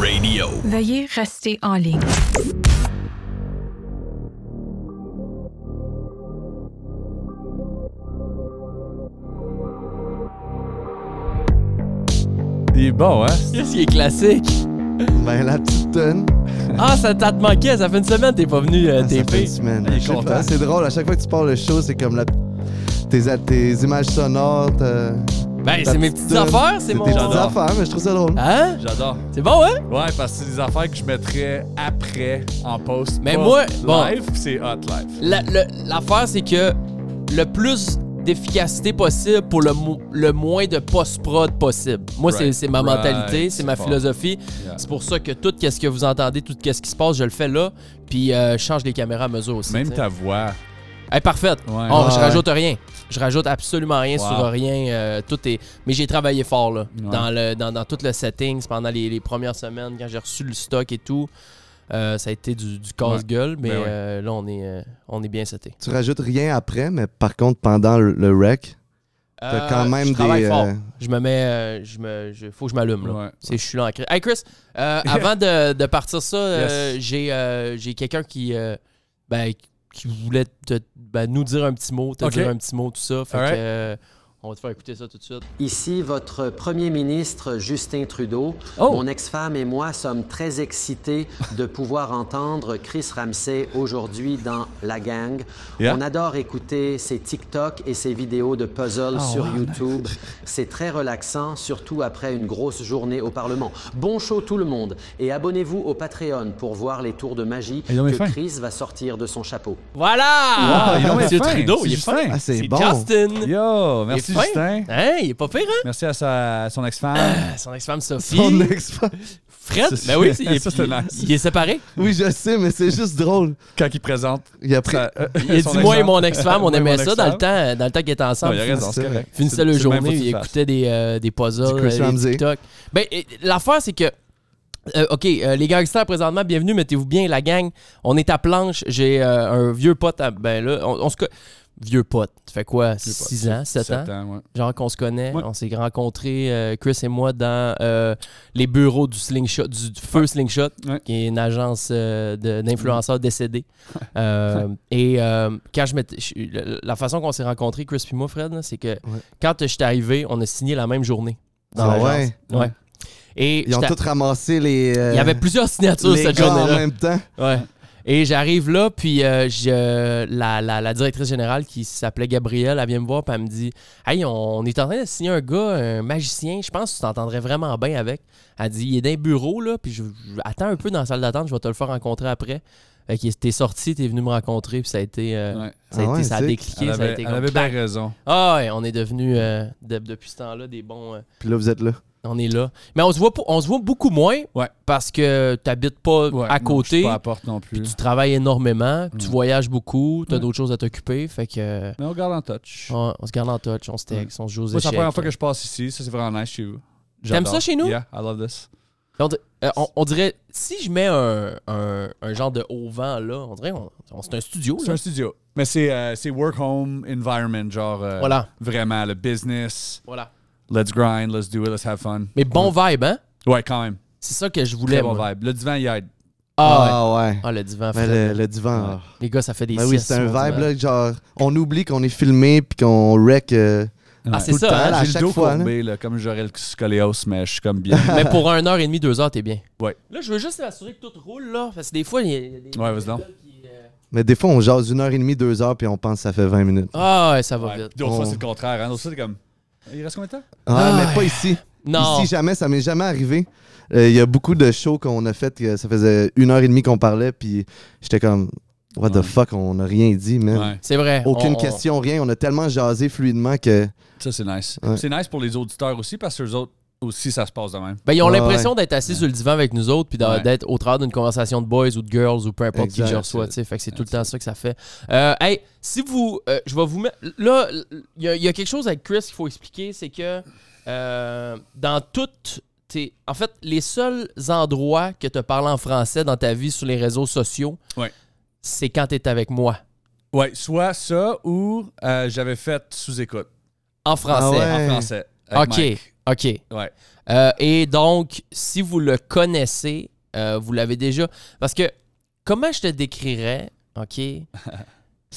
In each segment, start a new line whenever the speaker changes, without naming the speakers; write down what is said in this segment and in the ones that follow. Mignot.
Veuillez rester en ligne.
Il est bon, hein?
Qu'est-ce qui est classique?
Ben, la petite tonne.
Ah, ça t'a te manquait, ça fait une semaine t'es pas venu euh,
Ah, ça fait
TP.
une semaine.
Il est
Je sais
content.
pas, C'est drôle, à chaque fois que tu pars le show, c'est comme la... tes, tes images sonores. ta-
Ben,
ta
c'est mes
petite
petites
tonne.
affaires, c'est
C'est
mon.
tes petites
J'adore.
affaires, mais je trouve ça drôle.
Hein?
J'adore.
C'est bon, hein?
Ouais, parce que c'est des affaires que je mettrais après en post.
Mais
pas
moi, bon.
live, pis c'est hot live.
La- le- L'affaire, c'est que le plus d'efficacité possible pour le, mo- le moins de post-prod possible. Moi, c'est-
Right,
c'est ma
right,
mentalité, c'est ma
c'est fort.
philosophie.
Yeah.
C'est pour ça que tout ce que vous entendez, tout ce qui se passe, je le fais là. Puis euh, je change les caméras à mesure aussi.
Même
tu sais.
ta voix.
Hey, parfaite.
Ouais.
Oh,
Ouais,
je
ouais.
rajoute rien. Je rajoute absolument rien
Wow.
sur rien. euh, tout est. Mais j'ai travaillé fort là,
Ouais.
dans le dans, dans tout le settings pendant les, les premières semaines quand j'ai reçu le stock et tout. euh, ça a été du, du casse-gueule, mais
Ben ouais.
euh, là on est euh, on est bien seté.
Tu rajoutes rien après, mais par contre, pendant le, le rec, t'as
Euh,
quand même
je travaille
des.
fort.
euh,
Je me mets, euh, je me, je- faut que je m'allume là.
Ouais.
C'est je suis là en crise. Hey Chris, euh, avant de, de partir ça, euh,
Yes.
j'ai euh, j'ai quelqu'un qui euh, ben, qui voulait te- ben, nous dire un petit mot, te
Ok.
dire un petit mot tout ça. Fait
Alright.
que, euh, on va te faire écouter ça tout de suite.
Ici, votre premier ministre Justin Trudeau.
Oh.
Mon ex-femme et moi sommes très excités de pouvoir entendre Chris Ramsey aujourd'hui dans La Gang.
Yeah.
On adore écouter ses TikTok et ses vidéos de puzzle
Oh,
sur YouTube. C'est très relaxant, surtout après une grosse journée au Parlement. Bon show tout le monde et abonnez-vous au Patreon pour voir les tours de magie
Ils ont mis
que
fin.
Chris va sortir de son chapeau.
Voilà!
ils ont mis
Monsieur
fin,
Trudeau,
c'est
il est
Justin.
fin.
Ah, c'est
C'est
bon.
Justin. Il
Yo,
est
merci
fin.
Justin.
Hein, il est pas pire, hein?
Merci à, sa- à son ex-femme.
Ah, Son ex-femme Sophie.
ton ex-femme.
Fred,
Ça,
ben oui,
c'est-
il est,
ça, c'est nice.
il est séparé.
Oui, je sais, mais c'est juste drôle.
Quand il présente.
Il a pris.
sa- euh,
Il a
son
dit moi et
ex-femme.
mon ex-femme, on
Moi et
aimait
mon
ça dans le
ex-femme.
temps, dans le temps qu'ils étaient
Non,
ensemble.
il a raison, c'est correct.
finissait
C'est-
le
c'est même
journée,
faut que tu
il
le fasses.
écoutait des, euh, des puzzles,
Du Chris
euh, des
Ramsey.
TikTok. Ben, euh, l'affaire, c'est que. euh, OK, euh, les gangsters, présentement, bienvenue, mettez-vous bien, la gang. On est à planche. J'ai euh, un vieux pote. à- ben là, on, on se. co- Vieux pote. Ça fait quoi?
Vieux pote.
6 ans, 7 ans?
Sept ans, ouais.
Genre qu'on se connaît.
Ouais.
On s'est rencontrés, euh, Chris et moi, dans euh, les bureaux du Slingshot, du du Feu Slingshot,
Ouais.
qui est une agence euh, de- d'influenceurs décédés. Euh, et euh, quand je m'étais- je- la- La façon qu'on s'est rencontrés, Chris et moi, Fred, là, c'est que quand je suis arrivé, on a signé la même journée. dans
Ah
l'agence.
ouais?
Ouais. Et
Ils ont
j'étais-
tous ramassé les. euh,
il y avait plusieurs signatures
les
cette
gars en
journée-là.
même temps.
Ouais. Et j'arrive là, puis euh, je- la, la- la directrice générale qui s'appelait Gabrielle, elle vient me voir, puis elle me dit Hey, on, on est en train de signer un gars, un magicien, je pense que tu t'entendrais vraiment bien avec. Elle dit Il est dans le bureau, là, puis je, je- attends un peu dans la salle d'attente, je vais te le faire rencontrer après. Fait que t'es sorti, t'es venu me rencontrer, puis ça a été. euh,
Ouais.
Ça a,
Ah
été-
ouais,
ça a
sick.
décliqué,
Elle
ça a
avait,
été
elle
comme-
avait bien raison.
Ah ouais, on est devenu euh, depuis ce temps-là des bons. euh,
Puis là, vous êtes là.
on est là. Mais on se voit, pour- on se voit beaucoup moins
Ouais.
parce que t'habites pas
Ouais,
à
non, je suis
côté.
pas à la porte non plus.
Puis tu travailles énormément, tu
Mm.
voyages beaucoup, tu as
Ouais.
d'autres choses à t'occuper, fait que euh,
Mais on garde en touch.
on, on se garde en touch, on se texte, on se joue aux
Moi, c'est la
échecs.
première fois que je passe ici. Ça, c'est vraiment nice chez vous.
T'aimes
J'adore.
ça chez nous?
Yeah, I love this.
on, di- euh, on- on dirait, si je mets un, un- un genre de haut vent là, on dirait, on, on- c'est un studio
C'est
là.
un studio. Mais c'est euh, c'est work home environment, genre euh,
Voilà.
vraiment le business.
Voilà.
Let's grind, let's do it, let's have fun.
Mais bon vibe, hein?
Ouais, quand même.
C'est ça que je voulais.
Très bon
moi.
vibe. Le divan, il aide.
Ah, ouais.
Ah ouais.
Ah, le divan,
Mais
Fred,
le, le divan. ah.
Les gars, ça fait des
Ben oui,
siestes
c'est un
sur mon
vibe,
divan.
là, genre, on oublie qu'on est filmé puis qu'on wreck. euh,
Ah,
Ouais.
c'est
Tout le temps,
ça. hein?
là. à
J'ai le
chaque
dos
fois,
courbé, là, comme j'aurais le scoliose, mais je suis comme bien.
Mais pour un heure et demie, deux heures, t'es bien.
Ouais.
Là, je veux juste m'assurer que tout roule là, parce que des fois, il y a, il y a des.
Ouais, vas-y donc.
qui, euh,
Mais des fois, on jase une heure et demie, deux heures puis on pense que ça fait 20 minutes.
Ah, ouais, ça va
Ouais.
vite.
D'autres fois,
On-
c'est le contraire. Hein. D'autres fois, c'est comme. Il reste combien de temps?
Ah,
Ah,
mais pas ici.
Non.
Ici, jamais, ça m'est jamais arrivé. Euh, Il y a beaucoup de shows qu'on a fait, que ça faisait une heure et demie qu'on parlait, puis j'étais comme, what
Ouais.
the fuck, on n'a rien dit, man.
Ouais. Oh.
C'est vrai.
Aucune
on- on-
question, rien. On a tellement jasé fluidement que.
Ça, c'est nice.
Ouais.
C'est nice pour les auditeurs aussi, parce que eux autres aussi, ça se passe de même.
Ben, ils ont
Ouais,
l'impression d'être assis sur le divan avec nous autres, puis d'a-
Ouais.
d'être au travers d'une conversation de boys ou de girls ou peu importe qui
Exact.
je reçois. tu sais. Fait que c'est tout le temps ça que ça fait. Euh, hey, si vous. euh, je vais vous mettre. Là, il y, a- il y a quelque chose avec Chris qu'il faut expliquer, c'est que euh, dans toutes. tes- En fait, les seuls endroits que tu parles en français dans ta vie sur les réseaux sociaux,
Ouais.
c'est quand tu es avec moi.
Ouais, soit ça ou euh, j'avais fait sous-écoute
En français.
Ah
en
Hey.
français. avec
ok,
Mike.
ok.
Ouais.
Euh, et donc, si vous le connaissez, Euh, vous l'avez déjà. Parce que, comment je te décrirais, OK?
C'est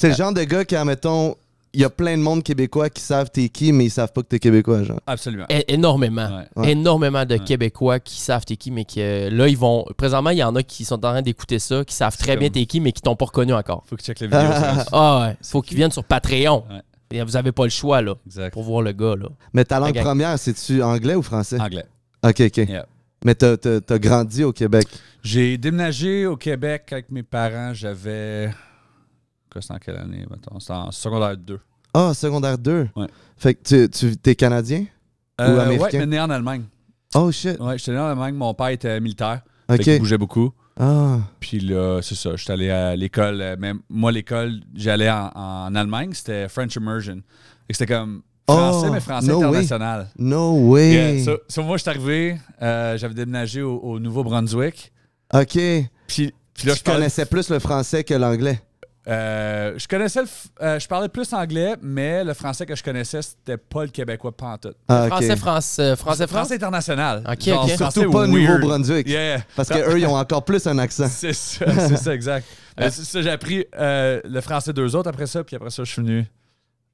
Ah.
le genre de gars qui, admettons, il y a plein de monde québécois qui savent t'es qui, mais ils savent pas que t'es québécois, genre.
Absolument.
É- énormément.
Ouais.
Ouais.
énormément de
Ouais.
Québécois qui savent t'es qui, mais qui euh, là, ils vont. Présentement, il y en a qui sont en train d'écouter ça, qui savent
C'est
très bien
comme-
t'es qui, mais qui t'ont pas reconnu encore.
Faut que tu checkes la vidéo. ça.
Ah ouais, faut qu'ils viennent sur Patreon.
Ouais.
Et Vous avez pas le choix, là,
Exact.
pour voir le gars, là.
Mais ta langue
Ok.
première, c'est-tu anglais ou français?
Anglais.
Ok, ok.
Ah. Yeah.
Mais t'as, t'as- t'as grandi au Québec.
J'ai déménagé au Québec avec mes parents. J'avais. Quoi, c'était en quelle année, mettons? C'était en secondaire 2.
Ah, secondaire 2.
Ouais.
Fait que tu, tu t'es Canadien?
Euh, ouais,
américain.
mais né en Allemagne.
Oh shit.
Ouais, j'étais né en Allemagne. Mon père était militaire. Fait
Ok.
qu'il bougeait beaucoup.
Ah.
Puis là, c'est ça. J'étais allé à l'école. euh, Mais moi, l'école, j'allais en, en Allemagne. C'était French Immersion. Fait que C'était comme français,
Oh,
mais français
no way.
international.
No way.
Yeah, so, so moi, je suis arrivé. euh, J'avais déménagé au, au Nouveau-Brunswick.
ok.
Puis, puis là,
tu
je parlais-
connaissais plus le français que l'anglais.
Euh, je connaissais le f- euh, je parlais plus anglais, mais le français que je connaissais, c'était pas le québécois pantoute.
Ah, ok.
Français, France, euh, français,
Français,
France.
international.
Ok,
Genre
ok. Surtout
français
Surtout pas au
weird.
Nouveau-Brunswick.
Yeah.
Parce qu'eux, ils ont encore plus un accent.
C'est ça, c'est ça, exact. Mais c'est ça, j'ai appris euh, le français deux autres après ça, puis après ça, je suis venu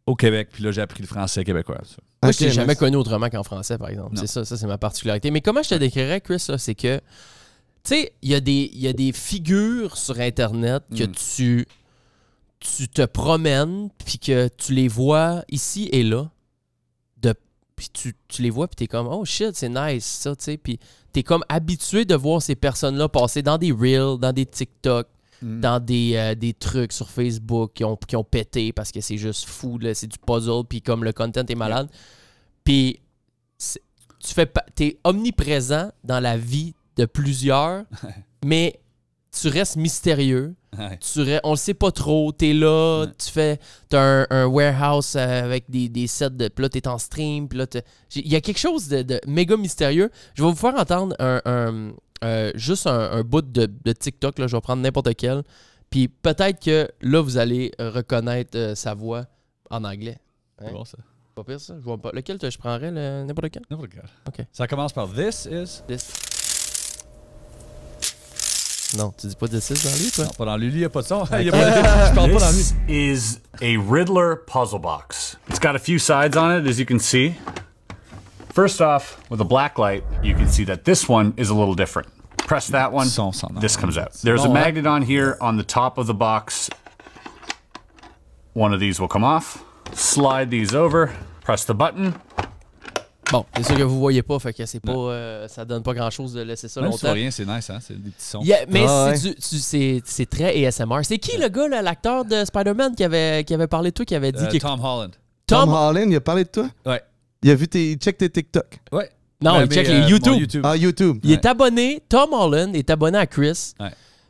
au Québec, puis là, j'ai appris le français québécois. ça.
Moi,
Ok,
je t'ai jamais
nice.
connu autrement qu'en français, par exemple.
Non.
C'est ça, ça c'est ma particularité. Mais comment je te décrirais, Chris, là, c'est que, tu sais, il y, a des- il y a des figures sur Internet que
Mm.
tu, tu te promènes, puis que tu les vois ici et là, de, puis tu, tu les vois, puis t'es comme, oh shit, c'est nice, ça, tu sais, puis t'es comme habitué de voir ces personnes-là passer dans des Reels, dans des TikTok,
Mm.
dans des, euh, des trucs sur Facebook qui ont, qui ont pété parce que c'est juste fou, là, c'est du puzzle, puis comme le content est malade. Puis c'est- tu fais pas, t'es omniprésent dans la vie de plusieurs, mais tu restes mystérieux.
Ouais.
Tu re- on le sait pas trop, t'es là,
Ouais.
tu fais t'as un, un warehouse euh, avec des, des sets de. Puis là, t'es en stream, puis là, t'es- j'ai- il y a quelque chose de, de méga mystérieux. Je vais vous faire entendre un, un, euh, juste un, un bout de, de TikTok, là, je vais prendre n'importe quel. Puis peut-être que là, vous allez euh, reconnaître euh, sa voix en anglais.
C'est bon, ça.
Pas pire ça? Je vois pas. Lequel te- je prendrais? le- N'importe quel?
N'importe quel.
Ok.
Ça commence par This is.
Non, tu dis pas de 6 dans lui, toi?
Non, pas dans Lulu, il n'y a pas de son. Il y a pas de... Je parle pas dans lui.
This is a Riddler puzzle box. It's got a few sides on it, as you can see. First off, with a black light, you can see that this one is a little different. Press that one,
Some- some-
this comes out. There's a
Oh, that-
magnet on here on the top of the box. One of these will come off. Slide these over, press the button.
Bon, c'est sûr que vous voyez pas, fait que c'est pas, euh, ça donne pas grand chose de laisser ça
Même si tu vois
longtemps.
rien, c'est nice, hein? C'est des petits sons.
Yeah, mais
Ah
c'est, du- tu- c'est, c'est très ASMR. C'est qui le gars, là, l'acteur de Spider-Man qui avait, qui avait parlé de toi, qui avait dit
Euh,
que
Tom Holland.
Tom
Tom-
Holland, il a parlé de toi.
Ouais.
Il a vu tes. Il check tes TikTok.
Ouais.
Non,
Ben,
il
mais,
check
euh,
les
mon
YouTube.
YouTube.
Ah, YouTube.
Il est abonné, Tom Holland est abonné à Chris.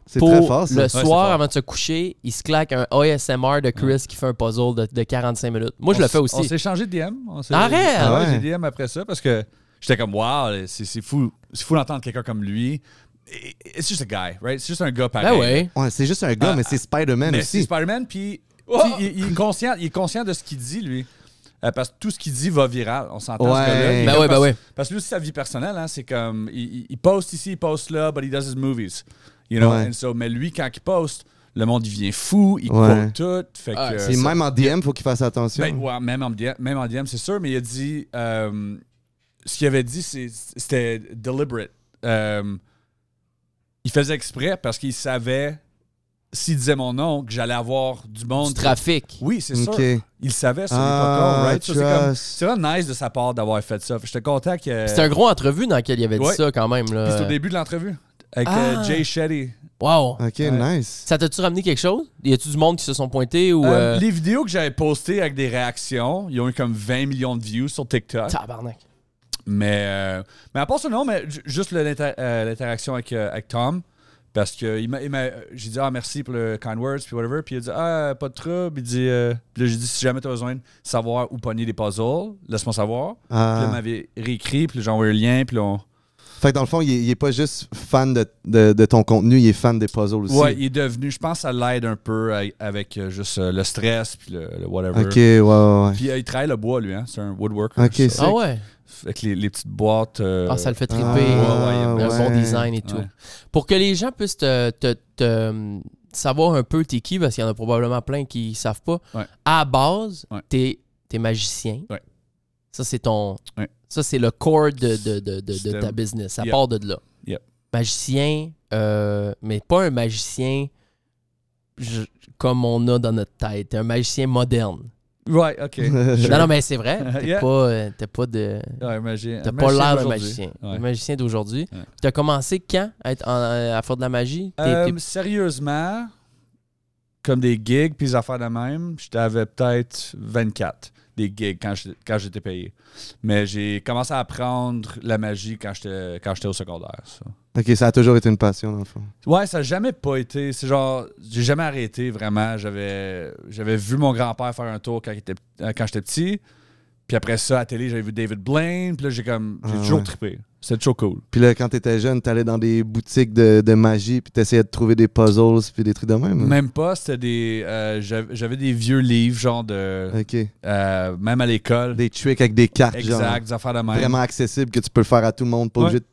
C'est
pour
très fort,
le
ça.
c'est
soir
fort.
avant de se coucher, il se claque un ASMR de Chris qui fait un puzzle de, de 45 minutes. Moi, je
On
le
s-
fais
On
aussi.
s'est changé de DM. On s'est-
Arrête!
Ah ouais,
Ah ouais.
j'ai DM après ça parce que j'étais comme, wow, c'est c'est fou. C'est fou d'entendre quelqu'un comme lui. Et- et- It's just a guy, right? C'est juste un gars pareil.
Ben ouais.
Ouais, c'est juste un gars,
Ah,
mais c'est Spider-Man
Mais c'est
aussi.
Spider-Man, puis
Oh!
puis il, il est conscient, il est conscient de ce qu'il dit, lui. Euh, parce que tout ce qu'il dit va viral. On s'entend
Ouais.
ce gars-là. Il est
Ben
comme
ouais, ben
parce,
ouais.
Parce que lui, c'est sa vie personnelle. hein, c'est comme, il, il- il poste ici, il poste là, but he does his movies. You know?
Ouais.
And so, mais lui, quand il poste, le monde, il devient fou, il
Ouais.
quote tout. Fait
Ah,
que,
Puis
ça-
même en DM, faut qu'il fasse attention.
Ben, ouais, même, en DM, même en DM, c'est sûr, mais il a dit. euh, ce qu'il avait dit, c'est- c'était deliberate. Euh, il faisait exprès parce qu'il savait, s'il disait mon nom, que j'allais avoir du
Du
monde.
trafic.
Oui, c'est
Ok.
sûr. Il savait sur
Ah,
les right? Ça, c'est
trust.
comme- C'est vraiment nice de sa part d'avoir fait ça. Fait que J'étais content que.
C'était un euh, gros entrevue dans laquelle il avait dit
Ouais.
ça quand même.
Puis c'est au
Là.
début de l'entrevue. Avec
Ah.
euh, Jay Shetty.
Wow.
Ok, nice.
Ça t'a-tu ramené quelque chose? Y a-tu du monde qui se sont pointés ou.
Euh,
euh,
les vidéos que j'avais postées avec des réactions, ils ont eu comme 20 millions de views sur TikTok.
Tabarnak.
Mais, euh, mais à part ça, non, mais ju- juste le- l'inter- euh, l'interaction avec, euh, avec Tom. Parce que il m'a- il m'a- j'ai dit, ah, merci pour le kind words, puis whatever. Puis il a dit, ah, pas de trouble. Il dit, euh, puis là, j'ai dit, si jamais tu as besoin de savoir où pogner des puzzles, laisse-moi savoir. Puis là, il
Ah.
m'avait réécrit, puis là, j'ai envoyé le lien, puis là, on.
Fait que dans le fond, il est, il est pas juste fan de, de- de ton contenu, il est fan des puzzles aussi.
Ouais, il est devenu, je pense, que ça l'aide un peu à- avec euh, juste euh, le stress, puis le, le whatever.
ok, ouais, ouais, ouais.
Puis euh, il travaille le bois, lui, hein. C'est un woodworker.
Ok,
ça.
sick.
Ah ouais.
Avec les, les petites boîtes. euh,
Ah, ça le fait triper.
Ah, ouais.
ouais,
un bon design et tout.
Ouais.
Pour que les gens puissent te, te- te- savoir un peu t'es qui, parce qu'il y en a probablement plein qui savent pas.
Ouais.
À base,
Ouais.
t'es t'es magicien.
Ouais.
Ça, c'est ton.
Ouais.
Ça, c'est le core de, de- de- de- de
Système.
ta business. Ça
Yep.
part de là.
Yep.
Magicien, euh, mais pas un magicien je- comme on a dans notre tête. Un magicien moderne.
Right, OK.
Non, non, mais c'est vrai. T'es
Yeah.
pas, euh, t'es pas de.
Ouais, magicien-
T'as
un
pas
magicien
l'air d'un
d'aujourd'hui.
magicien.
Ouais.
Le magicien d'aujourd'hui.
Ouais.
T'as commencé quand à, être en- euh, à faire de la magie? T'es-
Euh,
t'es-
sérieusement, comme des gigs puis des affaires de même, j'avais peut-être 24 des gigs quand j'étais quand j'étais payé. Mais j'ai commencé à apprendre la magie quand j'étais quand j'étais au secondaire. ça.
Ok, ça a toujours été une passion, dans le fond.
Ouais, ça n'a jamais pas été. C'est genre, j'ai jamais arrêté vraiment. J'avais, j'avais vu mon grand-père faire un tour quand, il était- euh, quand j'étais petit. Puis après ça, à la télé, j'avais vu David Blaine. Puis là, j'ai comme, j'ai
Ah
toujours
ouais.
trippé. C'était toujours cool.
Puis là, quand t'étais jeune, t'allais dans des boutiques de, de magie, puis t'essayais de trouver des puzzles, puis des trucs de même.
Même pas, c'était des. euh, j'avais j'avais des vieux livres, genre de.
Ok.
euh, même à l'école.
Des tricks avec des cartes, genre.
Exact, des affaires de même.
Vraiment accessibles que tu peux faire à tout le monde, pas
Ouais.
obligé de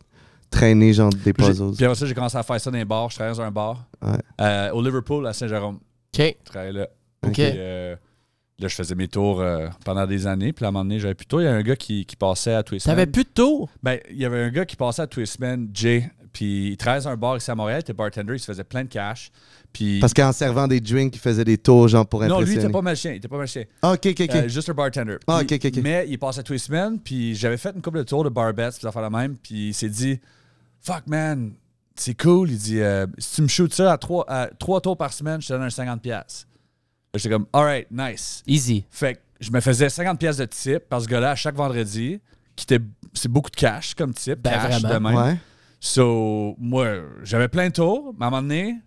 traîner, genre, des
Puis j'ai-
puzzles.
Puis après ça, j'ai commencé à faire ça dans les bars. Je travaillais dans un bar
Ouais.
euh, au Liverpool, à Saint-Jérôme.
OK.
Je travaillais là.
OK.
Puis, euh, là, je faisais mes tours euh, pendant des années. Puis à un moment donné, j'avais plus de tours. Il y a un gars qui, qui passait à tous les
T'avais
semaines.
plus de tour?
Ben, il y avait un gars qui passait à tous les semaines, Jay. Puis il travaillait dans un bar ici à Montréal. Il était bartender. Il se faisait plein de cash. Puis.
Parce qu'en servant des drinks, il faisait des tours, genre, pour
non, lui,
impressionner.
il était pas magicien. Il était pas magicien.
Ah, ok, ok, ok.
Euh, juste un bartender.
Ah,
Puis-
ok, ok, ok.
Mais il passait tous les semaines, puis j'avais fait une couple de tours de barbets, puis affaires la même, puis il s'est dit Fuck man, c'est cool. Il dit euh, Si tu me shoots ça à trois, à trois tours par semaine, je te donne un 50$. piastres. J'étais comme Alright, nice.
Easy.
Fait que je me faisais 50$ piastres de type par ce gars-là à chaque vendredi, qui était. C'est beaucoup de cash comme type,
Ben,
cash
vraiment.
de même.
ouais.
So, moi, j'avais plein de tours, mais à un moment donné,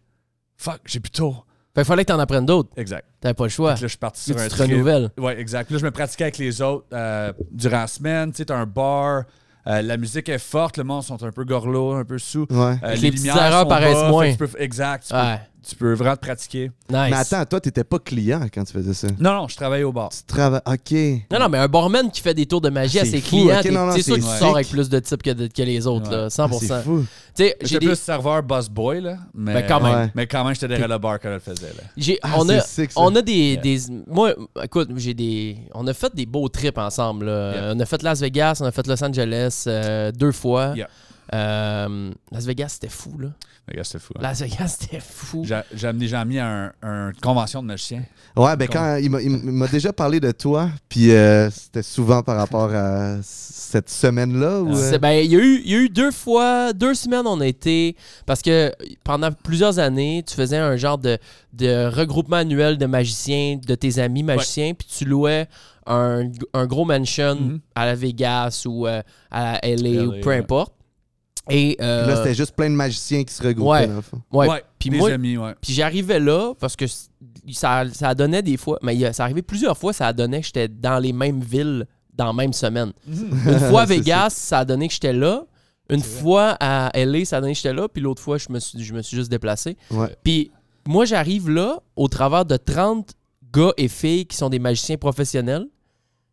fuck, j'ai plus de tours.
Fait qu'il fallait que t'en apprennes d'autres.
Exact.
T'avais pas le choix.
Fait que là, je suis parti
Puis
sur un
tu te
trip.
renouvelles.
Oui, exact. Puis Là, je me pratiquais avec les autres euh, durant la semaine. Tu sais, t'as un bar, euh, la musique est forte, le monde sont un peu gorlots, un peu sous.
Ouais.
Euh,
Les petites erreurs
sont
paraissent
basses,
moins.
fait que tu peux- exact. Tu,
Ouais.
peux, tu peux vraiment te pratiquer.
Nice.
Mais attends, toi, t'étais pas client quand tu faisais ça.
Non, non, je travaillais au bar.
Tu travailles. Ok.
Non, non, mais un barman qui fait des tours de magie à
C'est
ses
fou,
clients,
ok,
t'es-
non, non,
c'est sûr que
c'est
tu
sick.
sors avec plus de types que, de- que les autres, là, 100%.
Ah, C'est fou.
Tu sais, j'ai
J'étais
des-
plus serveur boss-boy, là. Mais,
Ben, quand
même. Ouais.
Mais quand même, j'étais derrière le bar quand je le faisais, là.
J'ai-
Ah,
on,
c'est
a,
sick, ça.
on a des, des- Moi, écoute, j'ai des. On a fait des beaux trips ensemble. là.
Yeah.
On a fait Las Vegas, on a fait Los Angeles euh, deux fois.
Yeah.
Euh, Las Vegas, c'était fou, là.
Mais gars, c'était fou. hein.
Las Vegas, c'était fou.
J'a- J'ai amené Jean-Mi à un, un convention de magicien.
Ouais, ben quand il m'a- il m'a déjà parlé de toi, puis euh, c'était souvent par rapport à cette semaine-là. ou, euh,
C'est- ben, il, y a eu, il y a eu deux fois, deux semaines, on a été. Parce que pendant plusieurs années, tu faisais un genre de, de regroupement annuel de magiciens, de tes amis magiciens, puis tu louais un, un gros mansion
Mhm.
à la Vegas ou euh, à LA, ou
LA,
peu
ouais.
importe. Et. euh,
Là, c'était juste plein de magiciens qui se regroupaient.
Ouais.
dans le fond.
ouais. Puis
Puis
moi-
amis, ouais.
Puis j'arrivais là parce que c- ça, ça donnait des fois, mais il y a- ça arrivait plusieurs fois, ça donnait que j'étais dans les mêmes villes dans la même semaine. Une fois à
Mmh. C'est
Vegas, ça a donné que j'étais là. Une fois à LA, ça a donné que j'étais là. Puis l'autre fois, je me, suis, je me suis juste déplacé.
Ouais.
Puis moi, j'arrive là au travers de 30 gars et filles qui sont des magiciens professionnels.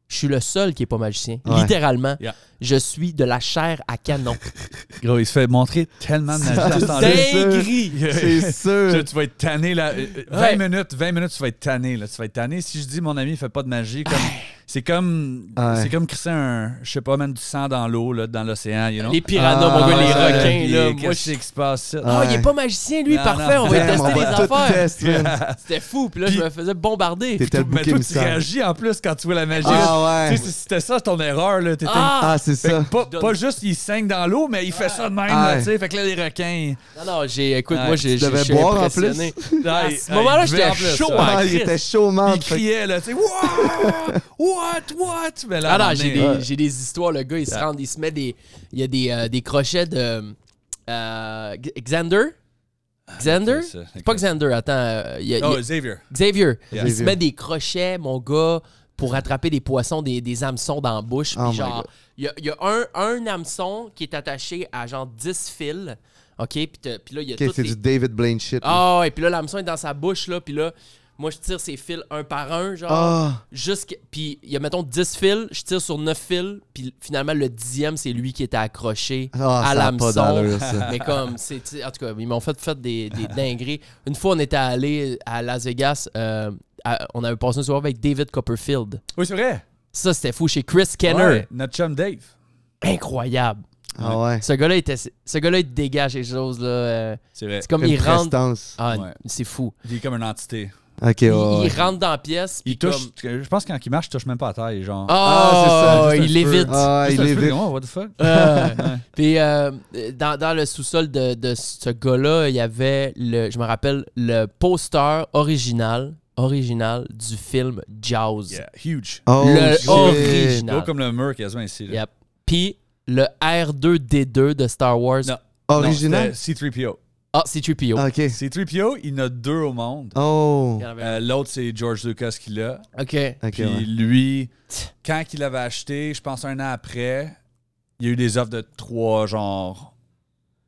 Je suis le seul qui n'est pas magicien.
Ouais.
Littéralement.
Yeah.
Je suis de la chair à canon.
Gros, il se fait montrer tellement de magie à ce temps-là.
Dinguerie!
C'est
Tu,
sûr.
tu vas être tanné là. Euh, euh, 20
Ouais.
minutes, 20 minutes, tu vas être tanné là. Tu vas être tanné. Si je dis mon ami, il fait pas de magie, comme- c'est comme,
Ouais.
c'est comme crisser un, je sais pas, même du sang dans l'eau là, dans l'océan, you know.
Les piranhas,
Ah,
mon gars, les
ouais,
requins,
Puis,
là. Moi,
Qu'est-ce
je
qui se passe ça?
Ah,
Ah, il
ouais.
est pas magicien, lui,
Non,
parfait,
non.
on va
Damn, on
tester les
va tout
affaires.
test, man.
C'était fou, puis là, je
Puis-
me faisais bombarder.
T'étais le
Mais
bouc
toi, tu
émissaire.
réagis en plus quand tu vois la magie.
Ah
Tu
ouais.
sais, si c'était ça ton erreur là, t'étais.
Ah!
Ah, c'est
Fait que
ça.
pas, pas juste il saigne dans l'eau, mais il fait ça de même,
Ah,
là,
ouais.
tu sais. Fait que là, les requins.
Non, non, j'ai, écoute,
Ouais,
moi, j'ai,
tu devais
j'ai
boire en
impressionné.
Ah,
À
il-
ce
ah, il
moment-là,
buvait
j'étais
en plus,
chaud,
ouais.
man.
Ah, il
Christ.
était chaud, man.
Il criait là, tu sais, Wow! what, what? Mais là,
Ah non,
on
j'ai
est-
des,
Ouais.
j'ai des histoires, le gars, il se rend, il se met des... Il y a des, euh, des crochets de... euh, G- Xander?
Ah,
Xander?
c'est ça,
C'est pas Xander, attends. euh, il y a- il y
Oh,
a-
Xavier.
Xavier,
Yeah.
il se
Xavier.
met des crochets, mon gars, pour attraper des poissons, des, des hameçons dans la bouche.
Oh
Puis
my
genre,
God.
il y a, il y a un, un hameçon qui est attaché à genre 10 fils. OK? Puis, t'as- puis là, il y a
Ok,
toutes
c'est
les-
du David Blaine shit. là.
Ah ouais, puis là, l'hameçon est dans sa bouche, là, puis là, Moi, je tire ces fils un par un, genre.
Ah!
Jusqu'à- Puis il y a, mettons, 10 fils, je tire sur 9 fils, puis finalement, le dixième, c'est lui qui était accroché
Ah,
à
ça a pas
l'hameçon.
d'allure, ça.
Mais comme, c'est, tu sais, en tout cas, ils m'ont fait, fait des, des dingueries. Une fois, on était allé à Las Vegas, euh, à- on avait passé une soirée avec David Copperfield.
Oui, c'est vrai.
Ça, c'était fou, chez Chris Kenner.
Ouais, notre chum Dave.
Incroyable.
Ah ouais.
Ce gars-là, était, ce gars-là, il dégage les choses, là. euh,
C'est vrai.
c'est comme,
Une
il rentre...
prestance.
Ah,
Ouais.
c'est fou.
Il est comme une entité.
Ok,
Il,
ouais.
il
ouais.
rentre dans la pièce, puis
Ah Il touche.
comme-
Je pense que quand il marche, il touche même pas à terre,
Oh,
genre.
Ah,
c'est ça, juste
il
un peu.
évite.
Ah,
Juste
il
un
est
peu
vite.
comme, Oh, what the fuck?
Euh, Puis euh, dans, dans le sous-sol de, de ce gars-là, il y avait, le, je me rappelle, le poster original, original du film Jaws.
Yeah, huge.
Oh,
le
shit.
original.
Gros comme le mur quasiment ici. là.
Yep. Puis le R2D2 de Star Wars.
Non. Non,
Original?
c'était C3PO.
Ah, c'est 3PO.
Ok.
C3PO, il en a deux au monde.
Oh.
Il y en avait un.
Euh, L'autre, c'est George Lucas qui l'a.
Ok.
Ok,
Puis
ouais.
lui, quand il l'avait acheté, je pense un an après, il y a eu des offres de 3 genre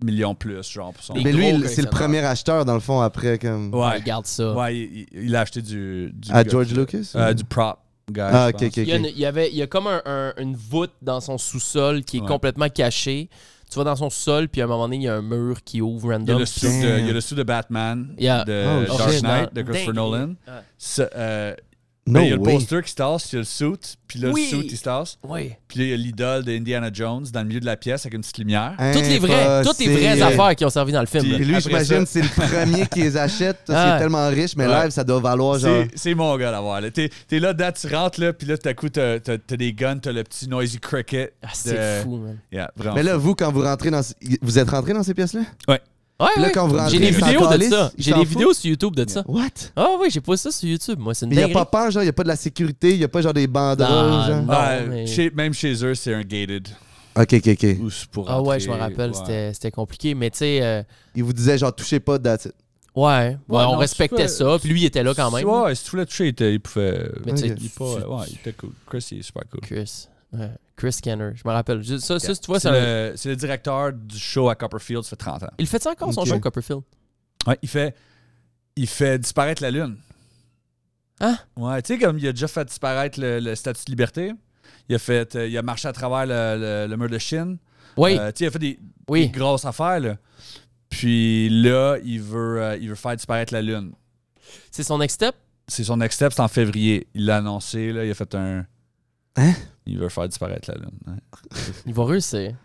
millions plus, genre pour son.
Des
Mais
gros
lui, il- c'est le
collectionneur.
premier acheteur, dans le fond, après, comme.
On
Ouais,
Regarde ça.
ouais il, il- il a acheté du. du
À
gars-
George Lucas?
euh,
ou-
Du prop, guy.
Ah, ok,
je pense.
ok,
Il y, a une-
ok.
il y avait, il y a comme un- un- une voûte dans son sous-sol qui est
Ouais.
complètement cachée. Tu vas dans son sous-sol, puis à un moment donné, il y a un mur qui ouvre
Il y a
random.
le sou de, il y a le sou de Batman,
Yeah.
de
Oh,
Dark
shit.
Knight, de Christopher
Dingue.
Nolan.
Ah.
Ce- euh,
No
ben, il y a le
way.
poster qui se tasse, il y a le suit, puis là,
Oui.
le suit, il se tasse.
Oui.
Puis là, il y a l'idole d'Indiana Jones dans le milieu de la pièce avec une petite lumière.
Ah,
Toutes les vraies, toutes les vraies
Impossible.
affaires qui ont servi dans le film.
Puis-
là.
Et lui,
Après
j'imagine,
ça-
c'est le premier qui les achète parce qu'il
Ah.
est tellement riche, mais
Ouais.
live, ça doit valoir genre.
C'est- C'est mon gars d'avoir. là. T'es t'es là, dedans, tu rentres, là, puis là, tout à coup, t'as t'as- t'as des guns, t'as le petit noisy cricket.
Ah, c'est
Euh,
de-
fou, man.
Yeah, vraiment.
Mais là, vous, quand vous rentrez dans. ce- Vous êtes rentré dans ces pièces-là?
Ouais,
Puis là,
ouais.
quand vous rentrez,
J'ai des
il s'en
vidéos de
calisse,
ça.
il
J'ai
s'en
des
fout.
vidéos sur YouTube de ça.
What?
Ah oui, j'ai posé ça sur YouTube. Moi, c'est une
Mais il n'y a
Ben,
dinguerie.
pas peur, genre, il n'y a pas de la sécurité, il n'y a pas genre des banderoles.
Ah,
genre.
non.
Ouais,
mais-
chez- même chez eux, c'est un gated.
Ok, ok, ok.
où c'est pour
Ah ouais,
rentrer,
je me rappelle,
ouais.
c'était- c'était compliqué. Mais tu sais, euh,
Il vous disait, genre, touchez pas, that's it.
ouais, ouais, on
non,
respectait
c'est pas-
ça. Puis lui, il était là quand même.
Ouais, si tu voulais toucher, il, était- il pouvait.
Mais tu sais,
Ok.
Il, est pas, ouais, il était cool. Chris, il est super cool.
euh, Chris. ouais, Chris Kenner, je me rappelle. Je- Ça, ça, tu vois,
c'est
ça-
le, c'est le directeur du show à Copperfield, ça fait 30 ans.
il fait ça encore son
Ok.
show, Copperfield.
Ouais, il fait, il fait disparaître la Lune.
Hein?
Ouais, tu sais, comme il a déjà fait disparaître le, le statut de liberté. Il a, fait, euh, il a marché à travers le, le- le mur de Chine.
Oui,
Euh, tu sais, il a fait des, des
oui.
grosses affaires, là. Puis là, il veut, euh, il veut faire disparaître la Lune.
C'est son next step.
C'est son next step, c'est en février. Il l'a annoncé, là, il a fait un.
Hein?
Il veut faire disparaître la Lune. hein. ouais.
Il va réussir.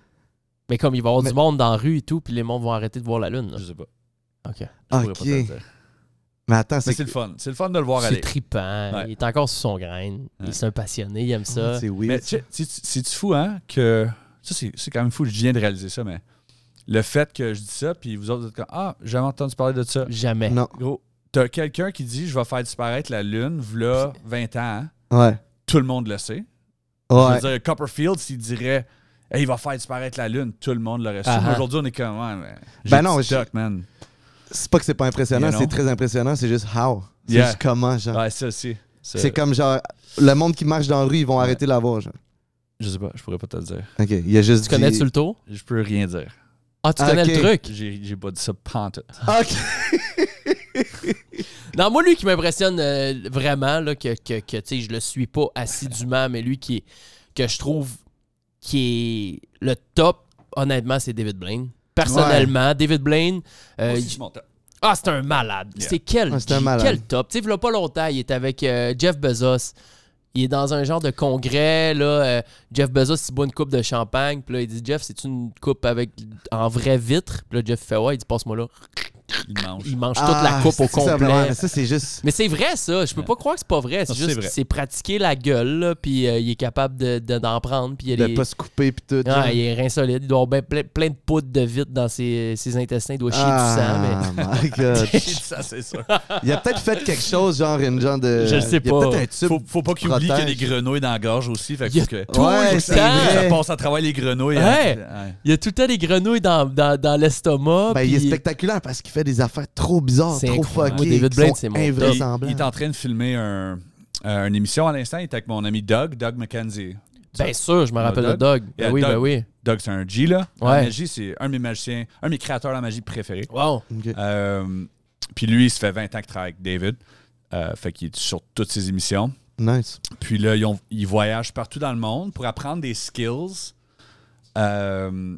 Mais comme il va y avoir
Mais-
du monde dans la rue et tout, puis les mondes vont arrêter de voir la lune. là.
Je sais pas.
Ok.
Je pourrais
Ok.
pas te le dire.
Mais attends,
Mais
c'est.
c'est le fun. C'est le fun de le voir
C'est
aller.
trippant.
Ouais.
Il est encore sur son grain.
Ouais.
Il est un passionné, il aime ça.
C'est
Mais
weird.
tu sais, c'est- c'est-tu fou, hein, que... Ça, c'est c'est quand même fou, je viens de réaliser ça, mais le fait que je dis ça, puis vous autres, vous êtes comme « Ah, j'ai jamais entendu parler de ça.
Jamais.
Non. »
Gros, t'as quelqu'un qui dit « Je vais faire disparaître la Lune, v'là 20 ans. hein.
Ouais.
Tout le monde le sait.
Ouais.
Je veux dire, Copperfield, s'il dirait Hey, il va faire disparaître la Lune », tout le monde l'aurait su.
Ah,
Mais
ah.
Aujourd'hui, on est comme « Ouais, mais... »
Ben non, je-
stock, man.
C'est pas que c'est pas impressionnant,
You know?
c'est très impressionnant, c'est juste how. C'est
Yeah.
juste comment, genre.
Ouais, ça aussi. Ça-
C'est comme genre, le monde qui marche dans la rue, ils vont arrêter de la voir, genre.
Je sais pas, je pourrais pas te le dire.
Ok, il y a juste.
Tu connais
dit-
sur le tour?
Je peux rien dire.
Ah, tu
Ah,
connais
ok.
le truc?
J'ai j'ai pas dit ça pantoute.
Ok.
Non, moi, lui qui m'impressionne euh, vraiment, là, que, que, que, tu sais, je le suis pas assidûment, mais lui qui est- que je trouve qui est le top, honnêtement, c'est David Blaine. Personnellement, David Blaine, euh,
Moi aussi,
j-
je monte.
ah, c'est un malade.
Yeah.
C'est quel,
Ah, c'est un
G-
malade.
quel top. Tu sais, v'là pas longtemps, il est avec euh, Jeff Bezos. Il est dans un genre de congrès, là. euh, Jeff Bezos, il boit une coupe de champagne. Puis là, il dit Jeff, c'est une coupe avec en vraie vitre. Puis là, Jeff fait ouais, il dit passe-moi là.
Il mange.
Il mange toute
Ah,
la coupe au
c'est ça,
complet.
ouais, mais Ça, c'est juste.
Mais c'est vrai, ça. Je peux pas croire que c'est pas vrai. C'est
Non, c'est
juste
vrai.
qu'il s'est pratiqué la gueule, là, puis euh, il est capable de- de- d'en prendre. Puis il, y a
De
des-
pas se couper pis tout.
Ah,
genre.
il est insolide. Il doit avoir ben plein, plein de poudres de vitre dans ses, ses intestins. Il doit chier
Ah, my god.
du sang. Mais...
Ça, c'est ça.
Il a peut-être fait quelque chose, genre une genre de.
Je le sais
Il y
pas.
a peut-être un tube.
Faut, faut pas qu'il oublie qu'il y a des
Protège.
grenouilles dans la gorge aussi. Fait que
Il y a
faut que-
tout
Ouais,
le
c'est
temps.
vrai.
Ça passe à travers les grenouilles.
Ouais.
hein. Ouais.
Il y a tout le temps des grenouilles dans, dans, dans l'estomac.
Ben, il est
puis-
spectaculaire parce qu'il fait des affaires trop bizarres,
C'est
trop
incroyable.
fuckées.
Moi, David
qui
Blaine,
sont
c'est mon-
invraisemblables.
Il, il est en train de filmer un, euh, une émission à l'instant. Il est avec mon ami Doug, Doug McKenzie.
Bien Ben, sûr, je me rappelle de Doug.
Dog.
Ben
Yeah,
oui,
Dog.
ben oui.
Doug, c'est un G, là. En
Ouais.
magie, c'est un de mes magiciens, un de mes créateurs de la magie préférés.
Wow.
Ok.
Euh, puis lui, il se fait 20 ans qu'il travaille avec David. Euh, fait qu'il est sur toutes ses émissions.
Nice.
Puis là, ils, ont- ils voyagent partout dans le monde pour apprendre des skills euh,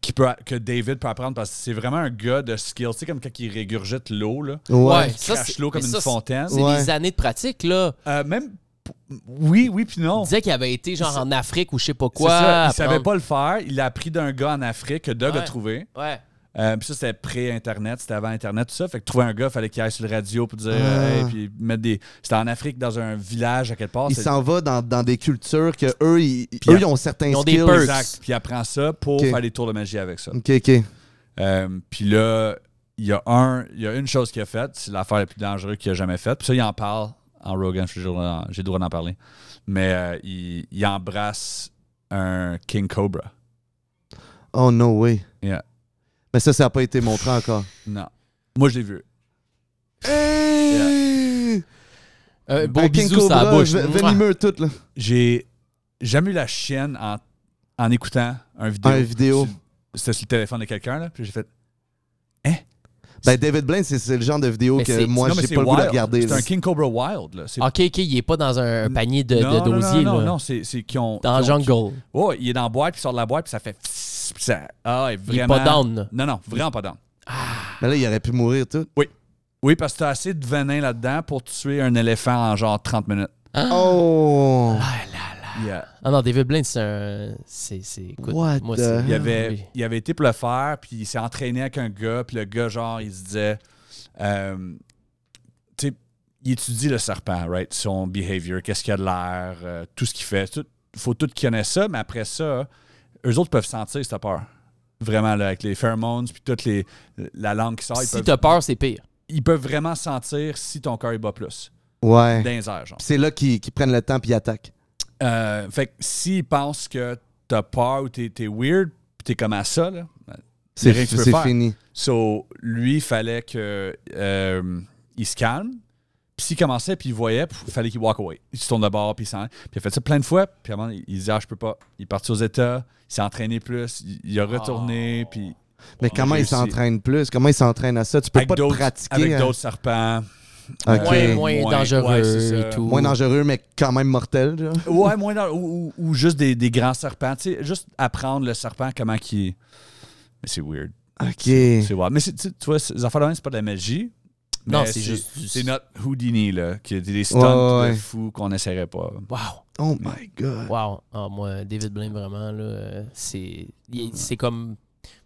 qui peut, que David peut apprendre parce que c'est vraiment un gars de skills. Tu sais, comme quand il régurgite l'eau, là.
Ouais.
ça,
crache
c'est-
l'eau comme
mais
une
ça, c'est-
fontaine.
C'est
Ouais.
des années de pratique, là.
Euh, même. p- Oui, oui, puis non.
Il disait qu'il avait été genre en Afrique ou je sais pas
C'est
quoi.
ça, il
apprendre-
savait pas le faire. Il l'a appris d'un gars en Afrique que Doug a
Ouais.
trouvé.
Ouais.
Euh, puis ça, c'était pré-Internet, c'était avant Internet, tout ça. Fait que trouver un gars, fallait qu'il aille sur le radio pour dire.
Ah.
hey, puis mettre des. C'était en Afrique, dans un village à quelque part.
Il
C'est-
s'en va dans, dans des cultures que eux, ils,
Puis
eux,
il-
ils ont certains
ils ont des
skills.
perks.
Exact. Puis il apprend ça pour
Ok.
faire des tours de magie avec ça.
Ok, ok.
Euh, puis là, il y a un, il y a une chose qu'il a faite, c'est l'affaire la plus dangereuse qu'il a jamais faite. Puis ça, il en parle en Rogan, j'ai le droit- j'ai le droit d'en parler. Mais euh, il, il embrasse un King Cobra.
Oh, no way.
Yeah.
Mais ça, ça n'a pas été montré encore.
Non. Moi, je l'ai vu.
Un beau
Un King
bisou, ça
Cobra,
bouche.
ve-
Mouah.
Venimeux tout, là.
J'ai jamais eu la chienne en, en écoutant un vidéo.
Un vidéo.
Sur- C'était sur le téléphone de quelqu'un, là. Puis j'ai fait.
Ben, David Blaine, c'est c'est le genre de vidéo
Mais
que
c'est-
moi,
non, mais
j'ai
c'est
pas le goût de
wild.
regarder.
C'est
là.
un King Cobra Wild, là. C'est
Ok, ok, il est pas dans un panier Ah, de, de
Non, non,
dosier,
non, non,
là.
non, c'est c'est qu'ils ont.
Dans
qu'ils ont-
Jungle.
Ouais, Oh, il est dans la boîte, puis il sort de la boîte, puis ça fait. fss, puis ça- ah, il est
Il est
vraiment.
pas down. là.
Non, non, vraiment pas down.
Mais là, il aurait pu mourir tout.
Oui, parce que t'as assez de venin là-dedans pour tuer un éléphant en genre 30 minutes.
Oh!
Il, euh,
Ah non, David Blaine, c'est un. C'est. c'est- écoute,
What
moi,
the-
c'est-
il, avait,
Ah, Oui.
il avait été pour le faire, puis il s'est entraîné avec un gars, puis le gars, genre, il se disait. euh, tu sais, il étudie le serpent, right? Son behavior, qu'est-ce qu'il a de l'air, euh, tout ce qu'il fait. Tout, faut tout qu'il connaisse ça, mais après ça, eux autres peuvent sentir cette peur. Vraiment, là, avec les pheromones, puis toute les, la langue qui sort, Ah, ils,
Si
peuvent,
t'as peur, c'est pire.
ils peuvent vraiment sentir si ton cœur il bat plus.
Ouais.
Dans les airs, genre.
Puis c'est là qu'ils qu'ils prennent le temps puis ils attaquent.
Euh, fait que s'ils pensent que t'as peur ou t'es, t'es weird, pis t'es comme à ça, là. ben,
C'est
rien que tu peux
c'est
faire.
fini.
So, lui, il fallait que euh, il se calme. Puis s'il commençait, puis il voyait, il fallait qu'il walk away. Il se tourne de bord, puis il s'en... Puis il a fait ça plein de fois. Puis à un moment, il il disait « Ah, je peux pas. » Il est parti aux États, il s'est entraîné plus, il, il a retourné, puis...
Mais comment ils
Oh, réussi.
s'entraînent plus? Comment ils s'entraînent à ça? Tu peux
Avec
pas te
d'autres-
pratiquer.
Avec
hein?
d'autres serpents.
Ok.
Moins,
Moins,
moins
Moins-
dangereux
ouais, c'est ça.
et tout.
dangereux, mais quand même mortel. genre.
Ouais, moins dans- ou, ou- ou juste des, des grands serpents. Tu sais, juste apprendre le serpent, comment qu'il... Mais c'est weird.
Ok.
C'est wild. Mais c'est- tu, tu vois, c'est- les affaires de même, c'est pas de la magie.
Mm. Non,
mais
c'est juste du-
C'est notre Houdini, là, qui a des
Ouais,
stunts
ouais,
de
ouais.
fou qu'on n'essaierait pas.
Wow.
Oh my god.
Wow. Ah, moi, David Blaine, vraiment, là, euh, c'est. il- C'est comme.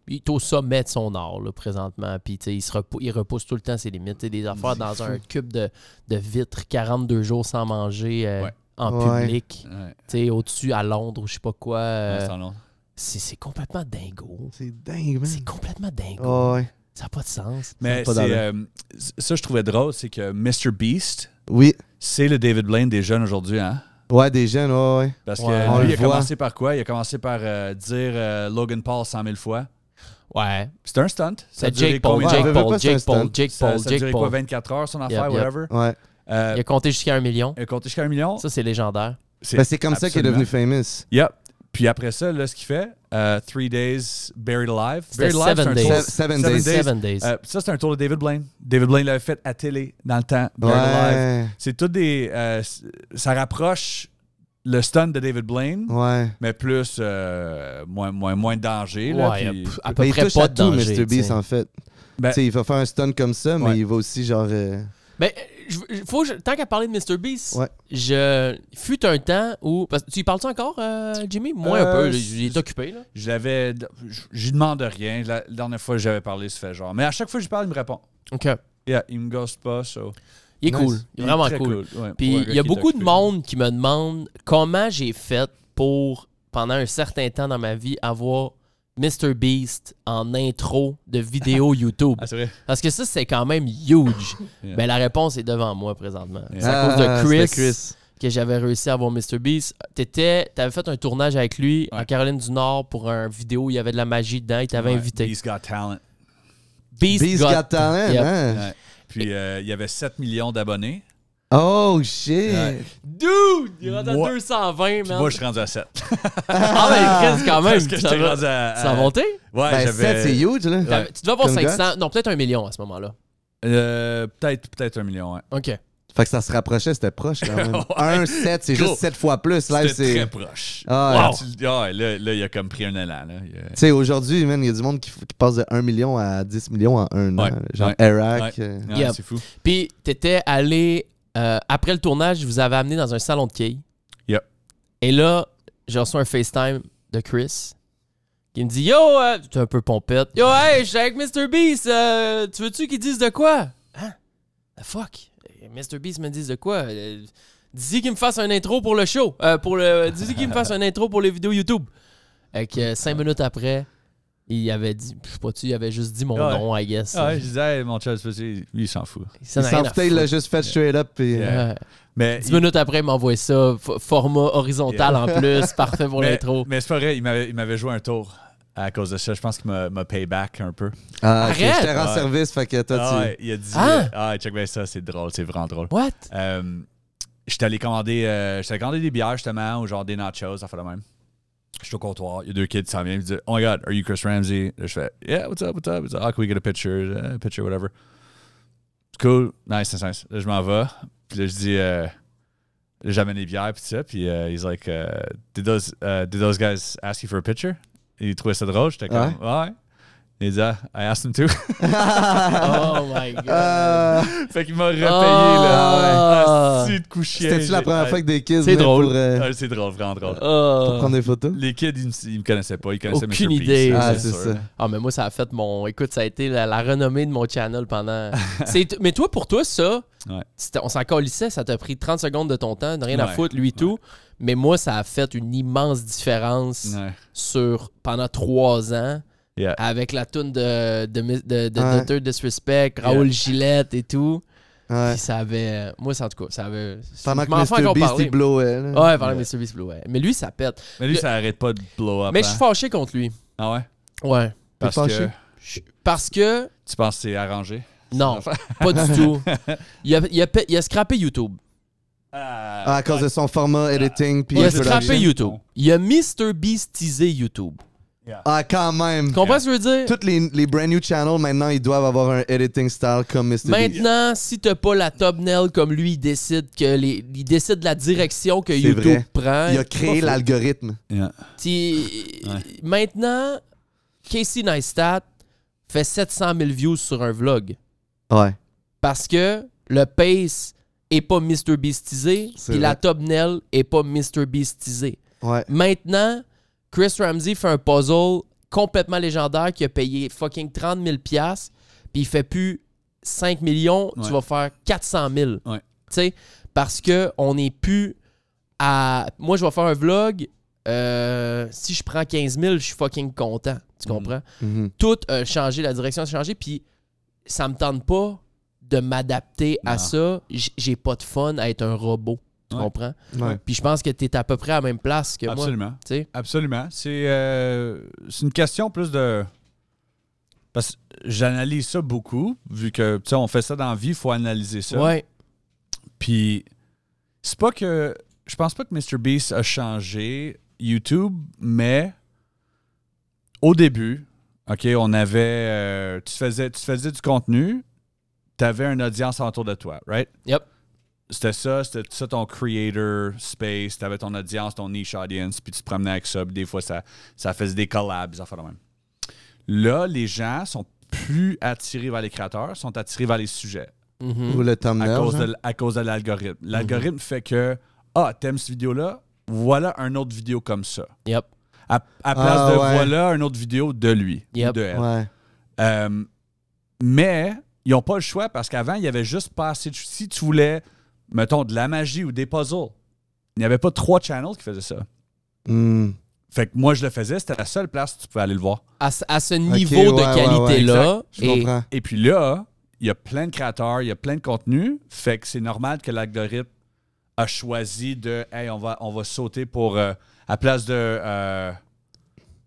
Il est au sommet de son art, là, présentement. Puis, tu sais, il, se repou- il repousse tout le temps ses limites. Tu sais, des affaires dans un cube de, de vitre, 42 jours sans manger euh,
Ouais.
en
Ouais.
public.
Ouais, ouais,
Tu sais, au-dessus, à Londres, ou je sais pas quoi. euh,
c'est en long.
c'est c'est complètement dingo.
C'est dingue, man.
C'est complètement dingo.
Ah ouais.
Ça n'a pas de sens.
mais
pas
c'est,
d'allure.
euh, ça, je trouvais drôle, c'est que Mr. Beast,
Oui.
c'est le David Blaine des jeunes aujourd'hui, hein?
Ouais, des jeunes, ouais, ouais.
Parce
Ouais.
que
On
lui,
le
il a
voit.
commencé par quoi? Il a commencé par euh, dire euh, Logan Paul 100 000 fois.
Ouais.
C'était un stunt. Ça
C'est
a duré
Jake Paul,
combien de
Jake
Ouais,
temps?
veut pas,
Paul,
c'est un
Jake Paul,
stunt.
Jake
Ça,
Paul,
ça a
Jake
duré quoi,
Paul.
24 heures, son
Yep,
affaire,
yep.
whatever?
Ouais.
Euh,
Il a compté jusqu'à un million.
il a compté jusqu'à un million.
Ça, c'est légendaire.
Ben, c'est comme ça qu'il est
absolument.
devenu famous.
Yep. Puis après ça, là, ce qu'il fait, euh, Three Days Buried Alive.
C'était
Buried Alive,
Seven
c'est un
Days.
tour-
Se- Seven
Seven
Days.
Days.
Seven Days.
Euh, ça, c'est un tour de David Blaine. David Blaine l'avait fait à télé dans le temps. Buried Alive.
Ouais.
C'est tout des. euh, c- ça rapproche le stun de David Blaine,
Ouais.
mais plus. euh, moins, moins, moins de danger. là,
ouais,
puis-
pff, à peu
Mais Ben, il
près
touche
pas
à
de
tout,
danger.
Mr.
tu
Beast, hein.
sais.
en fait.
Ben-
Tu sais, il va faire un stun comme ça, mais
Ouais.
il va aussi, genre. euh,
Ben, euh, je- je- faut que je- tant qu'à parler de Mr. Beast,
Ouais.
je fut un temps où. parce que tu y parles-tu encore, euh, Jimmy Moi, un
Euh,
peu. là,
je-
Il est occupé, là.
je l'avais. Je lui demande rien. La la dernière fois que j'avais parlé, ça fait genre. Mais à chaque fois que je parle, il me répond.
OK.
Yeah, il me ghost pas, so.
Il est
Nice.
cool. Il est vraiment
très
cool.
ouais,
Puis
pour
il y
un gars
a
qui est
beaucoup de
occupé.
monde qui me demande comment j'ai fait pour, pendant un certain temps dans ma vie, avoir Mr. Beast en intro de vidéo YouTube.
Ah, c'est vrai.
Parce que ça, c'est quand même huge.
Yeah.
Ben, la réponse est devant moi présentement.
Yeah.
C'est à cause
Ah,
de Chris,
c'était Chris.
que j'avais réussi à avoir Mr. Beast. T'étais, t'avais fait un tournage avec lui en
Ouais.
Caroline du Nord pour un vidéo où il y avait de la magie dedans. Il t'avait
Ouais,
invité.
He's got talent.
Beast,
Beast
got-
Got Talent,
Yep.
hein?
Ouais. Puis euh, il y avait 7 millions d'abonnés.
Oh shit!
Ouais.
Dude! Il est rendu à
Moi-
220,
Puis
man.
moi, je suis rendu à 7.
Ah, ben, Chris, quand même.
Parce que
ça
j'étais
va-
rendu à.
ça a
à-
monté?
Ouais,
ben, 7,
j'avais-
c'est huge, là.
T'avais- Tu devais avoir
Comme
500, non, peut-être un million à ce moment-là.
Euh, peut-être peut-être un million, ouais.
OK.
Fait que ça se rapprochait, c'était proche quand même. Un 7, c'est
Gros.
juste 7 fois plus. Live,
C'était
c'est.
très proche.
Ah,
Wow. Tu- ah, là, là, il a comme pris un élan. Là. Il a-
Tu sais, aujourd'hui, man, il y a du monde qui, f- qui passe de 1 million à 10 millions en un an.
Ouais,
là. Genre
ouais,
Eric.
ouais.
euh,
Ah,
Yep.
C'est fou.
Puis, t'étais allé. euh, après le tournage, je vous avais amené dans un salon de quilles.
Yep.
Et là, j'ai reçu un FaceTime de Chris qui me dit Yo, euh, t'es un peu pompette. Yo, hey, je suis avec Mr. Beast. euh, tu veux-tu qu'ils disent de quoi Hein The fuck Euh, Mr. Beast me dise de quoi Euh, Dis-y qu'il me fasse un intro pour le show. Euh, pour le, dis-y qu'il me fasse un intro pour les vidéos YouTube. Fait que euh, cinq minutes après, il avait dit, je sais pas, tu, il avait juste dit mon
Ouais.
nom, I guess.
Ah, ouais, je disais, hey, mon chum, c'est- lui, il s'en fout.
Ça
Il
n'a rien
s'en
à
foutait, il l'a juste fait straight up. Puis, euh,
Yeah.
Ouais.
Mais,
10 minutes après, il m'envoie ça, fo- format horizontal en plus, parfait pour
mais-
l'intro.
mais c'est pas vrai, il m'avait il m'avait joué un tour à cause de ça. Je pense qu'il m'a m'a payback un peu.
Ah, ok,
Arrête!
J'étais en
Ouais.
service, fait que toi,
Ah,
tu.
ouais, il a dit
Ah!
Ah, check bien ça, c'est drôle, c'est vraiment drôle.
What?
Euh, j'étais allé commander, euh, j'étais allé commander des bières justement ou genre des nachos, ça fait la même. Je suis au comptoir, il y a deux kids qui s'en viennent, ils me disent Oh my god, are you Chris Ramsey? Là, je fais Yeah, what's up, what's up? It's, Ah, can we get a picture? Uh, picture, whatever. It's cool, nice, nice, nice. Là, je m'en vais, puis là, je dis euh, là, J'amène les bières, puis tout ça, puis euh, he's like, euh, did, those, euh, did those guys ask you for a picture? Et il trouvait ça drôle, j'étais comme Ouais. Il dit Ah, I asked them to.
Oh my god.
Euh,
fait qu'il m'a repayé,
Ah.
là. Ah, si de coucher.
C'était-tu la première fois que des kids
C'est
venaient
drôle.
pour, euh,
Ah, c'est drôle, vraiment drôle.
Ah.
prendre des photos?
Les kids, ils me, ils me connaissaient pas. Ils connaissaient
Aucune
Mr. Beast,
idée.
là,
Ah,
c'est
c'est
sûr.
ça.
Ah, mais moi, ça a fait mon. Écoute, ça a été la, la renommée de mon channel pendant. C'est t- Mais toi, pour toi, ça,
Ouais.
c'était- on s'en colissait, ça t'a pris 30 secondes de ton temps, de rien à
Ouais,
foutre, lui tout. Mais moi, ça a fait une immense différence
Ouais.
sur pendant trois ans.
Yeah.
Avec la toune de, de, mi- de, de
Ouais.
Dr. Disrespect, Raoul
Yeah.
Gillette et tout.
Ouais.
Puis ça avait. euh, Moi, ça, en tout cas, ça avait.
Pendant
je
que
m'en fais
Mr.
encore
Beast,
parler.
il blowait. là.
Ouais, pendant que Mr. Beast Blue, ouais. Mais lui, ça pète.
Mais lui,
Le-
ça arrête pas de blow up.
Mais je
hein.
suis fâché contre lui.
Ah ouais?
Ouais.
Parce
fâché?
que
Je- Parce que.
tu penses que c'est arrangé?
Non, pas du tout. Il a, il a, pe- il a scrappé YouTube.
Ah, à cause de son format editing. puis
Il a
production.
scrappé YouTube. Il a Mr. Beast teasé YouTube.
Ah, quand même.
Tu comprends ce que je veux dire?
Toutes les, les brand new channels, maintenant, ils doivent avoir un editing style comme Mr. Beast.
Maintenant, si t'as pas la thumbnail comme lui, il décide que les, il décide de la direction que YouTube
vrai.
prend.
Il a créé l'algorithme.
Yeah.
Puis, Maintenant, Casey Neistat fait 700 000 views sur un vlog.
Ouais.
Parce que le pace est pas Mr. Beastisé,
C'est
puis la
vrai.
thumbnail est pas Mr. Beastisé.
Ouais.
Maintenant, Chris Ramsey fait un puzzle complètement légendaire qui a payé fucking 30 000 pièces, puis il fait plus 5 millions, tu
Ouais.
vas faire 400 000.
Ouais.
Tu sais, parce que on n'est plus à... Moi, je vais faire un vlog, euh, si je prends 15 000, je suis fucking content, tu comprends?
Mhm.
tout a changé, la direction a changé, puis ça me tente pas de m'adapter à
Non.
ça. J- J'ai pas de fun à être un robot. Tu
Ouais.
comprends?
Ouais.
Puis je pense que t'es à peu près à la même place que moi.
Absolument.
Tu sais?
Absolument. C'est euh, c'est une question plus de. Parce que j'analyse ça beaucoup, vu que, tu sais, on fait ça dans la vie, il faut analyser ça.
Ouais.
Puis, c'est pas que. Je pense pas que Mr. Beast a changé YouTube, mais au début, OK, on avait. euh, tu, faisais, tu faisais du contenu, tu avais une audience autour de toi, right?
Yep.
C'était ça, c'était ça ton creator space, tu avais ton audience, ton niche audience, puis tu te promenais avec ça, puis des fois, ça, ça faisait des collabs, ça fait même. Là, les gens sont plus attirés vers les créateurs, sont attirés vers les sujets
Mm-hmm.
Ou le thumbnail.
à cause,
genre.
de, à cause de l'algorithme.
Mhm.
L'algorithme fait que, ah, t'aimes cette vidéo-là, voilà un autre vidéo comme ça.
Yep.
À, à place
Ah,
de
ouais.
voilà un autre vidéo de lui, ou
Yep.
de elle.
Ouais.
Euh, mais ils n'ont pas le choix parce qu'avant, il y avait juste pas assez de- Si tu voulais, mettons, de la magie ou des puzzles, il n'y avait pas trois channels qui faisaient ça.
Hmm.
Fait que moi, je le faisais, c'était la seule place où tu pouvais aller le voir.
À, ce- à ce
Ok,
niveau
ouais, ouais,
de qualité-là.
ouais, exact. Je comprends.
Et puis là, il y a plein de créateurs, il y a plein de contenus. Fait que c'est normal que l'algorithme a choisi de Hey, on va, on va sauter pour euh, à place de euh,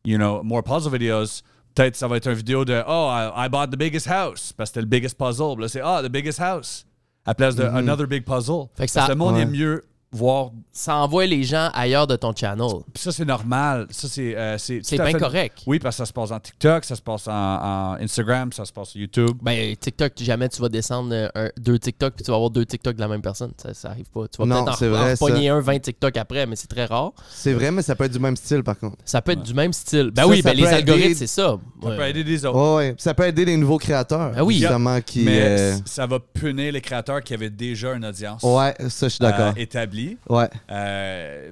You know, more puzzle videos. Peut-être ça va être une vidéo de Oh, I, I bought the biggest house parce que c'était le biggest puzzle. Là, c'est Ah, the biggest house. À place de Another big puzzle.
Mm-hmm. Fait que ça-
Parce le monde
Ouais.
aime mieux voir.
Ça envoie les gens ailleurs de ton channel.
Puis ça, c'est normal. Ça, c'est. euh,
C'est
tout à
bien
fait-
correct.
Oui, parce que ça se passe dans TikTok, ça se passe en, en Instagram, ça se passe sur YouTube.
Ben, TikTok, jamais tu vas descendre euh, un- deux TikTok puis tu vas avoir deux TikTok de la même personne. Ça, ça arrive pas. Tu vas
Non,
peut-être
c'est
en,
vrai,
en pogner un 20 TikTok après, mais c'est très rare.
C'est vrai, mais ça peut être du même style par contre.
Ça peut être du même style. Ben
Ça,
oui,
ça
ben les
peut
algorithmes,
aider-
c'est ça.
Ça
Ouais.
peut aider des autres.
Ouais, ouais. Ça peut aider les nouveaux créateurs.
Ah oui.
Justement, qui.
Oh. mais
euh,
c- ça va punir les créateurs qui avaient déjà une audience
Ouais, ça, je suis
euh,
d'accord.
établie.
Ouais.
Euh, f-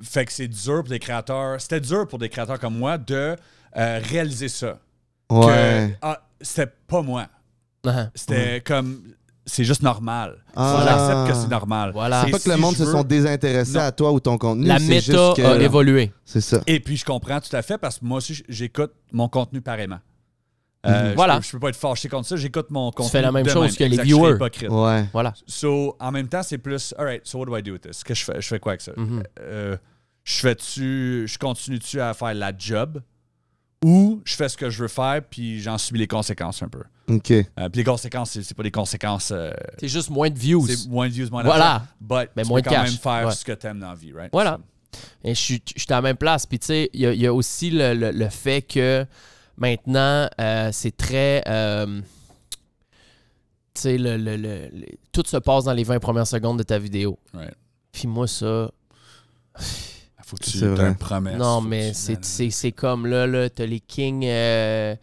fait que c'est dur pour des créateurs. C'était dur pour des créateurs comme moi de euh, réaliser ça. Que,
Ouais. Mhm.
ah, c'était pas moi.
Ah,
C'était comme. C'est juste normal.
Ah.
J'accepte que c'est normal.
Voilà.
Et
C'est pas
si
que le monde
je
se
veux-
sont désintéressés
Non.
à toi ou ton contenu.
La
c'est
méta
juste que-
a évolué.
C'est ça.
Et puis je comprends tout à fait parce que moi aussi j'écoute mon contenu pareillement. Euh, je
Mhm. Voilà.
peux- Je, peux pas être fâché contre ça, j'écoute mon contenu.
fais la même
de
chose que les
Fait je suis
viewers.
hypocrite.
Ouais.
Voilà.
So, en même temps, c'est plus, all right, so what do I do with this? Que je fais, je fais quoi avec ça?
Mm-hmm.
Euh, je fais-tu, je continue-tu à faire la job ou je fais ce que je veux faire puis j'en subis les conséquences un peu?
OK.
Euh, puis les conséquences, c'est c'est pas des conséquences, euh,
C'est juste moins de views.
c'est moins de views, moins
Voilà.
d'argent, But
Mais
tu
moins
peux
de
quand
cash.
même faire
Ouais.
ce que t'aimes dans la vie, right?
Voilà. Et je suis je suis à la même place. Puis, tu sais, il y, a- il y a aussi le, le- le fait que maintenant, euh, c'est très. euh, tu sais, le, le- le- le- tout se passe dans les 20 premières secondes de ta vidéo.
Right.
Puis moi, ça.
Faut que tu
C'est vrai.
t'as une promesse.
non,
faut que
mais
tu-
c'est- c'est c'est comme là, là t'as les kings euh,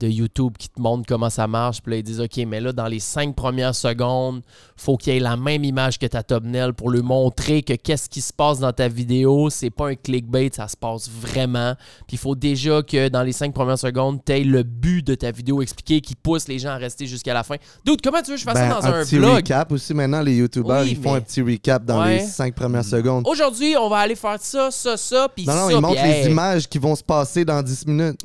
de YouTube qui te montrent comment ça marche. Puis là, ils disent OK, mais là, dans les 5 premières secondes, faut qu'il y ait la même image que ta thumbnail pour lui montrer que qu'est-ce qui se passe dans ta vidéo. C'est pas un clickbait, ça se passe vraiment. Puis il faut déjà que dans les 5 premières secondes, t'aies le but de ta vidéo expliqué qui pousse les gens à rester jusqu'à la fin. Dude, comment tu veux que je fasse ça
Ben,
dans un
petit
vlog?
recap aussi. Maintenant, les YouTubers,
Oui,
ils font
mais-
un petit recap dans
Ouais.
les cinq premières
Mm.
secondes.
Aujourd'hui, on va aller faire ça, ça, ça, puis ça.
non, non, ils
puis,
montrent
hey.
les images qui vont se passer dans 10 minutes.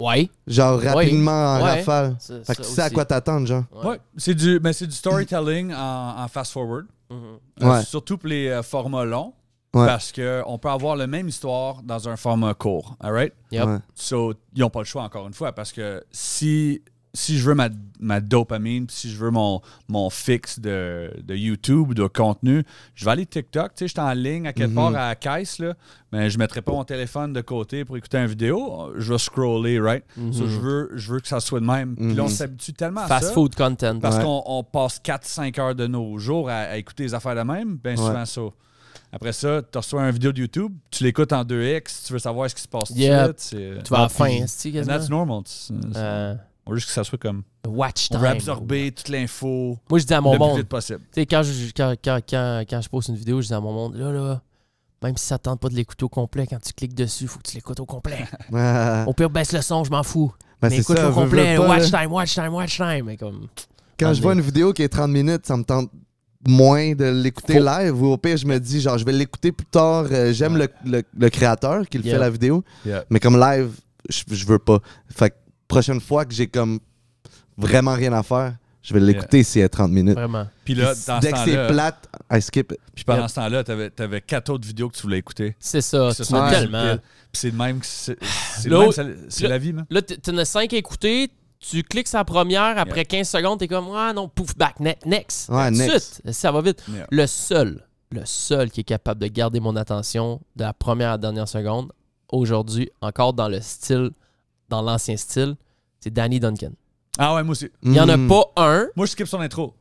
Ouais.
Genre rapidement en
Ouais.
rafale.
Ça-
fait que
ça
tu sais à
aussi.
quoi t'attendre, genre.
Ouais, c'est du, mais c'est du storytelling en, fast forward.
Mm-hmm.
Ouais.
Surtout pour les euh, formats longs,
Bah,
Ouais.
parce qu'on peut avoir la même histoire dans un format court. All right?
Yep.
Ouais.
So, ils n'ont pas le choix, encore une fois, parce que si, si je veux ma, ma dopamine, puis si je veux mon, mon fixe de, de YouTube, de contenu, je vais aller TikTok. Tu sais, je suis en ligne à quelque part à la caisse, là, mais je ne mettrai pas mon téléphone de côté pour écouter une vidéo. Je vais scroller, right? So, je, veux, je veux que ça soit de même. Puis là, on s'habitue tellement
Ah,
à ça.
Fast food content.
Parce
Ouais.
qu'on on passe 4-5 heures de nos jours à, à écouter les affaires de même, bien souvent ça. Après ça, tu reçois une vidéo de YouTube, tu l'écoutes en 2X, tu veux savoir ce qui se passe tout de
Yep.
suite, c'est-
Tu vas à la
Ah,
fin,
puis-
c'est
And that's
quasiment.
normal. C'est- c'est-
Euh,
On veut juste que ça soit comme.
watch
On
time.
veut absorber toute l'info
Moi, je dis à
le
mon
plus
monde,
vite possible.
tu sais, quand je, quand, quand, quand, quand je poste une vidéo, je dis à mon monde, là, là, même si ça tente pas de l'écouter au complet, quand tu cliques dessus, faut que tu l'écoutes au complet.
Ah.
au pire, baisse le son, je m'en fous.
Ben,
mais
c'est
écoute
ça,
au
veux, veux
complet,
pas,
watch
là.
time, watch time, watch time. Mais comme, Ah,
Quand je vois une vidéo qui est 30 minutes, ça me tente moins de l'écouter
Faut-
live. Ou au pire, je me dis, genre, je vais l'écouter plus tard. Euh, J'aime le, le- le créateur qui le
Yeah.
fait la vidéo.
Yeah.
Mais comme live, je, je veux pas. Fait que prochaine fois que j'ai comme vraiment rien à faire, je vais l'écouter si elle est 30 minutes.
vraiment.
Puis là,
Puis
dans ce
dès que c'est
temps-là,
plate, I skip it.
puis pendant ce temps-là, t'avais, t'avais quatre autres vidéos que tu voulais écouter.
C'est ça,
Puis ce
Ah, tu
sont
veux
des
tellement.
piles. Puis c'est de même que c'est. C'est, de
L'autre-
même, ça- c'est
le-
la vie, man.
Là, t- t'en as 5 à écouter, tu cliques sa première, après 15 secondes, t'es comme, ah non, pouf, back, ne- next.
Ouais,
Tout de
next.
suite, ça va vite.
Yeah.
Le seul, le seul qui est capable de garder mon attention de la première à la dernière seconde, aujourd'hui, encore dans le style, dans l'ancien style, c'est Danny Duncan.
Ah ouais, moi aussi.
Il n'y en a
Mm.
pas un.
Moi, je skip son intro.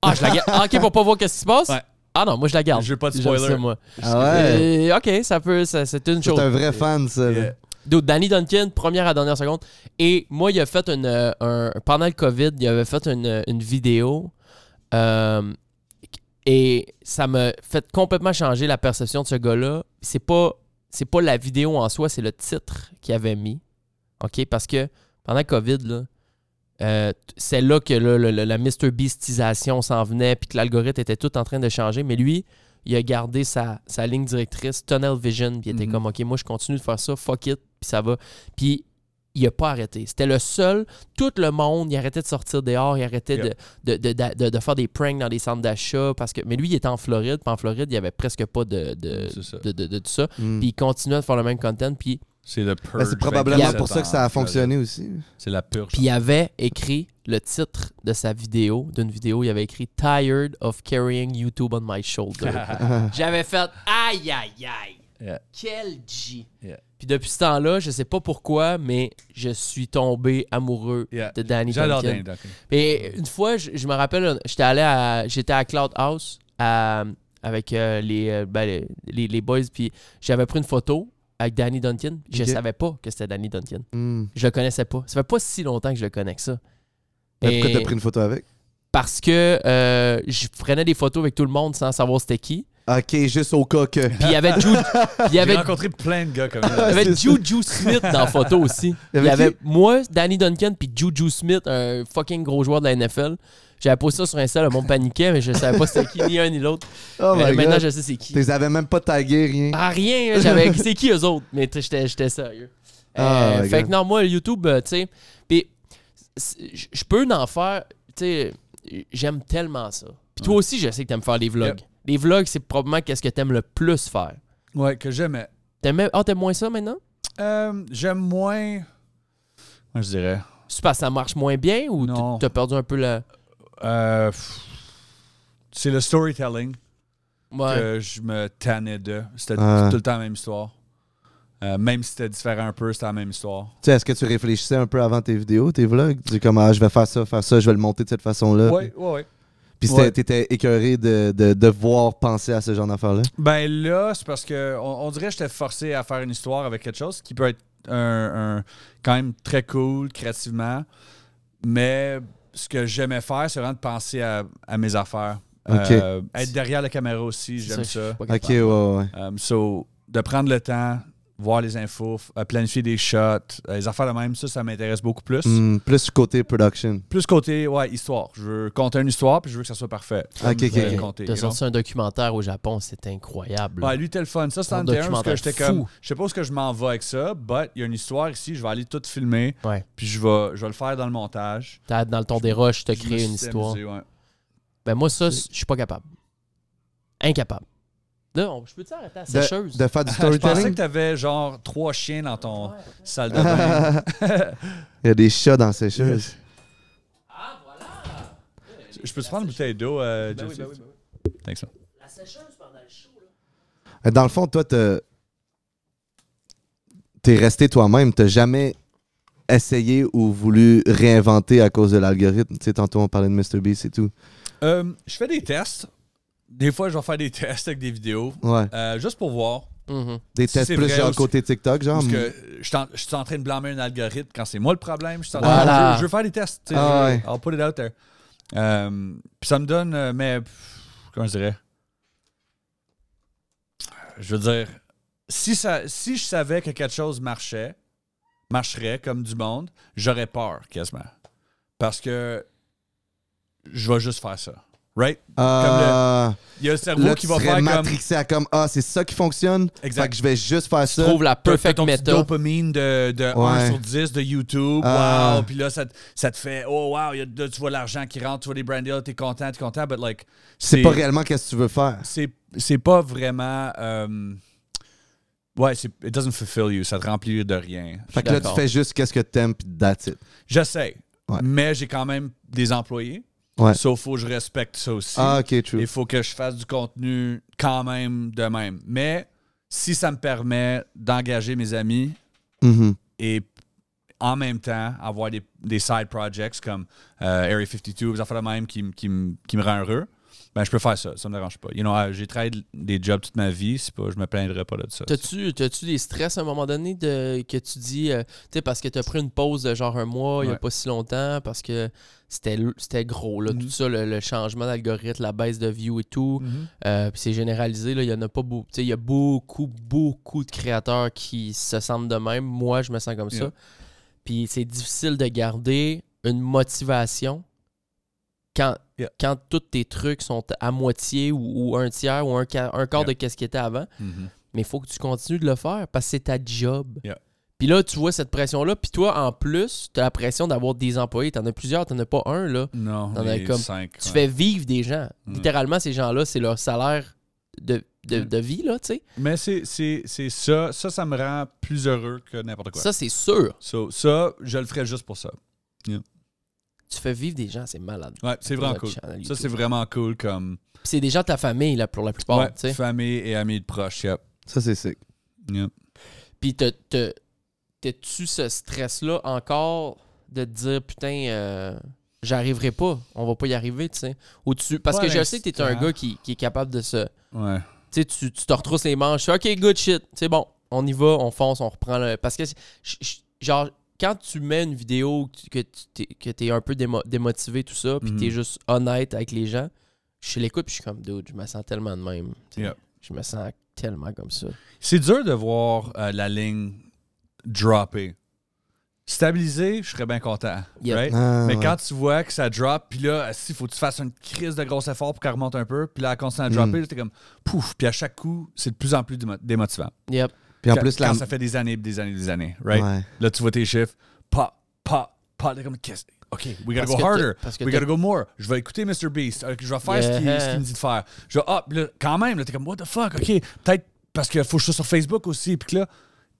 Ah, je la garde. Ah, ok, pour pas voir qu'est-ce qui se passe?
Ouais.
Ah non, moi je la garde.
Je veux pas de
J'aime
spoiler.
ça, moi.
Ah ouais.
Euh, ok, ça peut, ça- c'est une
C'est
chose.
un vrai fan, ça. là.
Yeah.
Dude, Danny Duncan, première à dernière seconde. Et moi, il a fait une. euh, un- pendant le COVID, il avait fait une, une vidéo. euh, et ça m'a fait complètement changer la perception de ce gars-là. C'est pas. C'est pas la vidéo en soi, c'est le titre qu'il avait mis. OK? Parce que pendant le COVID, là, euh, t- c'est là que là, le- le- la Mr. Beastisation s'en venait, puis que l'algorithme était tout en train de changer. Mais lui, il a gardé sa, sa ligne directrice, Tunnel Vision, puis il était
Mhm.
comme, OK, moi, je continue de faire ça, fuck it, puis ça va. Puis il a pas arrêté. C'était le seul. Tout le monde, il arrêtait de sortir dehors, il arrêtait
Yeah.
de, de, de, de- de faire des pranks dans des centres d'achat. parce que Mais lui, il était en Floride, puis en Floride, il y avait presque pas de, de,
C'est ça.
de, de- de- de ça.
Mm.
Puis il continuait de faire le même content, puis
C'est le
Ben,
purge.
c'est probablement
24
pour ça que ça
en-
a fonctionné aussi.
C'est la purge.
Puis il avait écrit le titre de sa vidéo, d'une vidéo, il avait écrit Tired of carrying YouTube on my shoulder. J'avais fait aïe aïe aïe.
Yeah.
Quel G.
Yeah.
Puis depuis ce temps-là, je sais pas pourquoi, mais je suis tombé amoureux
Yeah.
de Danny
J'adore
Duncan.
Danny Duncan.
Et une fois, je, je me rappelle, j'étais allé à, j'étais à Cloud House à- avec euh, les, euh, ben, les, les- les boys, puis j'avais pris une photo avec Danny Duncan. Je
Ok.
savais pas que c'était Danny Duncan.
Hmm.
Je le connaissais pas. Ça fait pas si longtemps que je le connais que ça.
Mais
Et-
Ben, Pourquoi t'as pris une photo avec?
Parce que euh, je prenais des photos avec tout le monde sans savoir c'était qui.
Ok, juste au cas que.
Puis il y avait Juju, puis il y
J'ai
avait,
rencontré plein de gars comme
il y
ça.
avait
Ah, c'est ça.
Juju Smith dans la photo aussi. Il y
Avec
avait
qui?
moi, Danny Duncan, puis Juju Smith, un fucking gros joueur de la NFL. J'avais posté ça sur Insta, le monde paniquait, mais je savais pas c'était qui, ni un ni l'autre.
Oh
Mais
my
Euh, maintenant,
god.
je sais c'est qui.
T'es avais même pas tagué, rien.
Ah, rien, hein, j'avais. c'est qui eux autres? Mais tu sais, j'étais j'étais sérieux.
Ah,
Euh,
my
fait que
God.
non, moi, YouTube, euh, tu sais. Puis, c'est- je je peux en faire. Tu sais, j'aime tellement ça. Puis toi aussi, je sais que t'aimes faire des vlogs.
Yep.
Les vlogs, c'est probablement qu'est-ce que t'aimes le plus faire.
Ouais, que j'aimais.
T'aimes oh, t'aimes moins ça maintenant?
Euh, J'aime moins. Moi, je dirais.
Tu penses que ça marche moins bien ou t-
Non.
t'as perdu un peu la.
Euh, pff, c'est le storytelling
Ouais.
que je me tannais de. C'était
Ah.
tout le temps la même histoire. Euh, même si c'était différent un peu, c'était la même histoire.
Tu sais, est-ce que tu réfléchissais un peu avant tes vidéos, tes vlogs? Tu dis comme, ah, je vais faire ça, faire ça, je vais le monter de cette façon-là.
Ouais, ouais, ouais.
Puis c'était-
Ouais.
t'étais écœuré de, de, de voir penser à ce genre d'affaires-là.
Ben là, c'est parce que on, on dirait que j'étais forcé à faire une histoire avec quelque chose qui peut être un, un- quand même très cool créativement. Mais ce que j'aimais faire, c'est vraiment de penser à, à mes affaires. Euh, être derrière la caméra aussi, j'aime
je suis
ça.
pas
Ok,
capable.
ouais, ouais. ouais.
Um, so, de prendre le temps, voir les infos, f- euh, planifier des shots, euh, les affaires de même, ça, ça m'intéresse beaucoup plus.
Hmm, plus côté production.
Plus côté, ouais, histoire. Je veux compter une histoire, puis je veux que ça soit parfait.
Ok, ok,
Je veux
ok.
compter,
T'as
you know?
sorti un documentaire au Japon, c'est incroyable.
Ouais, lui, t'es le fun. Ça, c'est
Un
un parce que
documentaire
j'étais
fou.
comme, je sais pas où est-ce que je m'en vais avec ça, but il y a une histoire ici, je vais aller tout filmer,
Ouais.
puis je vais, je vais le faire dans le montage.
T'as- Dans le ton des roches, t'as
Je me
créé une
suis
histoire.
amusé, ouais.
Ben moi, ça, c- je suis pas capable. Incapable. Là, on- je peux-tu arrêter à la sécheuse?
De, de faire du
je pensais que
storytelling.
t'avais genre trois chiens dans ton salle de bain.
Il y a des chats dans ces choses.
Je- Je peux te prendre une bouteille d'eau, euh, Jesse? Thanks, man.
La sécheuse pendant le show, là.
Euh, Dans le fond, toi, t'as- t'es resté toi-même. T'as jamais essayé ou voulu réinventer à cause de l'algorithme. Tu sais, tantôt, on parlait de MrBeast et tout.
Euh, je fais des tests. Des fois, je vais faire des tests avec des vidéos,
Ouais.
euh, juste pour voir.
Mhm.
Des
Si
tests
c'est
plus
vrai
genre
aussi.
côté TikTok, genre.
Parce que je suis en- je suis en train de blâmer un algorithme quand c'est moi le problème. Je, suis en-
Voilà.
je, je veux faire des tests. tu sais,
Ah
je-
ouais.
I'll put it out there. Euh, Puis ça me donne, euh, mais pff, comment je dirais Je veux dire, si, ça, si je savais que quelque chose marchait, marcherait comme du monde, j'aurais peur quasiment. Parce que je vais juste faire ça. Right?
Ah,
Il y a le cerveau
là,
qui
tu
va
serais
faire comme.
matrixé à comme Ah, c'est ça qui fonctionne.
Exact.
Fait que je vais juste faire
Je
ça.
trouve la
T'as-
perfect
t'as ton petit
meta.
dopamine de, de 1
Ouais.
sur 10 de YouTube.
Ah.
Wow. Puis là, ça, te- ça te fait, oh wow, il y a- là, tu vois l'argent qui rentre, tu vois les brand deals, t'es content, t'es content. But like,
C'est pas réellement qu'est-ce que tu veux faire.
C'est, c'est pas vraiment. euh, ouais, c'est, it doesn't fulfill you. Ça te remplit de rien.
Fait que là, tu
d'accord.
fais juste qu'est-ce que t'aimes, puis that's it.
J'essaie.
Ouais.
Mais j'ai quand même des employés.
Ouais.
Sauf faut que je respecte ça aussi.
Ah, ok, true.
Il faut que je fasse du contenu quand même de même. Mais si ça me permet d'engager mes amis
Mm-hmm.
Mhm.
et en même temps avoir des, des side projects comme euh, Area 52, des affaires de même qui, me- qui, me- qui me rend heureux, ben je peux faire ça, ça me dérange pas. You know, euh, j'ai travaillé des jobs toute ma vie, c'est pas, je me plaindrais pas là de ça.
T'as-tu, t'as-tu des stress à un moment donné de, que tu dis, euh, tu sais, parce que t'as pris une pause de genre un mois, il y a
Ouais.
pas si longtemps, parce que c'était, l- c'était gros, là,
Mhm.
tout ça, le, le changement d'algorithme, la baisse de view et tout.
Mhm.
Euh, Puis c'est généralisé, là, il y en a pas beaucoup. Tu sais, il y a beaucoup, beaucoup de créateurs qui se sentent de même. Moi, je me sens comme ça.
Yeah.
Puis c'est difficile de garder une motivation quand,
Yeah.
quand tous tes trucs sont à moitié ou, ou un tiers ou un, ca- un quart
Yeah.
de quest ce qui était avant
Mhm.
mais il faut que tu continues de le faire parce que c'est ta job.
Yeah.
Puis là, tu vois cette pression-là. Puis toi, en plus, tu as la pression d'avoir des employés. Tu en as plusieurs, tu as pas un. là.
Non,
T'en as
les
comme-
cinq,
Tu
ouais.
fais vivre des gens.
Mm.
Littéralement, ces gens-là, c'est leur salaire de, de,
Mm.
de vie. là, tu sais.
Mais c'est, c'est, c'est ça, ça, ça me rend plus heureux que n'importe quoi.
Ça, c'est sûr.
So, ça, je le ferais juste pour ça.
tu fais vivre des gens, c'est malade.
Ouais, c'est vraiment
Notre
cool.
channel
Ça,
YouTube.
c'est vraiment cool comme
Puis c'est des gens de ta famille, là, pour la plupart,
ouais,
tu sais.
famille et amis de proches. Yep.
Ça, c'est sick.
Yep.
Puis te- te- t'as-tu ce stress-là encore de te dire, putain, euh, j'arriverai pas, on va pas y arriver, tu sais. Ou tu... Parce
Pas
que je sais que t'es un
l'instant.
gars qui, qui est capable de se...
Ouais.
Tu sais, tu tu te retrousses les manches, tu fais, OK, good shit, c'est bon, on y va, on fonce, on reprend le... Parce que, je- je- genre, quand tu mets une vidéo que tu- que tu t'es- que t'es un peu démo- démotivé, tout ça, puis que
Mhm.
t'es juste honnête avec les gens, je l'écoute, puis je suis comme, dude, je me sens tellement de même. tu sais.
Yep.
Je me sens tellement comme ça.
C'est dur de voir euh, la ligne dropper. Stabiliser, je serais bien content.
Yep.
right?
Ah,
Mais
ouais.
quand tu vois que ça drop, puis là, il faut que tu fasses une crise de gros effort pour qu'elle remonte un peu, puis là, elle continue à dropper,
Mm.
là, t'es comme pouf, puis à chaque coup, c'est de plus en plus démo- démotivant.
Yep.
Puis en
Quand-
plus,
quand
la...
ça fait des années, des années, des années, right?
Ouais.
Là, tu vois tes chiffres, pas, pas, pas, t'es comme qu'est-ce- OK, we gotta
Parce
go
que t'as-
harder.
parce que
We
t'as-
gotta go more. Je vais écouter Mr. Beast. Ok, Je vais faire ce qu'il
Yeah.
ce qu'il me dit de faire. Je vais, ah, puis là, quand même, là, t'es comme, what the fuck, OK. Peut-être parce qu'il faut que je sois sur Facebook aussi. Puis que là,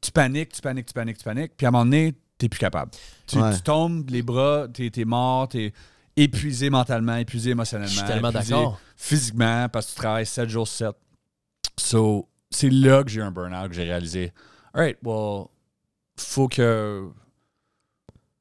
tu paniques, tu paniques, tu paniques, tu paniques. Puis à un moment donné, t'es plus capable. Tu,
Ouais.
tu tombes, les bras, t'es es mort, t'es épuisé mentalement, épuisé émotionnellement.
Je suis tellement
épuisé
d'accord.
Physiquement, parce que tu travailles 7 jours sur 7. So, c'est là que j'ai eu un burn-out, que j'ai réalisé, all right, well, faut que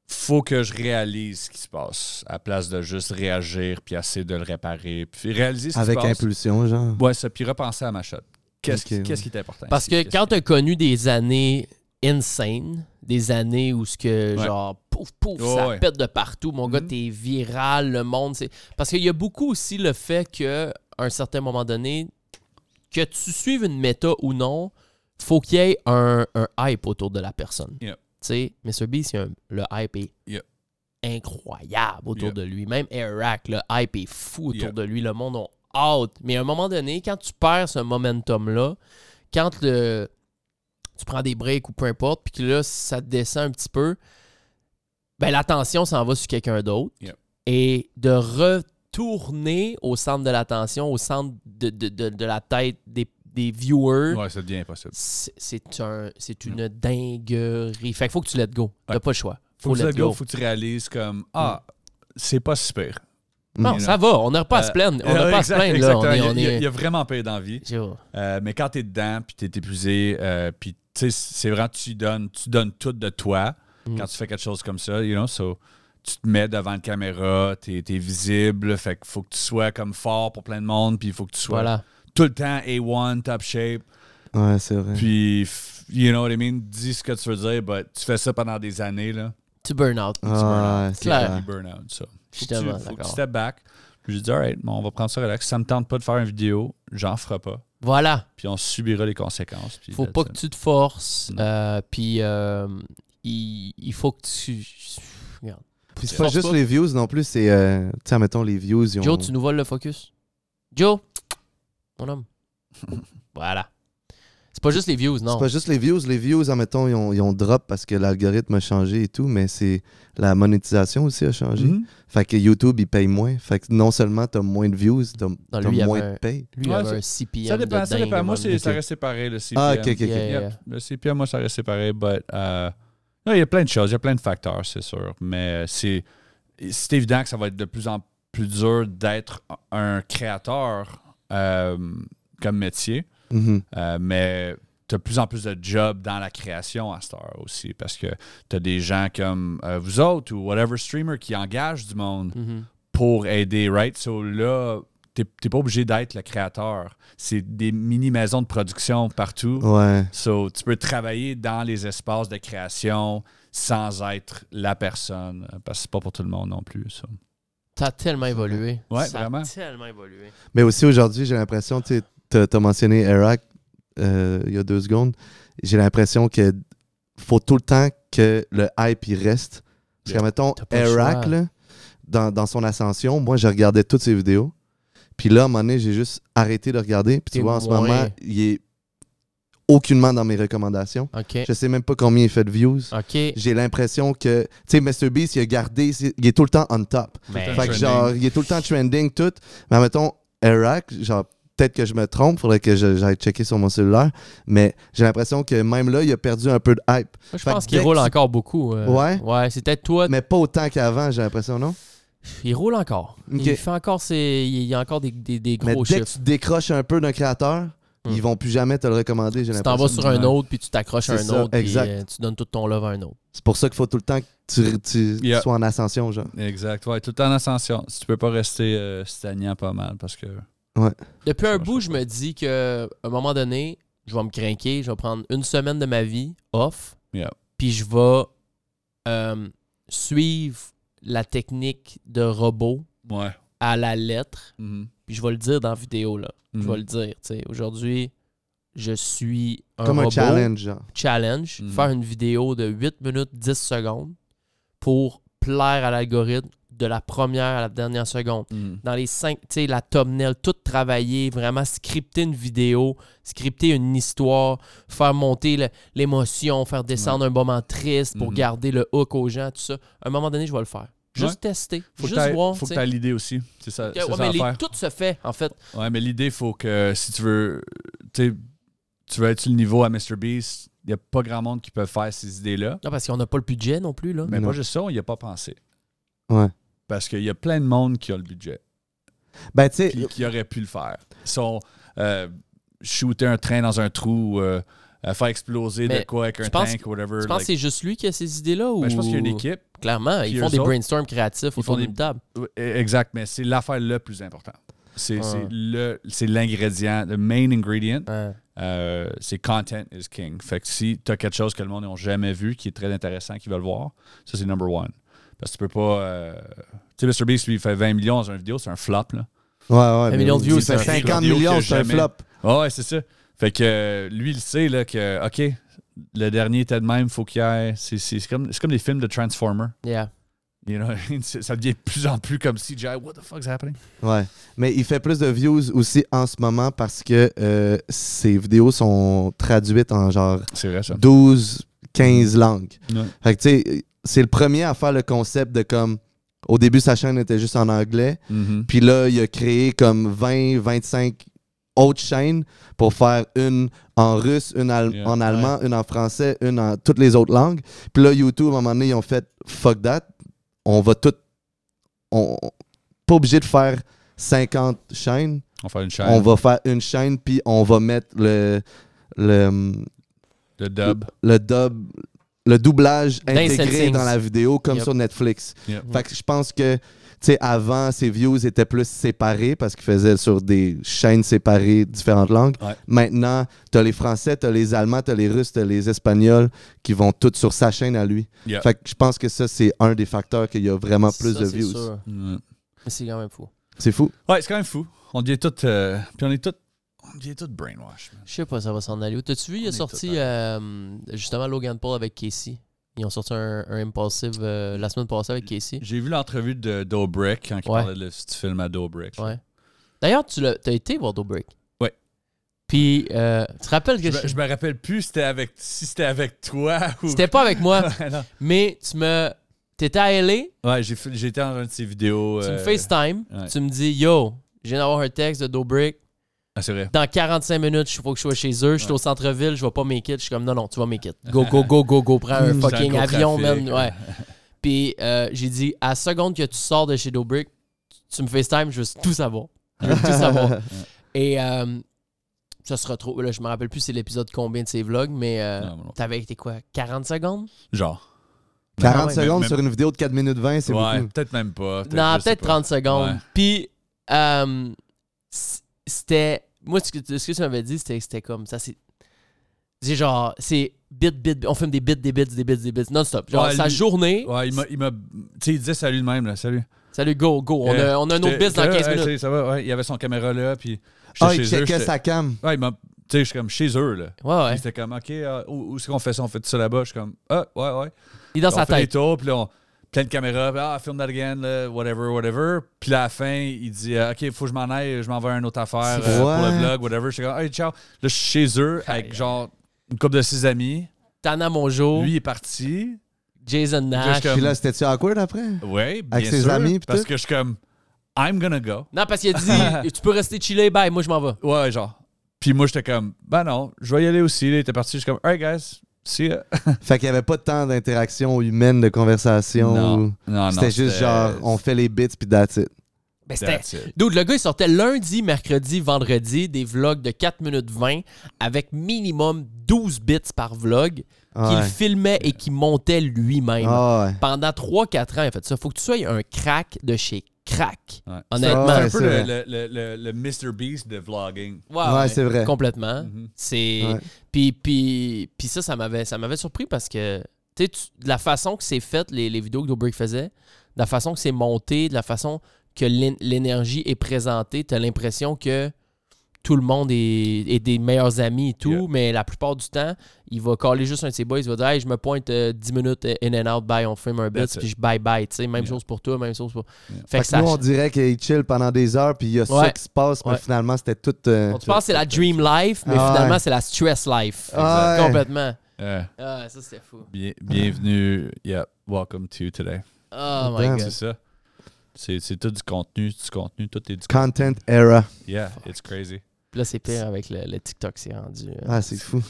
faut que je réalise ce qui se passe à place de juste réagir puis essayer de le réparer puis réaliser ce
Avec
qui se passe.
impulsion, genre.
Ouais, ça puis repenser à ma shot. Qu'est-ce
Ok,
qui,
ouais.
qu'est-ce qui est important
Parce
ici?
que
Qu'est-ce
quand
qui-
t'as connu des années insane, des années où ce que
Ouais.
genre pouf pouf
Ouais,
ça
ouais.
pète de partout, mon gars
Mhm.
t'es viral, le monde c'est parce qu'il y a beaucoup aussi le fait que à un certain moment donné que tu suives une méta ou non, faut qu'il y ait un, un hype autour de la personne.
Yeah.
Tu sais, Mr Beast, il y a un- le hype est
Yeah.
incroyable autour
Yeah.
de lui. Même Eric, le hype est fou autour
Yeah.
de lui. Le monde a hâte. Mais à un moment donné, quand tu perds ce momentum-là, quand le, tu prends des breaks ou peu importe, puis que là, ça te descend un petit peu, ben l'attention s'en va sur quelqu'un d'autre.
Yep.
Et de retourner au centre de l'attention, au centre de, de- de- de la tête des, des viewers,
Ouais, ça devient impossible.
c'est c'est un, c'est une dinguerie. Fait qu'il faut que tu let go. T'as
Ouais.
pas le choix.
Faut,
Faut
que
let
tu le-
go.
faut que tu réalises comme ah, c'est pas si pire.
Non,
Mais
ça va. On n'a pas à se
Euh,
plaindre. On
euh,
n'a pas à se
exact-
plaindre. Là. On
exactement.
est, on
Il y a-
est-
il y a vraiment pire d'envie.
Yo.
Euh, mais quand t'es dedans, puis t'es épuisé, euh, puis tu sais, c'est vraiment, tu donnes, tu donnes tout de toi
Mm.
quand tu fais quelque chose comme ça, you know, so tu te mets devant la caméra, t'es es visible, fait qu'il faut que tu sois comme fort pour plein de monde, puis il faut que tu sois
Voilà.
tout le temps A1, top shape,
Ouais, c'est vrai.
puis, f- you know what I mean, dis ce que tu veux dire, but tu fais ça pendant des années, là,
Tu burn out.
Ah, ouais,
out.
c'est
Clair.
clair.
you burn out, so. Faut que,
Justement,
tu, faut que tu
d'accord.
step back. Puis j'ai dit, alright, bon, on va prendre ça relax. Ça me tente pas de faire une vidéo, j'en ferai pas.
Voilà.
Puis on subira les conséquences. puis
faut
that's
pas
it.
que tu te forces.
Mm.
euh, puis euh, il, il faut que tu. Regarde.
Puis c'est
tu
pas
forces
juste
pas.
les views non plus, c'est. Euh, tu sais, mettons, les views, ils ont.
Joe, tu nous voles le focus. Joe, mon homme. voilà. C'est pas juste les views, non.
C'est pas juste les views. Les views, admettons, ils ont, ils ont drop parce que l'algorithme a changé et tout, mais c'est la monétisation aussi a changé.
Mhm.
Fait que YouTube, ils payent moins. Fait que non seulement t'as moins de views, t'as t'as
lui, il y
moins
avait
de paye.
Lui, il
Ouais,
avait
ça-
un CPM.
Ça dépend,
de
ça
dingue,
dépend. Moi,
mon
c'est-
homme.
ça reste séparé, le CPM.
Ah, ok, ok, ok.
Yeah,
Yep.
yeah.
Le CPM, moi, ça reste séparé, but... euh, non, il y a plein de choses, il y a plein de facteurs, c'est sûr, mais c'est c'est évident que ça va être de plus en plus dur d'être un créateur euh, comme métier,
Mhm.
euh, mais tu as de plus en plus de jobs dans la création à cette heure aussi, parce que tu as des gens comme euh, vous autres ou whatever streamer qui engagent du monde
Mhm.
pour aider, right? So là, t'es t'es pas obligé d'être le créateur. C'est des mini-maisons de production partout.
Ouais.
So tu peux travailler dans les espaces de création sans être la personne, euh, parce que c'est pas pour tout le monde non plus. so.
Ça a tellement évolué.
Ouais,
ça
vraiment.
a tellement évolué.
Mais aussi aujourd'hui, j'ai l'impression, tu sais, t'as t'as mentionné Eric euh, il y a deux secondes. J'ai l'impression que faut tout le temps que le hype il reste. Parce que, mettons,
T'as pas le
Eric,
choix.
là, dans, dans son ascension, moi, je regardais toutes ses vidéos. Puis là, à un moment donné, j'ai juste arrêté de regarder. Puis tu
Et
vois, en ce
ouais.
moment, il est aucunement dans mes recommandations.
OK.
Je sais même pas combien il fait de views.
OK.
J'ai l'impression que, tu sais, Mr. Beast, il a gardé, ses- il est tout le temps on top.
Mais-
Fait que
Trending.
genre, il est tout le temps trending, tout. Mais mettons, Eric, genre, peut-être que je me trompe, faudrait que je- j'aille checker sur mon cellulaire. Mais j'ai l'impression que même là, il a perdu un peu de hype.
Moi, je
Fait
pense
que
qu'il
dès
roule
que tu-
encore beaucoup. euh,
Ouais?
Ouais, c'est peut-être toi.
Mais pas autant qu'avant, j'ai l'impression, non?
Il roule encore.
Ok.
Il fait encore ses. Il y a encore des, des- des
Mais
gros
dès que
chiffres.
tu décroches un peu d'un créateur,
Hmm.
ils vont plus jamais te le recommander, j'ai
Tu t'en vas
l'impression.
sur un autre, puis tu t'accroches à
C'est
un
ça,
autre, puis
exact.
euh, tu donnes tout ton love à un autre.
C'est pour ça qu'il faut tout le temps que tu, tu- tu
Yeah.
sois en ascension, genre.
Exact. Ouais, tout le temps en ascension. Si tu peux pas rester euh, stagnant pas mal parce que.
Depuis
Ça
un
marche
bout, je me dis que à un moment donné, je vais me craquer, je vais prendre une semaine de ma vie off,
Yeah.
puis je vais euh, suivre la technique de robot
Ouais.
à la lettre,
Mhm.
puis je vais le dire dans la vidéo là. Je
Mhm.
vais le dire, tu sais, aujourd'hui, je suis un
Comme un
robot.
challenge, genre.
challenge,
Mhm.
faire une vidéo de 8 minutes 10 secondes pour plaire à l'algorithme de la première à la dernière seconde.
Mhm.
Dans les cinq, tu sais, la thumbnail, tout travailler, vraiment scripter une vidéo, scripter une histoire, faire monter le- l'émotion, faire descendre un moment triste pour
Mhm.
garder le hook aux gens, tout ça. À un moment donné, je vais le faire. Juste
Ouais.
tester,
Faut que
juste
t'ailles-
voir.
Faut que
tu
t'aies
sais.
l'idée aussi. C'est ça.
Ouais,
c'est ça
mais
à
les-
faire.
tout se fait, en fait.
Ouais, mais l'idée, faut que si tu veux. Tu sais, tu veux être sur le niveau à MrBeast, il n'y a pas grand monde qui peut faire ces idées-là.
Non, parce qu'on n'a pas le budget non plus, là.
Mais
Non.
pas juste ça, on n'y a pas pensé.
Ouais.
Parce qu'il y a plein de monde qui a le budget.
Ben, tu sais,
puis qui aurait pu le faire. Sont euh, shooter un train dans un trou, euh, euh, faire exploser
Mais
de quoi avec un
penses-
tank, whatever.
Tu penses que
like-
c'est juste lui qui a ces idées-là? Ou...
Ben, je pense qu'il y a une équipe.
Clairement,
Puis
ils font
eux
des
autres,
brainstorms créatifs
ils
autour
font des-
d'une table.
Oui, e-, Exact, mais c'est l'affaire le plus important. C'est
Ouais.
c'est le- c'est l'ingrédient, le main ingredient.
Ouais.
Euh, c'est content is king. Fait que si tu as quelque chose que le monde n'a jamais vu, qui est très intéressant, qu'ils veulent voir, ça c'est number one. Parce que tu peux pas. euh, Tu sais, MrBeast, lui, il fait 20 millions dans une vidéo, c'est un flop, là.
ouais, ouais.
Un million de views,
c'est
c'est un
50
vidéo
millions,
que
c'est un
jamais-
flop.
Ah ouais, c'est ça. Fait que euh, lui, il sait là, que, OK, le dernier était de même, faut qu'il y ait. C'est, c'est- c'est comme, c'est comme les films de Transformers.
Yeah.
You know, c'est- ça devient de plus en plus comme CGI. What the fuck's happening?
Ouais. Mais il fait plus de views aussi en ce moment parce que euh, ses vidéos sont traduites en genre
C'est vrai, ça.
12, 15 langues.
Ouais.
Fait que tu sais, c'est le premier à faire le concept de comme. Au début, sa chaîne était juste en anglais.
Mhm.
Puis là, il a créé comme 20, 25 autres chaînes pour faire une en russe, une al-
Yeah.
en allemand, une en français, une en toutes les autres langues. Puis là, YouTube, à un moment donné, ils ont fait fuck that. On va tout. On, on- pas obligé de faire 50 chaînes.
On va faire une chaîne.
On va faire une chaîne, puis on va mettre le. le
Le dub.
le dub le doublage
Dans les
intégré
settings.
dans la vidéo comme
Yep.
sur Netflix.
Yep.
Fait que je pense que tu sais avant ses views étaient plus séparés parce qu'ils faisaient sur des chaînes séparées différentes langues.
Ouais.
Maintenant, tu as les français, tu as les allemands, tu as les russes, tu as les espagnols qui vont toutes sur sa chaîne à lui.
Yeah.
Fait que je pense que ça c'est un des facteurs qu'il y a vraiment plus
Ça,
de
c'est
views.
sûr.
Mm.
Mais c'est quand même fou.
C'est fou.
Ouais, c'est quand même fou. On devient tout. euh, puis on est tout. On devient tout brainwash. man.
Je sais pas, ça va s'en aller. où. T'as-tu vu, il
On
a
est
sorti
tout
euh, justement Logan Paul avec Casey. Ils ont sorti un, un Impulsive euh, la semaine passée avec Casey.
J'ai vu l'entrevue de Dobrik quand il
Ouais.
parlait de le- du film à Dobrik.
Ouais. D'ailleurs, tu l'as, t'as été voir Dobrik.
Ouais.
Puis, euh, tu te rappelles
Je,
que
me-
je-
je me rappelle plus c'était avec, si c'était avec toi ou.
c'était pas avec moi,
Ouais, non.
mais tu me. T'étais à LA,
Ouais, j'ai fait- j'étais dans une de ses vidéos.
tu me
euh,
FaceTime,
ouais.
tu me dis Yo, je viens d'avoir un texte de Dobrik.
Ah, c'est vrai.
dans 45 minutes, il faut que je sois chez eux. Je suis au centre-ville, je vois pas mes kits. Je suis comme, non, non, tu vas mes kits. Go, go, go, go, go, prends un
Mm.
fucking
Dans le
avion,
trafic,
man.
ouais.
Ouais. Puis euh, j'ai dit, à la seconde que tu sors de chez Dobrick, tu- tu me FaceTime, je veux tout savoir. Je veux tout savoir. Et euh, ça se retrouve, là, je me rappelle plus c'est l'épisode combien de ces vlogs, mais euh,
Non, non.
t'avais été quoi, 40 secondes?
Genre.
40
ouais.
secondes
Même-
sur une vidéo de 4 minutes 20, c'est
Ah Ouais,
beaucoup.
peut-être même pas.
Non,
je sais
peut-être
pas.
30 secondes.
Ouais.
Puis, euh, c- c'était. Moi, ce que, ce que tu m'avais dit, c'était c'était comme ça. C'est c'est genre, c'est bit, bit, bit. on filme des bits, des bits, des bits, des bits, non-stop. Genre,
Ouais,
sa
lui-
journée,
Ouais, il m'a. il m'a- Tu sais, il disait salut de même, là. Salut.
salut, go, go. On,
Euh,
a, on a un autre
j'étais-
biz dans
j'étais là,
15
hey,
minutes.
salut, ça va, ouais. Il avait son caméra là, puis. j'étais
Ah, il
chez eux,
checkait
j'étais-
sa cam.
Ouais, il m'a. Tu sais, je suis comme chez eux, là.
Ouais,
Puis
ouais.
C'était comme, OK, ah, où, où est-ce qu'on fait ça? On fait ça là-bas. Je suis comme, ah, ouais, ouais.
Il est dans
on
sa
fait les
tête.
tours, puis là, on, plein de caméras, puis, ah, film that again, là, whatever, whatever. Puis là, à la fin, il dit, euh, OK, faut que je m'en aille, je m'en vais à une autre affaire
C'est
euh, pour
vrai.
le vlog, whatever. Je suis comme, hey, ciao. Là, je suis chez eux avec,
Aïe.
genre, une couple de ses amis.
Tana
Oh.
Mongeau,
Lui, il est parti.
Jason
Là, je
Nash.
suis
Puis
comme,
là, c'était-tu awkward après?
ouais, bien
Avec ses
sûr,
amis, puis
Parce
tout.
que je suis comme, I'm gonna go.
Non, parce qu'il a dit, tu peux rester chiller, bye, moi je m'en vais.
Ouais, genre. Puis moi, j'étais comme, ben non, je vais y aller aussi. Là, il était parti. Je suis comme, alright, guys, c'est. euh,
Fait qu'il n'y avait pas tant d'interaction humaine, de conversation.
Non, Ah non,
C'était
non,
juste genre, on fait les bits puis that's it.
Ben, c'était.
That's it.
Dude, le gars, il sortait lundi, mercredi, vendredi des vlogs de 4 minutes 20 avec minimum 12 bits par vlog
Ouais.
qu'il filmait et qu'il montait lui-même.
Ah ouais.
Pendant 3-4 ans, il a fait ça. Faut que tu sois un crack de chez crack.
Ouais.
Honnêtement.
Ah Ouais,
C'est un peu
c'est
le,
vrai.
le- le- le- le Mr. Beast de vlogging.
Ouais,
Ouais, c'est vrai.
Complètement.
Mhm.
C'est.
Ouais.
Puis, puis, puis ça, ça m'avait, ça m'avait surpris parce que, tu sais, tu- de la façon que c'est fait, les, les vidéos que Dobrik faisait, de la façon que c'est monté, de la façon que l'é- l'énergie est présentée, t'as l'impression que tout le monde est, est des meilleurs amis et tout,
Yeah.
mais la plupart du temps, il va caller juste un de ses boys, il va dire Hey, je me pointe euh, 10 minutes euh, in and out, bye, on filme un bit,
That's it.
puis je bye bye, tu sais, même
Yeah.
chose pour toi, même chose pour. Fait,
Fait
que,
que
ça.
nous, on dirait qu'il chill pendant des heures, puis il y a ça
Ouais.
qui se passe, mais
Ouais.
finalement, c'était tout. euh,
on te pense que c'est la dream life, mais
Ah ouais.
finalement, c'est la stress life.
Ah ouais.
Complètement.
Euh,
Ah, ça c'était fou.
bien- bienvenue. Yeah, welcome to today.
Oh my
Damn.
god.
C'est ça. C'est c'est tout du contenu, du contenu, tout est du contenu.
Content era.
Yeah, it's crazy.
Puis Là, c'est pire avec le, le TikTok, c'est rendu. euh.
Ah, c'est fou.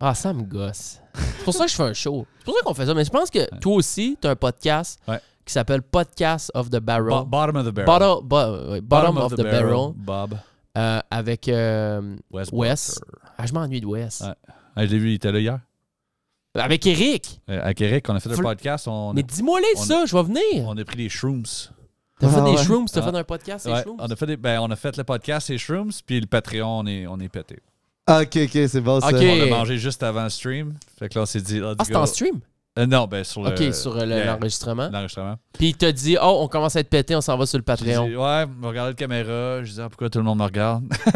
Ah, ça me gosse. C'est pour ça que je fais un show. C'est pour ça qu'on fait ça. Mais je pense que toi aussi, t'as un podcast
Ouais.
qui s'appelle Podcast of the
Bo-
Barrel.
bottom of the barrel.
Bottle- bo- ouais, bottom, of, the, Barrel.
Bob
euh, avec. euh,
West.
Wes. ah, je m'ennuie de Wes.
Ouais. je l'ai vu, il était là hier.
Avec Eric.
Euh, avec Eric, on a fait
Full-
un podcast. On,
Mais dis-moi les
on-
ça, je vais venir.
on a pris des shrooms.
T'as fait
Ah
des
ouais.
shrooms, t'as
Ah.
fait un podcast, des
Ouais,
shrooms.
on, a fait des- ben, on a fait le podcast et shrooms, puis le Patreon, on est, on est pété.
Ah, Ok, ok, c'est bon ça.
Ok.
On a mangé juste avant le stream. Fait que là, on s'est dit. let's
Ah, c'est
go.
en stream?
Euh, non, ben sur le.
ok, sur euh, le-
yeah,
l'enregistrement.
l'enregistrement.
Puis il t'a dit, oh, on commence à être pété, on s'en va sur le
J'ai dit,
Patreon.
ouais, je regardais la caméra. Je disais, ah, pourquoi tout le monde me regarde?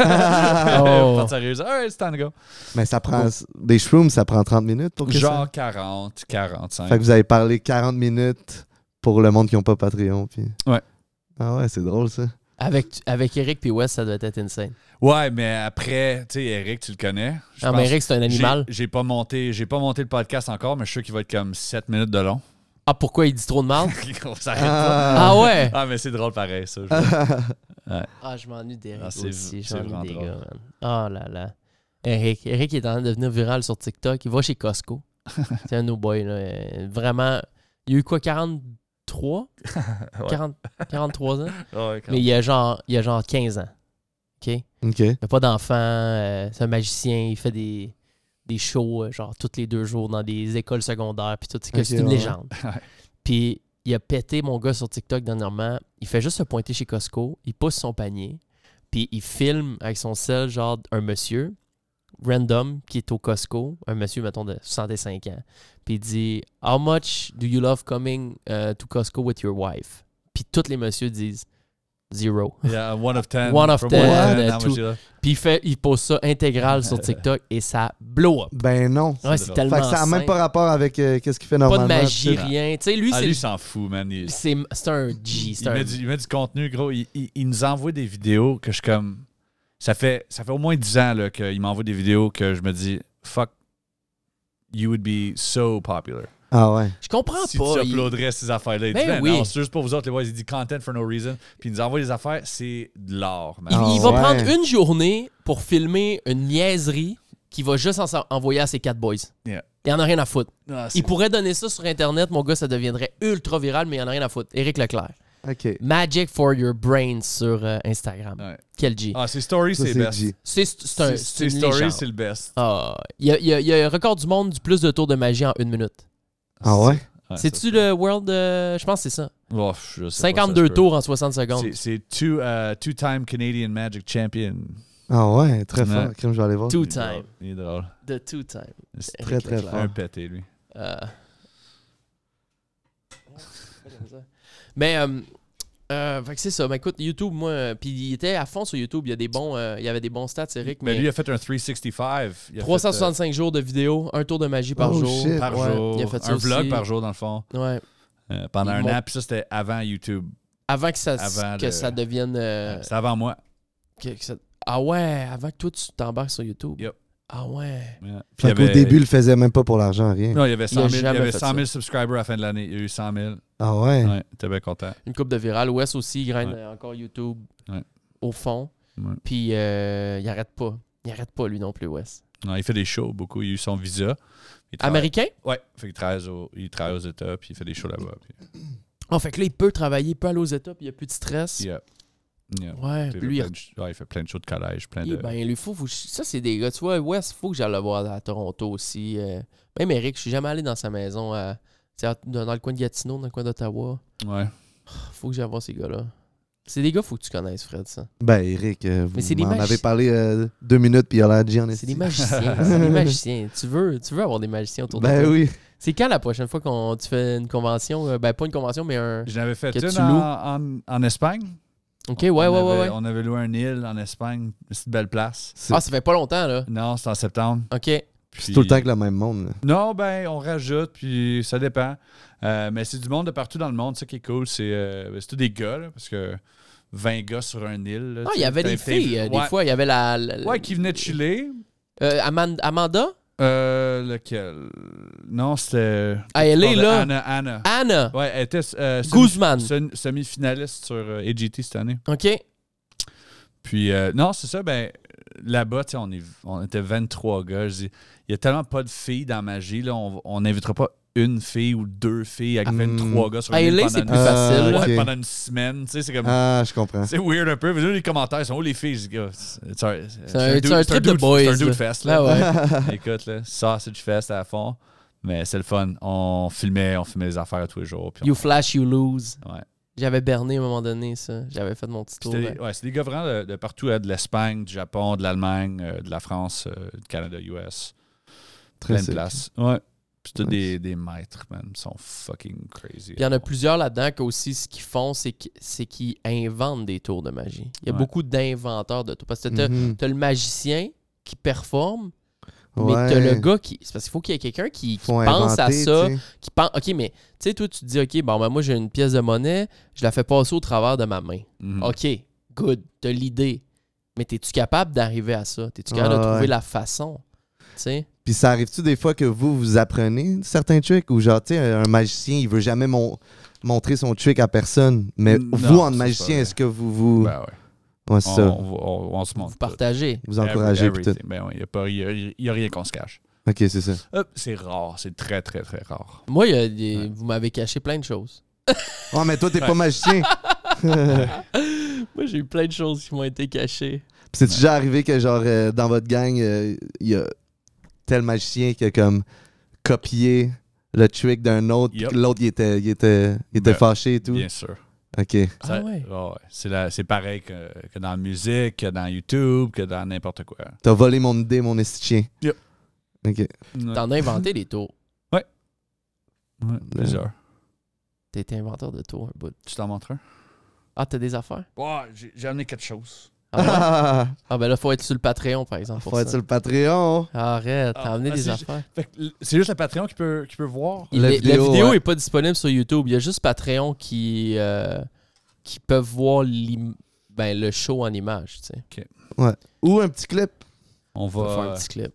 Oh.
Parti à rire, je dis, all right, it's time to go.
Mais ça prend. Des shrooms, ça prend 30 minutes pour que
Genre 40,
ça.
45.
Fait que vous avez parlé 40 minutes pour le monde qui n'ont pas Patreon. Puis...
Ouais.
Ah ouais, c'est drôle ça.
Avec, avec Eric puis Wes, ça doit être insane.
Ouais, mais après, tu sais, Eric, tu le connais. Je
Ah,
pense-
mais Eric, c'est un
j'ai-
animal.
J'ai pas monté, j'ai pas monté le podcast encore, mais je suis sûr qu'il va être comme 7 minutes de long.
Ah, pourquoi il dit trop de mal?
On s'arrête pas.
Ah,
ah ouais?
Ah, mais c'est drôle pareil, ça. Je-
Ah, je m'ennuie d'Eric
Ah, c'est-
aussi. Je
c'est
m'ennuie
vraiment
des
drôle.
gars, man. Ah là là. Eric. Eric est en train de devenir viral sur TikTok. Il va chez Costco. c'est un no boy, là. Euh, Vraiment. Il a eu quoi, 43? 40 43 ans?
Ouais, quand-
Mais il a genre, il a genre 15 ans. OK? Il
Ok.
n'a pas d'enfant. euh, c'est un magicien. Il fait des, des shows, euh, genre, tous les deux jours dans des écoles secondaires. Puis tout. C'est que
Ok,
c'est une
ouais.
légende. Puis il a pété mon gars sur TikTok dernièrement. Il fait juste se pointer chez Costco, il pousse son panier, puis il filme avec son sel, genre un monsieur random qui est au Costco, un monsieur, mettons, de 65 ans. Puis il dit How much do you love coming euh, to Costco with your wife? Puis tous les messieurs disent Zero.
Yeah, one of ten.
One of
From
ten,
one to
uh,
how much
two.
you love?
Puis il, fait, il pose ça intégral sur TikTok et ça blow up.
Ben non.
Ouais, c'est
Fait
Euh. drôle.
tellement.
que ça n'a même
simple.
pas rapport avec euh, qu'est-ce qu'il fait
Pas
normalement.
de magie,
tu sais.
rien. Tu sais, lui,
Ah,
c'est-
lui, il s'en fout, man. Il,
c'est c'est un G. C'est
il
un
met du, il met du contenu, gros. Il, il- il nous envoie des vidéos que je comme. Ça fait, ça fait au moins 10 ans là, qu'il m'envoie des vidéos que je me dis, fuck, you would be so popular.
Ah ouais.
Je comprends
si
pas.
tu
il-
uploaderais ces affaires-là. Il dit,
Ben
Ben
oui.
Non, c'est juste pour vous autres, les boys. Il dit content for no reason. Puis il nous envoie des affaires, c'est de l'art, man.
Il,
Ah
il va
ouais.
prendre une journée pour filmer une niaiserie qu'il va juste en- envoyer à ses quatre boys.
Yeah.
Il en a rien à foutre.
Ah, c'est-
Il pourrait donner ça sur Internet, mon gars, ça deviendrait ultra viral, mais il en a rien à foutre. Éric Leclerc.
Ok.
Magic for your brain sur euh, Instagram.
Ouais.
Quel G.
Ah, ses stories,
Ça,
c'est
c'est
best.
G.
C'est c'est un
Ses
c'est
ses
une
stories,
légende.
c'est le best.
Ah, il y, a- il y a- il y a un record du monde du plus de tours de magie en une minute.
Ah ouais?
Ouais,
C'est-tu le World. euh, je pense que c'est ça.
ça- Oh, je sais pas, ça se
52
peut.
tours en 60 secondes.
C'est- C'est two, euh, two-time Canadian Magic Champion.
Ah ouais, très fort.
Ouais.
Crime, je vais aller voir.
Two
Il est drôle.
time.
Il est drôle.
The two time.
C'est
Très, très
très
fort.
un pété, lui.
Euh. Mais euh, euh, fait que c'est ça. Mais écoute, YouTube, moi, euh, puis il était à fond sur YouTube. Il y a des bons, euh, il y avait des bons stats, Eric.
Mais
Mais,
lui, il a fait un 365. Il a fait, euh,
365 jours de vidéos, un tour de magie par
Oh,
jour.
shit.
par
Ouais,
jour.
il a fait ça
un vlog
aussi.
par jour, dans le fond,
Ouais.
euh, pendant
Il
un
monte-
an. Puis ça, c'était avant YouTube.
Avant que ça,
Avant
que
le-
ça devienne. euh,
C'était avant moi.
que- que ça- Ah ouais, avant que toi tu t'embarques sur YouTube.
Yep.
Ah ouais.
Ouais. Puis il y
Fait qu'au
avait-
début, il le faisait même pas pour l'argent, rien.
Non, il y avait 100 000, il y
jamais
avait
fait
100 000 subscribers à la fin de l'année. Il y a eu 100 000.
Ah ouais.
Ouais, t'es bien content.
Une coupe de virale. Wes aussi, il graine
Ouais.
euh, encore YouTube
Ouais.
au fond.
Ouais.
Puis euh, il arrête pas. Il arrête pas lui non plus, Wes.
Non, il fait des shows beaucoup. Il a eu son visa. Il travaille-
Américain?
Ouais. Fait qu'il travaille, au- il travaille aux États, puis il fait des shows là-bas. puis-
Oh, fait que là, il peut travailler, il peut aller aux États, puis il n'y a plus de stress.
Yeah. Yeah.
Ouais,
Il fait
puis lui, il
plein de- ouais, il fait plein de shows de collège, plein
Eh
de.
ben, lui, faut, faut- ça, c'est des gars. Tu vois, Wes, faut que j'aille le voir à Toronto aussi. euh. même Eric, je suis jamais allé dans sa maison à- tu sais, à- dans, dans le coin de Gatineau, dans le coin d'Ottawa.
Ouais.
Faut que j'aille voir ces gars-là. C'est des gars, faut que tu connaisses, Fred, ça.
Ben, Eric, euh,
Mais
vous
c'est des
m'en
magi-
avez parlé euh, deux minutes, puis il a l'air Gian
C'est des magiciens. c'est des magiciens. Tu veux, tu veux avoir des magiciens autour de
Ben
toi.
oui.
C'est quand la prochaine fois qu'on tu fais une convention euh, Ben, pas une convention, mais un.
J'en avais fait
Que
une
tu
en,
loues.
en, en Espagne.
Ok, ouais, ouais,
on
ouais,
avait,
ouais.
On avait loué un île en Espagne. C'est une belle place.
C'est
Ah, ça fait pas longtemps, là.
Non, c'est en septembre.
Ok. Ah,
c'est
Puis-
tout le temps que le même monde. là.
Non, ben, on rajoute, puis ça dépend. Euh, mais c'est du monde de partout dans le monde. Ça qui est cool, c'est euh, c'est tous des gars, là, parce que 20 gars sur un île. là,
Ah,
tu
il y
sais,
avait
t'as-
des
t'as-
filles, euh, des
ouais.
fois. Il y avait la. la- la-
Ouais, qui venaient de chiller.
euh, Aman- Amanda
Euh, lequel Non, c'était.
Ah, elle est là.
Anna, Anna.
Anna
Ouais, elle était euh, semi-
Guzman.
sem- semi-finaliste sur euh, AGT cette année.
Ok.
Puis, euh, non, c'est ça, ben, là-bas, tu sais, on, est- on était 23 gars. Je dis, il y a tellement pas de filles dans Magie, là, on on n'invitera pas une fille ou deux filles avec
Hmm.
23 gars sur
Ah,
une île
LA,
pendant
c'est
une-
plus facile,
Ouais,
ok.
pendant une semaine, tu sais, c'est comme...
Ah, je comprends.
C'est weird un peu. Mais là, les commentaires sont où les filles? Je dis, gars, C'est c'est un, c'est
un-
dude-
c'est un
c'est
trip de
dude-
boys,
C'est un dude
là.
fest.
Ah
Là.
ouais.
Écoute, là, sausage fest à fond. Mais c'est le fun. On filmait, on filmait les affaires tous les jours. puis on-
You flash, you lose.
Ouais.
J'avais berné à un moment donné, ça. J'avais fait mon petit tour.
C'était des-
ben.
ouais, c'est des gars vraiment de, de partout, là, de l'Espagne, du Japon, de l'Allemagne, euh, de la France, euh, du Canada, US,
Très
plein de
sick.
places. Ouais. Puis c'est
Nice.
tous des, des maîtres, man. Ils sont fucking crazy.
Puis il y en a plusieurs là-dedans qui aussi, ce qu'ils font, c'est qu'- c'est qu'ils inventent des tours de magie. Il y a
Ouais.
beaucoup d'inventeurs de tours. Parce que t'as
Mhm.
t'as le magicien qui performe, mais
Ouais.
t'as le gars qui. C'est parce qu'il faut qu'il y ait quelqu'un qui, qui
Faut
pense à
inventer,
ça.
tu sais.
Qui pense, OK, mais tu sais, toi, tu te dis, OK, bon, ben, moi, j'ai une pièce de monnaie, je la fais passer au travers de ma main.
Mhm.
OK, good, t'as l'idée. Mais t'es-tu capable d'arriver à ça? T'es-tu
Ouais,
capable de
ouais.
trouver la façon? Tu sais?
Puis ça arrive-tu des fois que vous, vous apprenez certains tricks ou genre, tu sais, un magicien, il veut jamais mon- montrer son trick à personne. Mais
Non,
vous, en
c'est pas
magicien,
vrai.
est-ce que vous vous.
Ben ouais.
ouais, c'est
On,
ça.
on- on- on se montre.
Vous partagez.
Vous encouragez. puis tout.
Il n'y a, pas- Ben y a- y a rien qu'on se cache.
Ok, c'est ça.
Hop, c'est rare. C'est très, très, très rare.
Moi, il y a des-
Ouais.
vous m'avez caché plein de choses.
Oh, mais toi, t'es pas magicien. Puis
Moi, j'ai eu plein de choses qui m'ont été cachées.
c'est déjà arrivé que, genre, euh, dans votre gang, euh, il y a tel magicien qui a comme copié le trick d'un autre.
Yup.
puis que L'autre, il était, il était, il était
Ben,
fâché et tout.
Bien sûr.
Ok.
Ah ouais?
C'est la- c'est pareil que, que dans la musique, que dans YouTube, que dans n'importe quoi.
T'as volé mon idée, mon estichien.
Yup.
Ok.
Ouais.
T'en as inventé des tours.
Ouais, plusieurs.
T'as été inventeur de tours, un bout.
Tu t'en montres un?
Ah, t'as des affaires?
Ouais, j'ai j'ai amené quelque chose.
Ah, ouais?
Ah,
Ah, ben là, faut être sur le Patreon, par exemple. Pour
faut être
ça.
sur le Patreon.
Arrête, t'as
Ah,
amené
ah,
des
c'est-
affaires.
Fait que l- c'est juste le Patreon qui peut, qui peut voir.
Il
la
est-
vidéo,
la vidéo
ouais.
est pas disponible sur YouTube. Il y a juste Patreon qui, euh, qui peuvent voir l'im- ben, le show en image, tu sais.
Ou un petit clip.
On
On va faire
va.
un petit clip.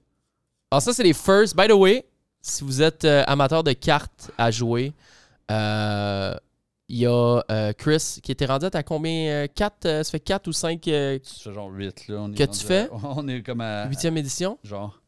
Alors ça, c'est les first. By the way, si vous êtes euh, amateur de cartes à jouer, euh, il y a euh, Chris qui était rendu à t'as combien 4, ça fait 4 ou euh, 5
C'est ce genre 8 là. on est
Que tu
rendu à-
fais?
On est comme à.
8e édition.
Genre.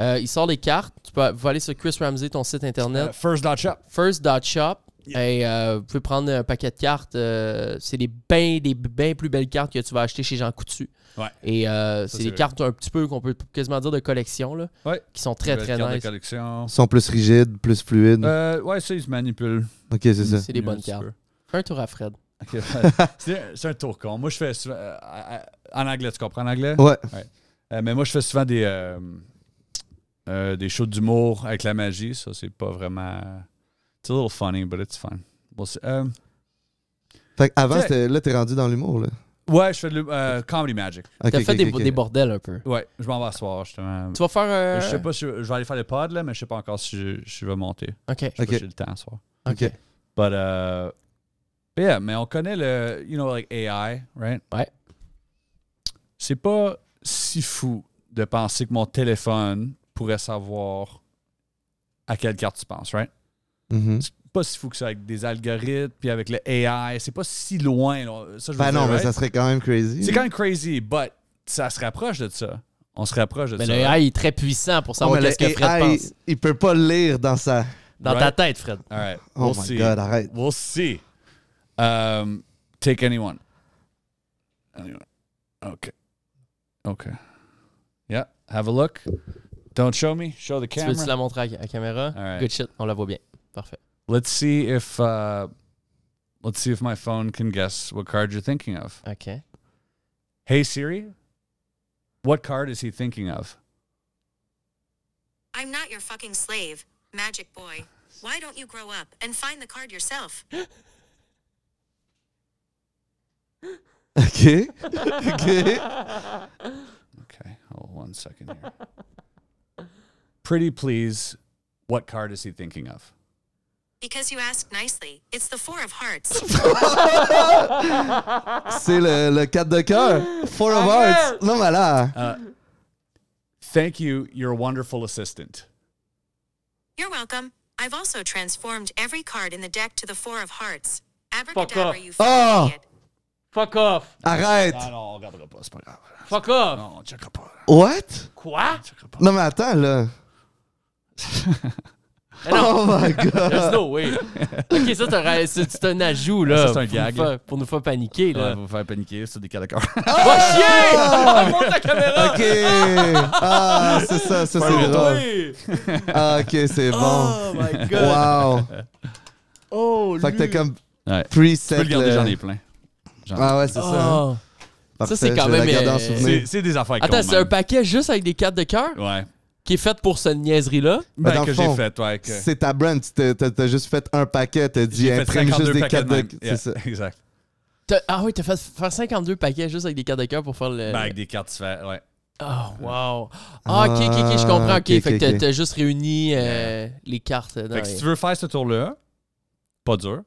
Euh, il sort les cartes. Tu peux, vous aller sur Chris Ramsey, ton site internet.
Euh, first dot shop.
First.shop. Et euh, vous pouvez prendre un paquet de cartes. euh, c'est des bien des bien plus belles cartes que tu vas acheter chez Jean Coutu.
Ouais.
Et euh, c'est
c'est
des
vrai.
cartes un petit peu qu'on peut quasiment dire de collection, là,
Ouais.
qui sont très,
Belle
très
carte de
nice.
collection.
Ils sont plus rigides, plus fluides.
Euh, ouais, ça, ils se manipulent.
ok, c'est ça.
C'est des
mieux un
bonnes
petit
cartes.
peu.
Fais Un tour à Fred.
Ok, ouais. c'est c'est un tour con. Moi, je fais. souvent- euh, euh, en anglais, tu comprends en anglais?
Ouais.
Euh, mais moi, je fais souvent des, euh, euh, des shows d'humour avec la magie. Ça, c'est pas vraiment. It's a little funny, but it's fun. We'll see. Euh,
Fait avant,
Check.
là, t'es rendu dans l'humour. là.
ouais, je fais de l'hu- euh, comedy magic.
Ok,
T'as
ok,
fait des,
ok, ok.
des bordels un peu.
Ouais, je m'en vais ce soir, justement.
Tu vas faire. euh,
Je sais pas si je vais aller faire les pods, là, mais je sais pas encore si je, je vais monter.
Ok.
Je sais
Ok.
pas si j'ai le temps ce soir.
Ok.
But, uh, but yeah, mais on connaît le, you know, like AI, right?
Ouais.
C'est pas si fou de penser que mon téléphone pourrait savoir à quelle carte tu penses, right?
Mhm.
C'est pas si fou que ça avec des algorithmes, puis avec le AI. C'est pas si loin. là. Ça, je veux
Ben
dire,
non, mais
right?
ça serait quand même crazy.
C'est quand même crazy, but ça se rapproche de ça. On se rapproche de
Mais
ça.
Ben, le AI est très puissant pour
Oh,
savoir
mais
qu'est-ce
le
que Fred
AI,
pense.
Il peut pas lire dans sa.
Dans ta
Right.
tête, Fred.
All right.
Oh
we'll
my
see.
god, arrête.
We'll see. Um, take anyone. Anyone. Okay. Okay. Yeah. Have a look. Don't show me. Show the
Tu veux-tu
camera.
la montrer à la caméra?
right.
Good shit, on la voit bien. Parfait.
Let's see if uh, let's see if my phone can guess what card you're thinking of.
OK.
Hey Siri, what card is he thinking of?
I'm not your fucking slave, magic boy. Why don't you grow up and find the card yourself?
Ok. ok.
Okay, hold one second here. Pretty please, what card is he thinking of?
Because you asked nicely. It's the four of hearts.
C'est le, le 4 de cœur. Four of Hearts. Non, mais là.
Ah. Thank you, you're a wonderful assistant.
You're welcome. I've also transformed every card in the deck to the four of hearts. Abracadabra, you fucking
Oh!
idiot.
Fuck off!
Arrête.
Ah.
Fuck off!
What?
Quoi?
Non, mais attends, là. oh my god.
There's no way. OK, ça, t'aurais- c'est c'est un ajout, là.
Ça, c'est un
pour
gag,
nous
là.
faire- Euh, Pour nous faire paniquer, là.
vous faire paniquer, c'est des cas
Va chier! Monte la caméra!
Ok. Ah, c'est ça, ça c'est drôle.
Oui.
Ah, ok, c'est bon.
Oh my god!
Wow.
Oh,
Fait que t'as comme
Ouais. Tu
preset.
peux le garder,
le-
j'en ai plein.
Ah ouais, c'est ça.
Oh.
Parfait,
c'est quand
je vais la
même,
garder en
euh,
souvenir.
C'est c'est des affaires
Attends,
qu'on
c'est un paquet juste avec des cartes de cœur
mène. Ouais.
qui est fait pour cette niaiserie-là?
Ben, dans
Ben, que
le fond,
j'ai fait, ouais. Que...
C'est ta brand. tu t'es- T'as t'as juste fait un paquet. T'as dit
j'ai fait
imprime juste
52
des
paquets
cartes de.
même.
C'est
Yeah,
ça.
Exact.
T'as- Ah oui, t'as fait faire 52 paquets juste avec des cartes de cœur pour faire le.
Ben, avec des cartes différentes, ouais.
Oh, wow. Ah, ok, ok, ok, je comprends. Ok,
Ah, ok,
fait que
ok,
t'as-
ok.
t'as juste réuni euh, les cartes. dans
Fait que
les-
si tu veux faire ce tour-là, pas dur.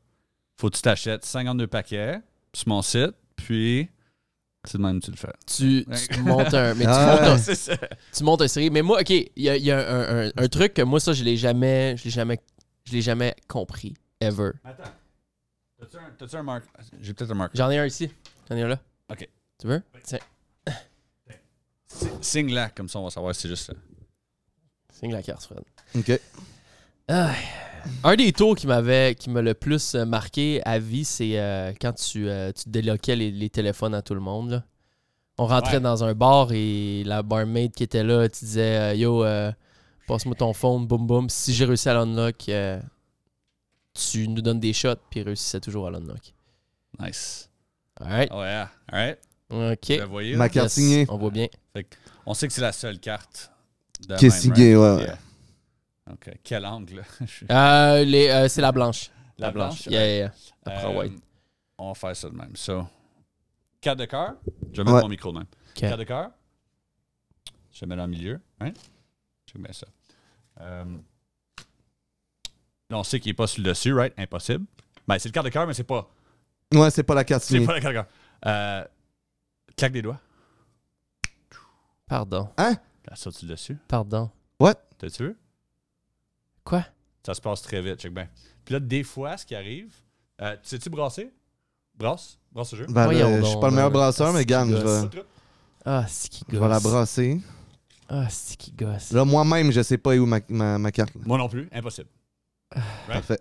Faut que tu t'achètes 52 paquets sur mon site, puis c'est de même que tu le fais.
tu, tu te montes un. Mais tu
Ah,
montes un-
C'est ça.
tu montes un série. Mais moi, OK, il y a, il y a un, un- un truc que moi, ça, je l'ai jamais, je l'ai jamais, je l'ai jamais compris. Ever.
Attends. T'as-tu un, t'as-tu un marque? J'ai peut-être un marque.
J'en ai un ici. J'en ai un là.
OK.
Tu veux? Tiens.
Signe-la, comme ça on va savoir si c'est juste ça.
Signe la carte, Fred.
Ok.
Un des tours qui m'avait, qui m'a le plus euh, marqué à vie, c'est euh, quand tu, euh, tu déloquais les, les téléphones à tout le monde. là. On rentrait
Ouais.
dans un bar et la barmaid qui était là, tu disais euh, Yo, euh, passe-moi ton phone, boum boum. Si j'ai réussi à l'unlock, euh, tu nous donnes des shots, puis il réussissait toujours à l'unlock.
Nice.
Alright.
Oh yeah. All right.
Ok.
Vous la voyez?
Ma
là?
carte
Yes,
signée.
On voit bien.
Fait que on sait que c'est la seule carte. de
Qui est
même,
signée,
right?
ouais, ouais.
Yeah. OK. Quel angle? là? Je suis-
Euh, les, euh, c'est la blanche. Yeah, yeah, yeah.
ouais.
Après
Euh,
white.
On va faire ça de même. So, carte de cœur. Je vais mettre
Ouais.
mon micro de même. Carte de cœur. Je vais mettre en milieu. Hein? Je mets ça. Euh, là, on sait qu'il n'est pas sur le dessus, right? Impossible. Ben, c'est le carte de cœur, mais c'est pas,
Ouais, c'est pas la carte
c'est
signée.
pas la carte de cœur. Euh, claque des doigts.
Pardon.
Là, ça, tu le dessus.
Pardon.
T'as-tu vu?
Quoi?
Ça se passe très vite, check bien. Puis là, des fois, ce qui arrive, euh, tu sais-tu brasser? Brasse? Brasse le jeu?
Ben,
Voyons
là, je suis
donc,
pas le meilleur
euh,
brasseur, mais garde, je
gosse.
vais,
Pas de truc?
Ah, c'est qui
je
gosse.
vais la brasser.
Ah, c'est qui gosse.
Là, moi-même, je sais pas où ma, ma, ma carte.
Moi non plus, impossible.
Parfait.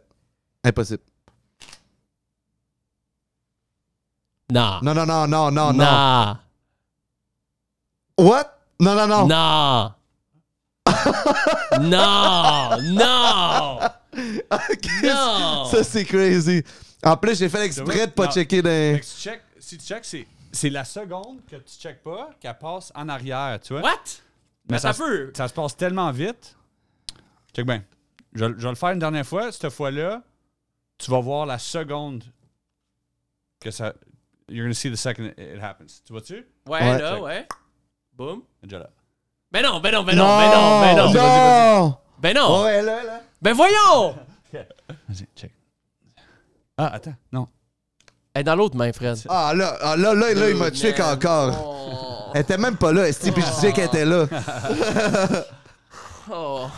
Impossible.
Non.
Non, non, non, non, non, non.
Non.
What? Non, non, non.
Non. Non. Non. Non.
Ça, c'est crazy. En plus, j'ai fait exprès de pas
Non.
checker
Fait
les.
que tu check- si tu checks, c'est, c'est la seconde que tu checkes pas qu'elle passe en arrière, tu vois?
What?
Mais
ça
se-
peut.
Ça se passe tellement vite. Check bien. Je, je vais le faire une dernière fois. Cette fois-là, tu vas voir la seconde que ça. You're gonna see the second it happens. Tu vois-tu?
Ouais,
Ouais.
là, ouais. Boum.
Déjà là.
Ben non, ben non, ben non, ben non, ben non.
Non!
Ben non.
Ouais, là, là.
Ben voyons.
Vas-y, check. Ah, attends. Non.
Elle est dans l'autre main, Fred.
Ah, là, ah, là, là, là, il m'a check
Man.
encore.
Oh.
Elle était même pas là, Esti, puis je disais qu'elle était là.
Oh.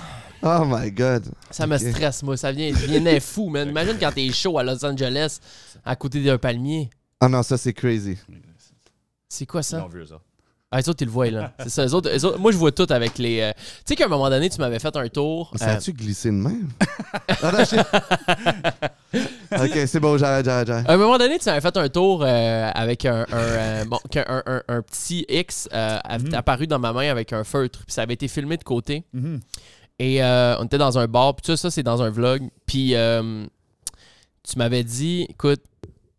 Oh my god.
Ça me
Ok.
stresse, moi. Ça vient, vient d'un fou, man. Imagine quand t'es chaud à Los Angeles, à côté d'un palmier.
Ah non, ça, c'est crazy.
C'est quoi ça?
Non, vieux, ça.
Ah, les autres, ils le voient, là. C'est ça. Les autres, eux autres- moi, je vois tout avec les. euh, Tu sais qu'à un moment donné, tu m'avais fait un tour.
Ça
euh,
a-tu glissé de même? Attends, je- ok, c'est bon, j'arrête, j'arrête, j'arrête.
À un moment donné, tu avais fait un tour euh, avec un, un, euh, mon- qu'un- un- un- un petit X euh, a- apparu dans ma main avec un feutre. Puis ça avait été filmé de côté.
Mhm.
Et euh, on était dans un bar. Puis tout ça, c'est dans un vlog. Puis euh, tu m'avais dit, écoute,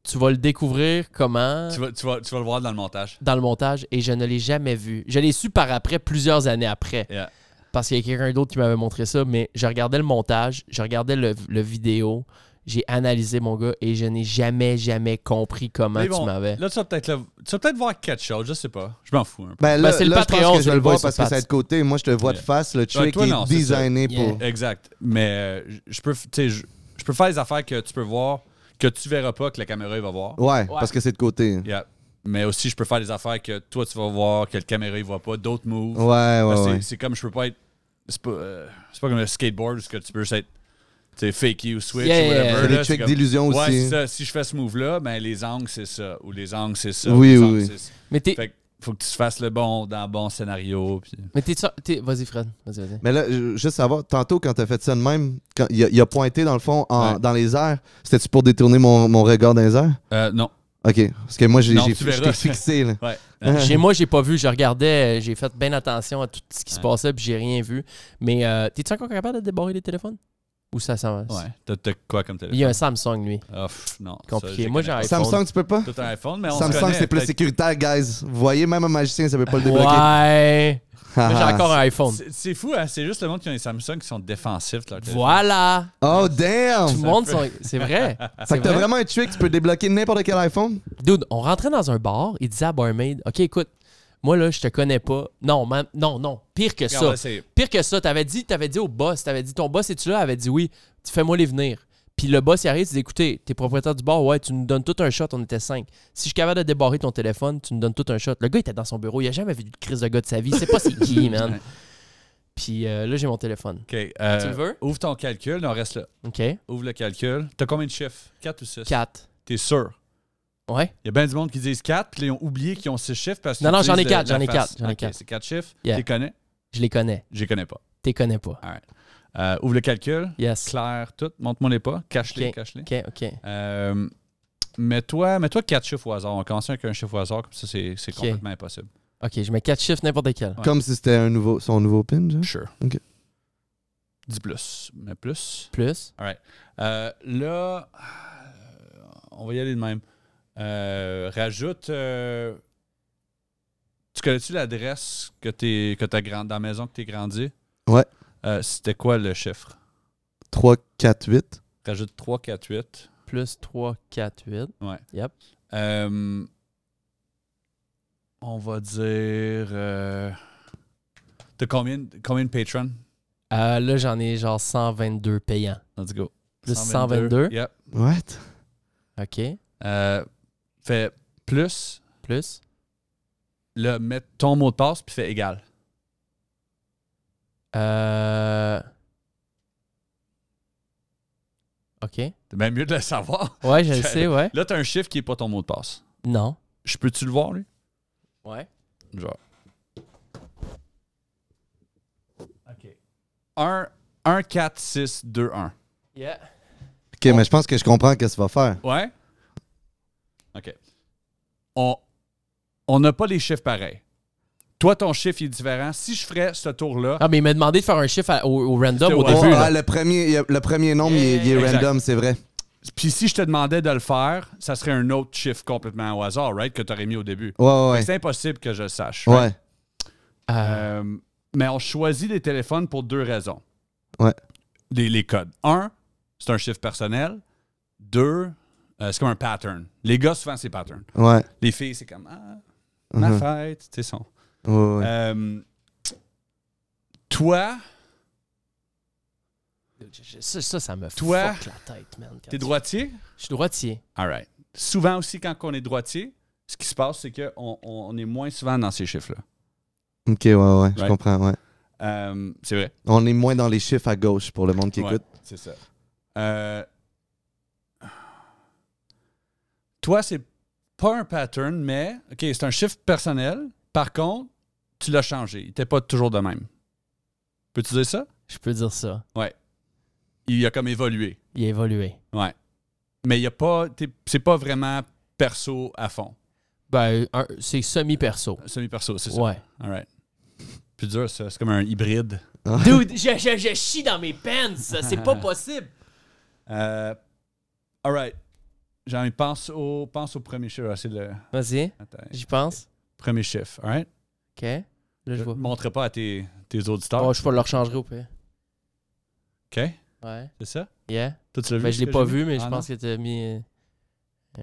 tu vas le découvrir comment
Tu, vas, tu, vas, tu vas le voir dans le montage.
dans le montage. Et je ne l'ai jamais vu. Je l'ai su par après, plusieurs années après.
Yeah.
Parce qu'il y a quelqu'un d'autre qui m'avait montré ça. Mais je regardais le montage, je regardais le, le vidéo. J'ai analysé mon gars et je n'ai jamais, jamais compris comment
Mais
Ben, tu
bon,
m'avais.
Là, tu vas peut-être le- tu vas peut-être voir quelque chose, je sais pas. Je m'en fous un peu.
Ben là,
Ben, c'est le
là, je
Patreon,
pense que
tu
je
le
le
vois
vois
sur
parce que
Pat.
c'est de côté. Moi, je te vois de
Yeah.
face. Le trick
toi,
est
non, c'est ça.
designé
Yeah.
pour.
Exact. Mais euh, je peux, f- tu sais, je, je peux faire des affaires que tu peux voir, que tu verras pas, que la caméra il va voir.
Ouais, parce que c'est de côté.
Yeah. Mais aussi, je peux faire des affaires que toi, tu vas voir, que le caméra, il voit pas, d'autres moves.
Ouais,
Parce
ouais,
que
Ah ouais.
c'est- C'est comme, je peux pas être... C'est pas, euh, c'est pas comme le skateboard, parce que tu peux juste être, tu sais, fakey ou switch
Yeah,
ou
yeah, yeah.
whatever.
C'est des
là.
tricks
comme-
d'illusion
Ouais,
aussi.
c'est ça. Si je fais ce move-là, ben les angles, c'est ça. Ou les angles, c'est ça.
Oui,
les
oui,
angles,
oui.
c'est ça.
Mais t'es.
Fait que faut que tu fasses le bon dans le bon scénario. puis-
Mais t'es. sûr- t'es- Vas-y, Fred. Vas-y, vas-y.
Mais là, je- juste savoir, tantôt, quand t'as fait ça de même, quand il, a, il a pointé dans le fond, en-
Ouais.
dans les airs, c'était-tu pour détourner mon, mon regard dans les airs?
Euh, non.
Ok, parce que moi, j'ai
Non,
j'ai-
tu
je
verras.
t'ai fixé. Là.
Ouais.
Chez moi, j'ai pas vu. Je regardais, euh, j'ai fait bien attention à tout ce qui se passait, puis j'ai rien vu. Mais euh, t'es-tu encore capable de débarrer les téléphones Ou ça s'en
Ouais. T'as- T'as quoi comme
Il
téléphone?
y a un Samsung, lui.
Ah, pff, non. ça,
Compliqué.
je
Moi,
connais
j'ai
pas.
un iPhone.
Samsung, tu peux pas?
Tout un iPhone, mais on se
Samsung,
connaît,
c'est plus
peut-être.
sécuritaire, guys. Vous voyez, même un magicien, ça peut pas le débloquer.
Ouais. Moi, j'ai encore un iPhone.
C'est- C'est fou, hein? c'est juste le monde qui a des Samsung qui sont défensifs. Là,
Voilà.
Oh,
Tout
damn!
le monde, sont- c'est vrai.
Fait
C'est
que t'as
vrai.
vraiment un trick, tu peux débloquer n'importe quel iPhone?
Dude, on rentrait dans un bar, il disait à barmaid, OK, écoute, moi là, je te connais pas. Non, ma- non, non, pire que
on va
ça.
essayer.
Pire que ça, t'avais dit, t'avais dit au boss, t'avais dit ton boss es-tu là? Elle avait dit oui, tu fais-moi les venir. Puis le boss il arrive, il dit écoutez, t'es propriétaire du bar, ouais, tu nous donnes tout un shot, on était cinq. Si je suis capable de débarrer ton téléphone, tu nous donnes tout un shot. Le gars il était dans son bureau, il a jamais vu de crise de gars de sa vie, c'est pas c'est qui, man. Puis euh, là j'ai mon téléphone.
OK, euh,
Tu le veux?
Ouvre ton calcul, non, reste là.
OK.
Ouvre le calcul. T'as combien de chiffres? 4 ou 6?
4.
T'es sûr?
Ouais.
Il y a bien du monde qui disent 4, puis là, ils ont oublié qu'ils ont 6 chiffres parce que
Non, non,
tu
j'en ai
utilises
quatre,
la-
j'en ai
la
quatre,
face.
j'en ai
OK,
quatre.
C'est 4 chiffres. Tu
Yeah.
les connais?
Je les connais.
Je les connais pas.
T'es connais pas.
Euh, ouvre le calcul.
Yes.
Claire, tout. Montre-moi les pas. Cache-les,
OK.
cache-les.
OK, OK.
Euh, mets-toi, mets-toi 4 chiffres au hasard. On commence avec un chiffre au hasard, comme ça, c'est, c'est
OK.
complètement impossible.
OK, je mets quatre chiffres n'importe quel.
Ouais.
Comme si c'était un nouveau, son nouveau pin, genre.
Sure.
OK.
10 plus. Mais plus.
Plus
Euh, là, euh, on va y aller de même. Euh, rajoute. euh, tu connais-tu l'adresse que t'es que t'as grand- dans la maison que t'es grandi?
Ouais.
Euh, C'était quoi le chiffre?
3, 4, 8.
Rajoute 3, 4, 8.
plus 3, 4, 8.
Euh, on va dire. euh, T'as combien, combien de patrons?
Euh, là, j'en ai genre 122 payants.
Let's go.
Plus 122.
Yep.
What?
OK.
Euh, fais plus,
Plus.
là, mets ton mot de passe, puis fais égal.
Euh... OK.
C'est bien mieux de le savoir.
Ouais, je le sais, ouais.
Là, t'as un chiffre qui est pas ton mot de passe.
Non.
Je peux-tu le voir, lui?
Ouais.
Genre. OK. 1, 1, 4, 6, 2, 1.
Yeah.
Ok, mais je pense que je comprends qu'est-ce qu'il va faire.
Ouais? OK. On on n'a pas les chiffres pareils. Toi, ton chiffre il est différent. Si je ferais ce tour-là,
Ah, mais il m'a demandé de faire un chiffre à- au, au random
C'était
au
au-
Oh,
début.
ah,
là.
le, premier, il y a- le premier nombre, il est- il est,
Exact.
random, c'est vrai.
puis si je te demandais de le faire, ça serait un autre chiffre complètement au hasard, right? Que tu aurais mis au début.
Ouais, ouais, ouais.
C'est impossible que je le sache. right?
Ouais.
Euh,
Euh, mais on choisit les téléphones pour deux raisons.
Ouais.
Les, les codes. Un, c'est un chiffre personnel. Deux, euh, c'est comme un pattern. Les gars, souvent, c'est pattern.
Ouais.
Les filles, c'est comme Ah, ma
Mhm.
fête, tu sais, son.
Ouais, ouais.
Euh, toi,
je- ça, ça, ça me
Toi,
fuck la tête, man. quand
t'es
tu-
droitier?
Je suis droitier.
All right. Souvent aussi, quand on est droitier, ce qui se passe, c'est qu'on on, on est moins souvent dans ces chiffres-là.
Euh.
Ok, ouais, ouais. Je
Right.
comprends, ouais.
Euh, c'est vrai.
On est moins dans les chiffres à gauche pour le monde qui
Ouais,
écoute.
C'est ça. Euh, toi, c'est pas un pattern, mais OK, c'est un chiffre personnel, Par contre, tu l'as changé. Il n'était pas toujours de même. Peux-tu dire ça?
Je peux dire ça.
Ouais. Il a comme évolué.
Il a évolué.
Ouais. Mais il y a pas. t'es- C'est pas vraiment perso à fond.
Ben, un- c'est semi-perso.
Semi-perso, c'est ça.
Ouais.
All right. Plus dur, ça. C'est comme un hybride.
Dude, je, je- je chie dans mes pants. ça. C'est pas possible.
Euh, all right. J'en ai- pense au, pense au premier chiffre. Ah, C'est le
Vas-y,
attends.
j'y pense.
premier chiffre. All right?
OK. Là, je
Je ne
vois.
montrerai Euh, pas à tes, tes auditeurs.
Oh, je peux le rechangerai au pire.
OK?
Ouais.
C'est ça?
Yeah.
Toi, tu l'as vu?
Mais
ce
Ben, je l'ai
que
pas
j'ai
vu, mais je
Ah,
pense que t'as mis... euh, euh,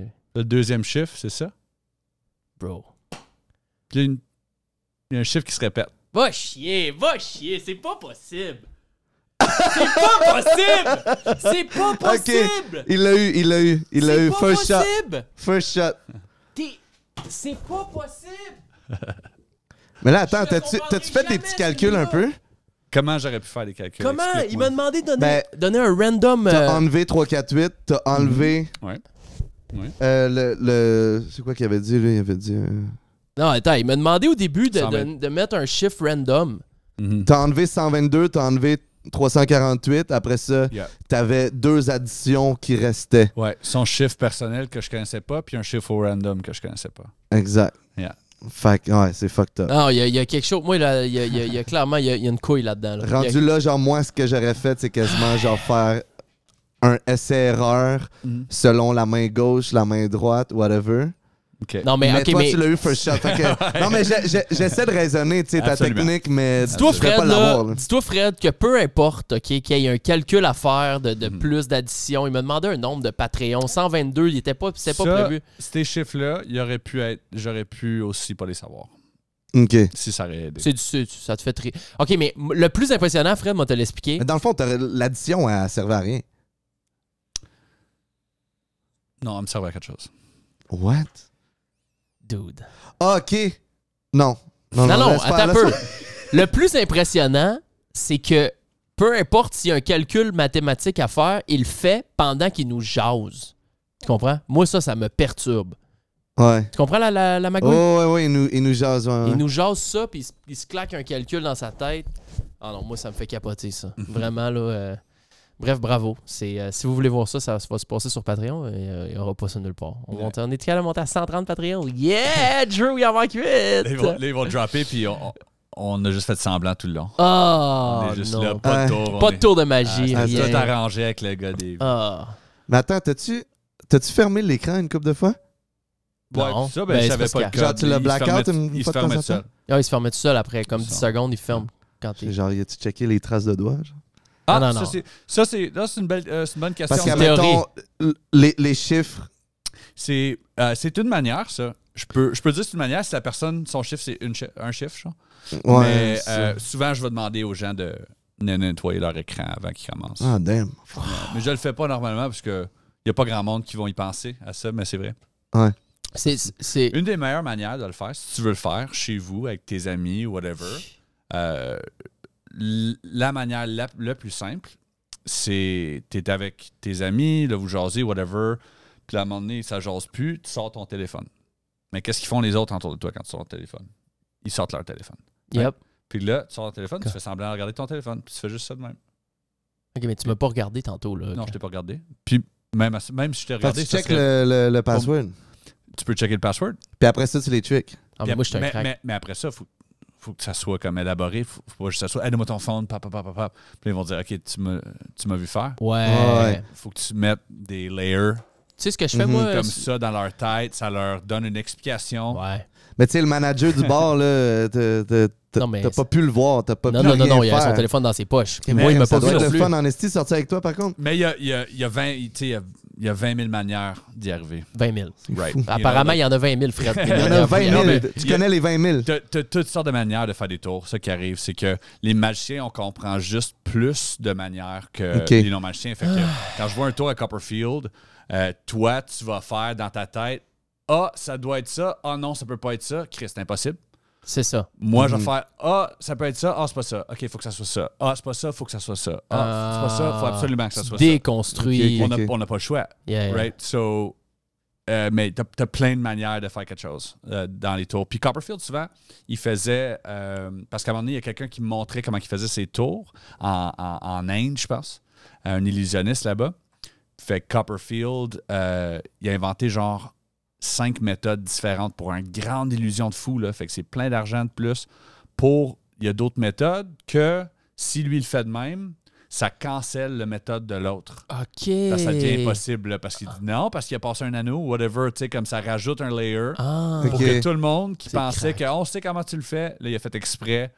non? Le deuxième chiffre, c'est ça?
bro.
Puis il y a une- il y a un chiffre qui se répète.
Va chier, va chier, c'est pas possible. C'est pas possible. C'est pas possible.
Il l'a eu, il l'a eu, il l'a
C'est
eu.
pas
First shot.
possible.
First shot.
T'es- C'est pas possible.
Euh,
Mais là, attends,
Je
t'as-tu
comprendrai
t'as-tu fait
jamais Euh.
tes petits
ce
calculs un
gars.
peu?
Comment j'aurais pu faire les calculs?
Comment? Il m'a
Explique-moi.
demandé de donner,
Ben,
donner un random. euh,
T'as enlevé 348, t'as
Mm-hmm.
enlevé.
Ouais. Ouais.
Euh, le. le- C'est quoi qu'il avait dit, lui? Il avait dit. euh,
Non, attends, il m'a demandé au début de,
Cent
de-
mille.
de mettre un chiffre random.
Mhm.
T'as enlevé 122, t'as enlevé 348. Après ça,
Yeah.
t'avais deux additions qui restaient.
Ouais, son chiffre personnel que je connaissais pas, puis un chiffre au random que je connaissais pas.
Exact.
Yeah.
Fait que, ouais, c'est fucked up.
Non, il y, a- il y a quelque chose. Moi, là, il y a, il y a- il y a clairement il y a, il y a une couille là-dedans. là. Il y
Rendu
a-
là, genre, moi, ce que j'aurais fait, c'est quasiment, genre, faire un essai-erreur selon la main gauche, la main droite, whatever.
OK.
Non, mais,
mais
Ben, ok,
toi,
mais.
tu l'as eu first shot. Fait que- non, mais j'ai- j'ai- j'essaie de raisonner, tu sais, ta
Absolument.
technique, mais tu
Dis-toi,
devrais
Fred,
pas
là,
l'avoir. là.
dis-toi, Fred, que peu importe, OK, qu'il y ait un calcul à faire de,
Mhm.
de plus d'addition, il m'a demandé un nombre de Patreon. 122, il était pas, c'était pas
Ça,
prévu.
Ces chiffres-là, il aurait pu être, j'aurais pu aussi pas les savoir,
OK.
si ça aurait aidé.
C'est du c'est- ça te fait très. OK, mais m- le plus impressionnant, Fred m'a te l'expliqué.
Mais dans le fond, t'aurais- l'addition, elle servait à rien.
Non, elle me servait à quelque chose.
What?
Dude.
Ah, OK. Non.
Non, non,
laisse faire,
attends un
laisse
peu.
faire.
Le plus impressionnant, c'est que peu importe s'il y a un calcul mathématique à faire, il le fait pendant qu'il nous jase. Tu comprends? Moi, ça, ça me perturbe.
Ouais.
Tu comprends la, la, la magouille?
Oh, ouais, ouais, il nous, il nous jase. ouais, ouais.
Il nous jase ça, puis il se- il se claque un calcul dans sa tête. Ah non, moi, ça me fait capoter, ça.
Mhm.
Vraiment, là. euh, Bref, bravo. C'est, euh, si vous voulez voir ça, ça va se passer sur Patreon. et, euh, il n'y aura pas ça nulle part. On, va
Ouais.
monter- on est capable de monter à 130 Patreon. Yeah! Drew, il en manque 8!
Là, ils vont, là, ils vont dropper, puis on, on a juste fait semblant tout le long.
Ah!
on est juste
non.
là, pas de
Ah.
tour. on
Pas de
est-
tour de
Ah,
magie.
Ah,
c'est
rien.
tout arrangé avec le gars des.
Ah.
Mais attends, t'as-tu t'as-tu fermé l'écran une couple de fois?
non.
tout
Ben,
ça, ben, je
c'est
savais
parce
pas le
que-
code.
Genre, tu le
Il se
blackout
fermait-
une
il
fois
se
de temps en
fermait
temps?
tout seul.
Ah, il se fermait tout seul après, comme 10
Ça.
secondes, il ferme quand t'es.
Genre, tu checké les traces de doigts? genre?
Ah,
non,
ça,
non.
c'est- ça, c'est là, c'est une, belle- euh, c'est une bonne question.
Parce qu'à
en théorie.
mettons, l- les, les chiffres.
C'est euh, c'est une manière, ça. Je peux, je peux dire c'est une manière si la personne, son chiffre, c'est une chi- un chiffre. genre.
Ouais.
Mais
c'est-
euh, souvent, je vais demander aux gens de de nettoyer leur écran avant qu'ils commencent.
Ah, damn.
Mais je le fais pas normalement parce que il n'y a pas grand monde qui vont y penser à ça, mais c'est vrai.
C'est. c'est-
Une des meilleures manières de le faire, si tu veux le faire chez vous, avec tes amis, whatever, euh, l- la manière la, la plus simple, c'est t'es avec tes amis, là, vous jasez, whatever, puis là, à un moment donné, ça jase plus, tu sors ton téléphone. Mais qu'est-ce qu'ils font les autres autour de toi quand tu sors ton téléphone? Ils sortent leur téléphone.
Yep.
Puis là, tu sors ton téléphone, tu fais semblant de regarder ton téléphone, puis tu fais juste ça de même.
Ok, mais tu m'as pas regardé tantôt, là. Ah,
Non, je t'ai pas regardé. Puis même, à- même si je t'ai
Fait que
regardé,
tu
ça
check
serait-
le, le, le password.
tu peux checker le password.
Puis après ça, tu les tricks.
Ah, mais moi, je suis un
mais,
crack.
mais- mais après ça, faut, faut que ça soit comme élaboré. Faut, faut pas juste que ça soit aide-moi ton phone, papa, papa, papa. Puis là, ils vont dire Ok, tu me- tu m'as vu faire.
Ouais.
Ouais.
Tu
Faut que tu mettes des layers
sais ce que je fais,
Mhm.
moi?
comme
Euh, c'est-
ça dans leur tête. Ça leur donne une explication.
Ouais.
Mais tu sais, le manager du bar, là, t'as- t'as
Non, mais
t'as- t'as
c'est-
pas pu le voir. T'as pas
Non,
pu
non, non, non, il
rien
a son
faire.
téléphone dans ses poches.
Et
moi, il m'a
ça
pas vu
doit être
non
le
plus.
fun en esti de sortir avec toi, par contre.
Mais il y a, il y a- il y a 20 tu sais, il y a- il y a 20 000 manières d'y arriver.
20 000.
Right.
Apparemment, il y en a 20 000, Fred.
Il y en a 20 000.
mais-
Tu
il y a-
connais les 20 000.
T'as t'as toutes sortes de manières de faire des tours. Ce qui arrive, c'est que les magiciens, on comprend juste plus de manières que
Ok.
les non-magiciens. Fait que quand je vois un tour à Copperfield, euh, toi, tu vas faire dans ta tête Ah, ça doit être ça. Ah non, ça peut pas être ça. Chris, c'est impossible.
C'est ça.
Moi, je vais faire Ah, ça peut être ça. Ah, c'est pas ça. OK, faut que ça soit ça. Ah, c'est pas ça. Faut que ça soit ça. Ah, c'est pas ça. Faut absolument que ça soit ça.
Déconstruit.
On n'a on n'a pas le choix.
Yeah, yeah.
Right? So, euh, Euh, mais t'as as plein de manières de faire quelque chose euh, dans les tours. Puis Copperfield, souvent, il faisait. euh, parce qu'à un moment donné, il y a quelqu'un qui me montrait comment il faisait ses tours en, en- en Inde, je pense. Un illusionniste là-bas. Fait que Copperfield, euh, il a inventé genre cinq méthodes différentes pour une grande illusion de fou. Là. Fait que c'est plein d'argent de plus pour. Il y a d'autres méthodes que si lui le fait de même, ça cancelle la méthode de l'autre.
OK.
Parce que Ben, ça devient impossible là, parce qu'il dit non, parce qu'il a passé un anneau, whatever, tu sais, comme ça rajoute un layer
Ah,
pour
Ok.
que tout le monde qui
C'est
pensait
crack.
qu'on sait comment tu le fais, là, il a fait exprès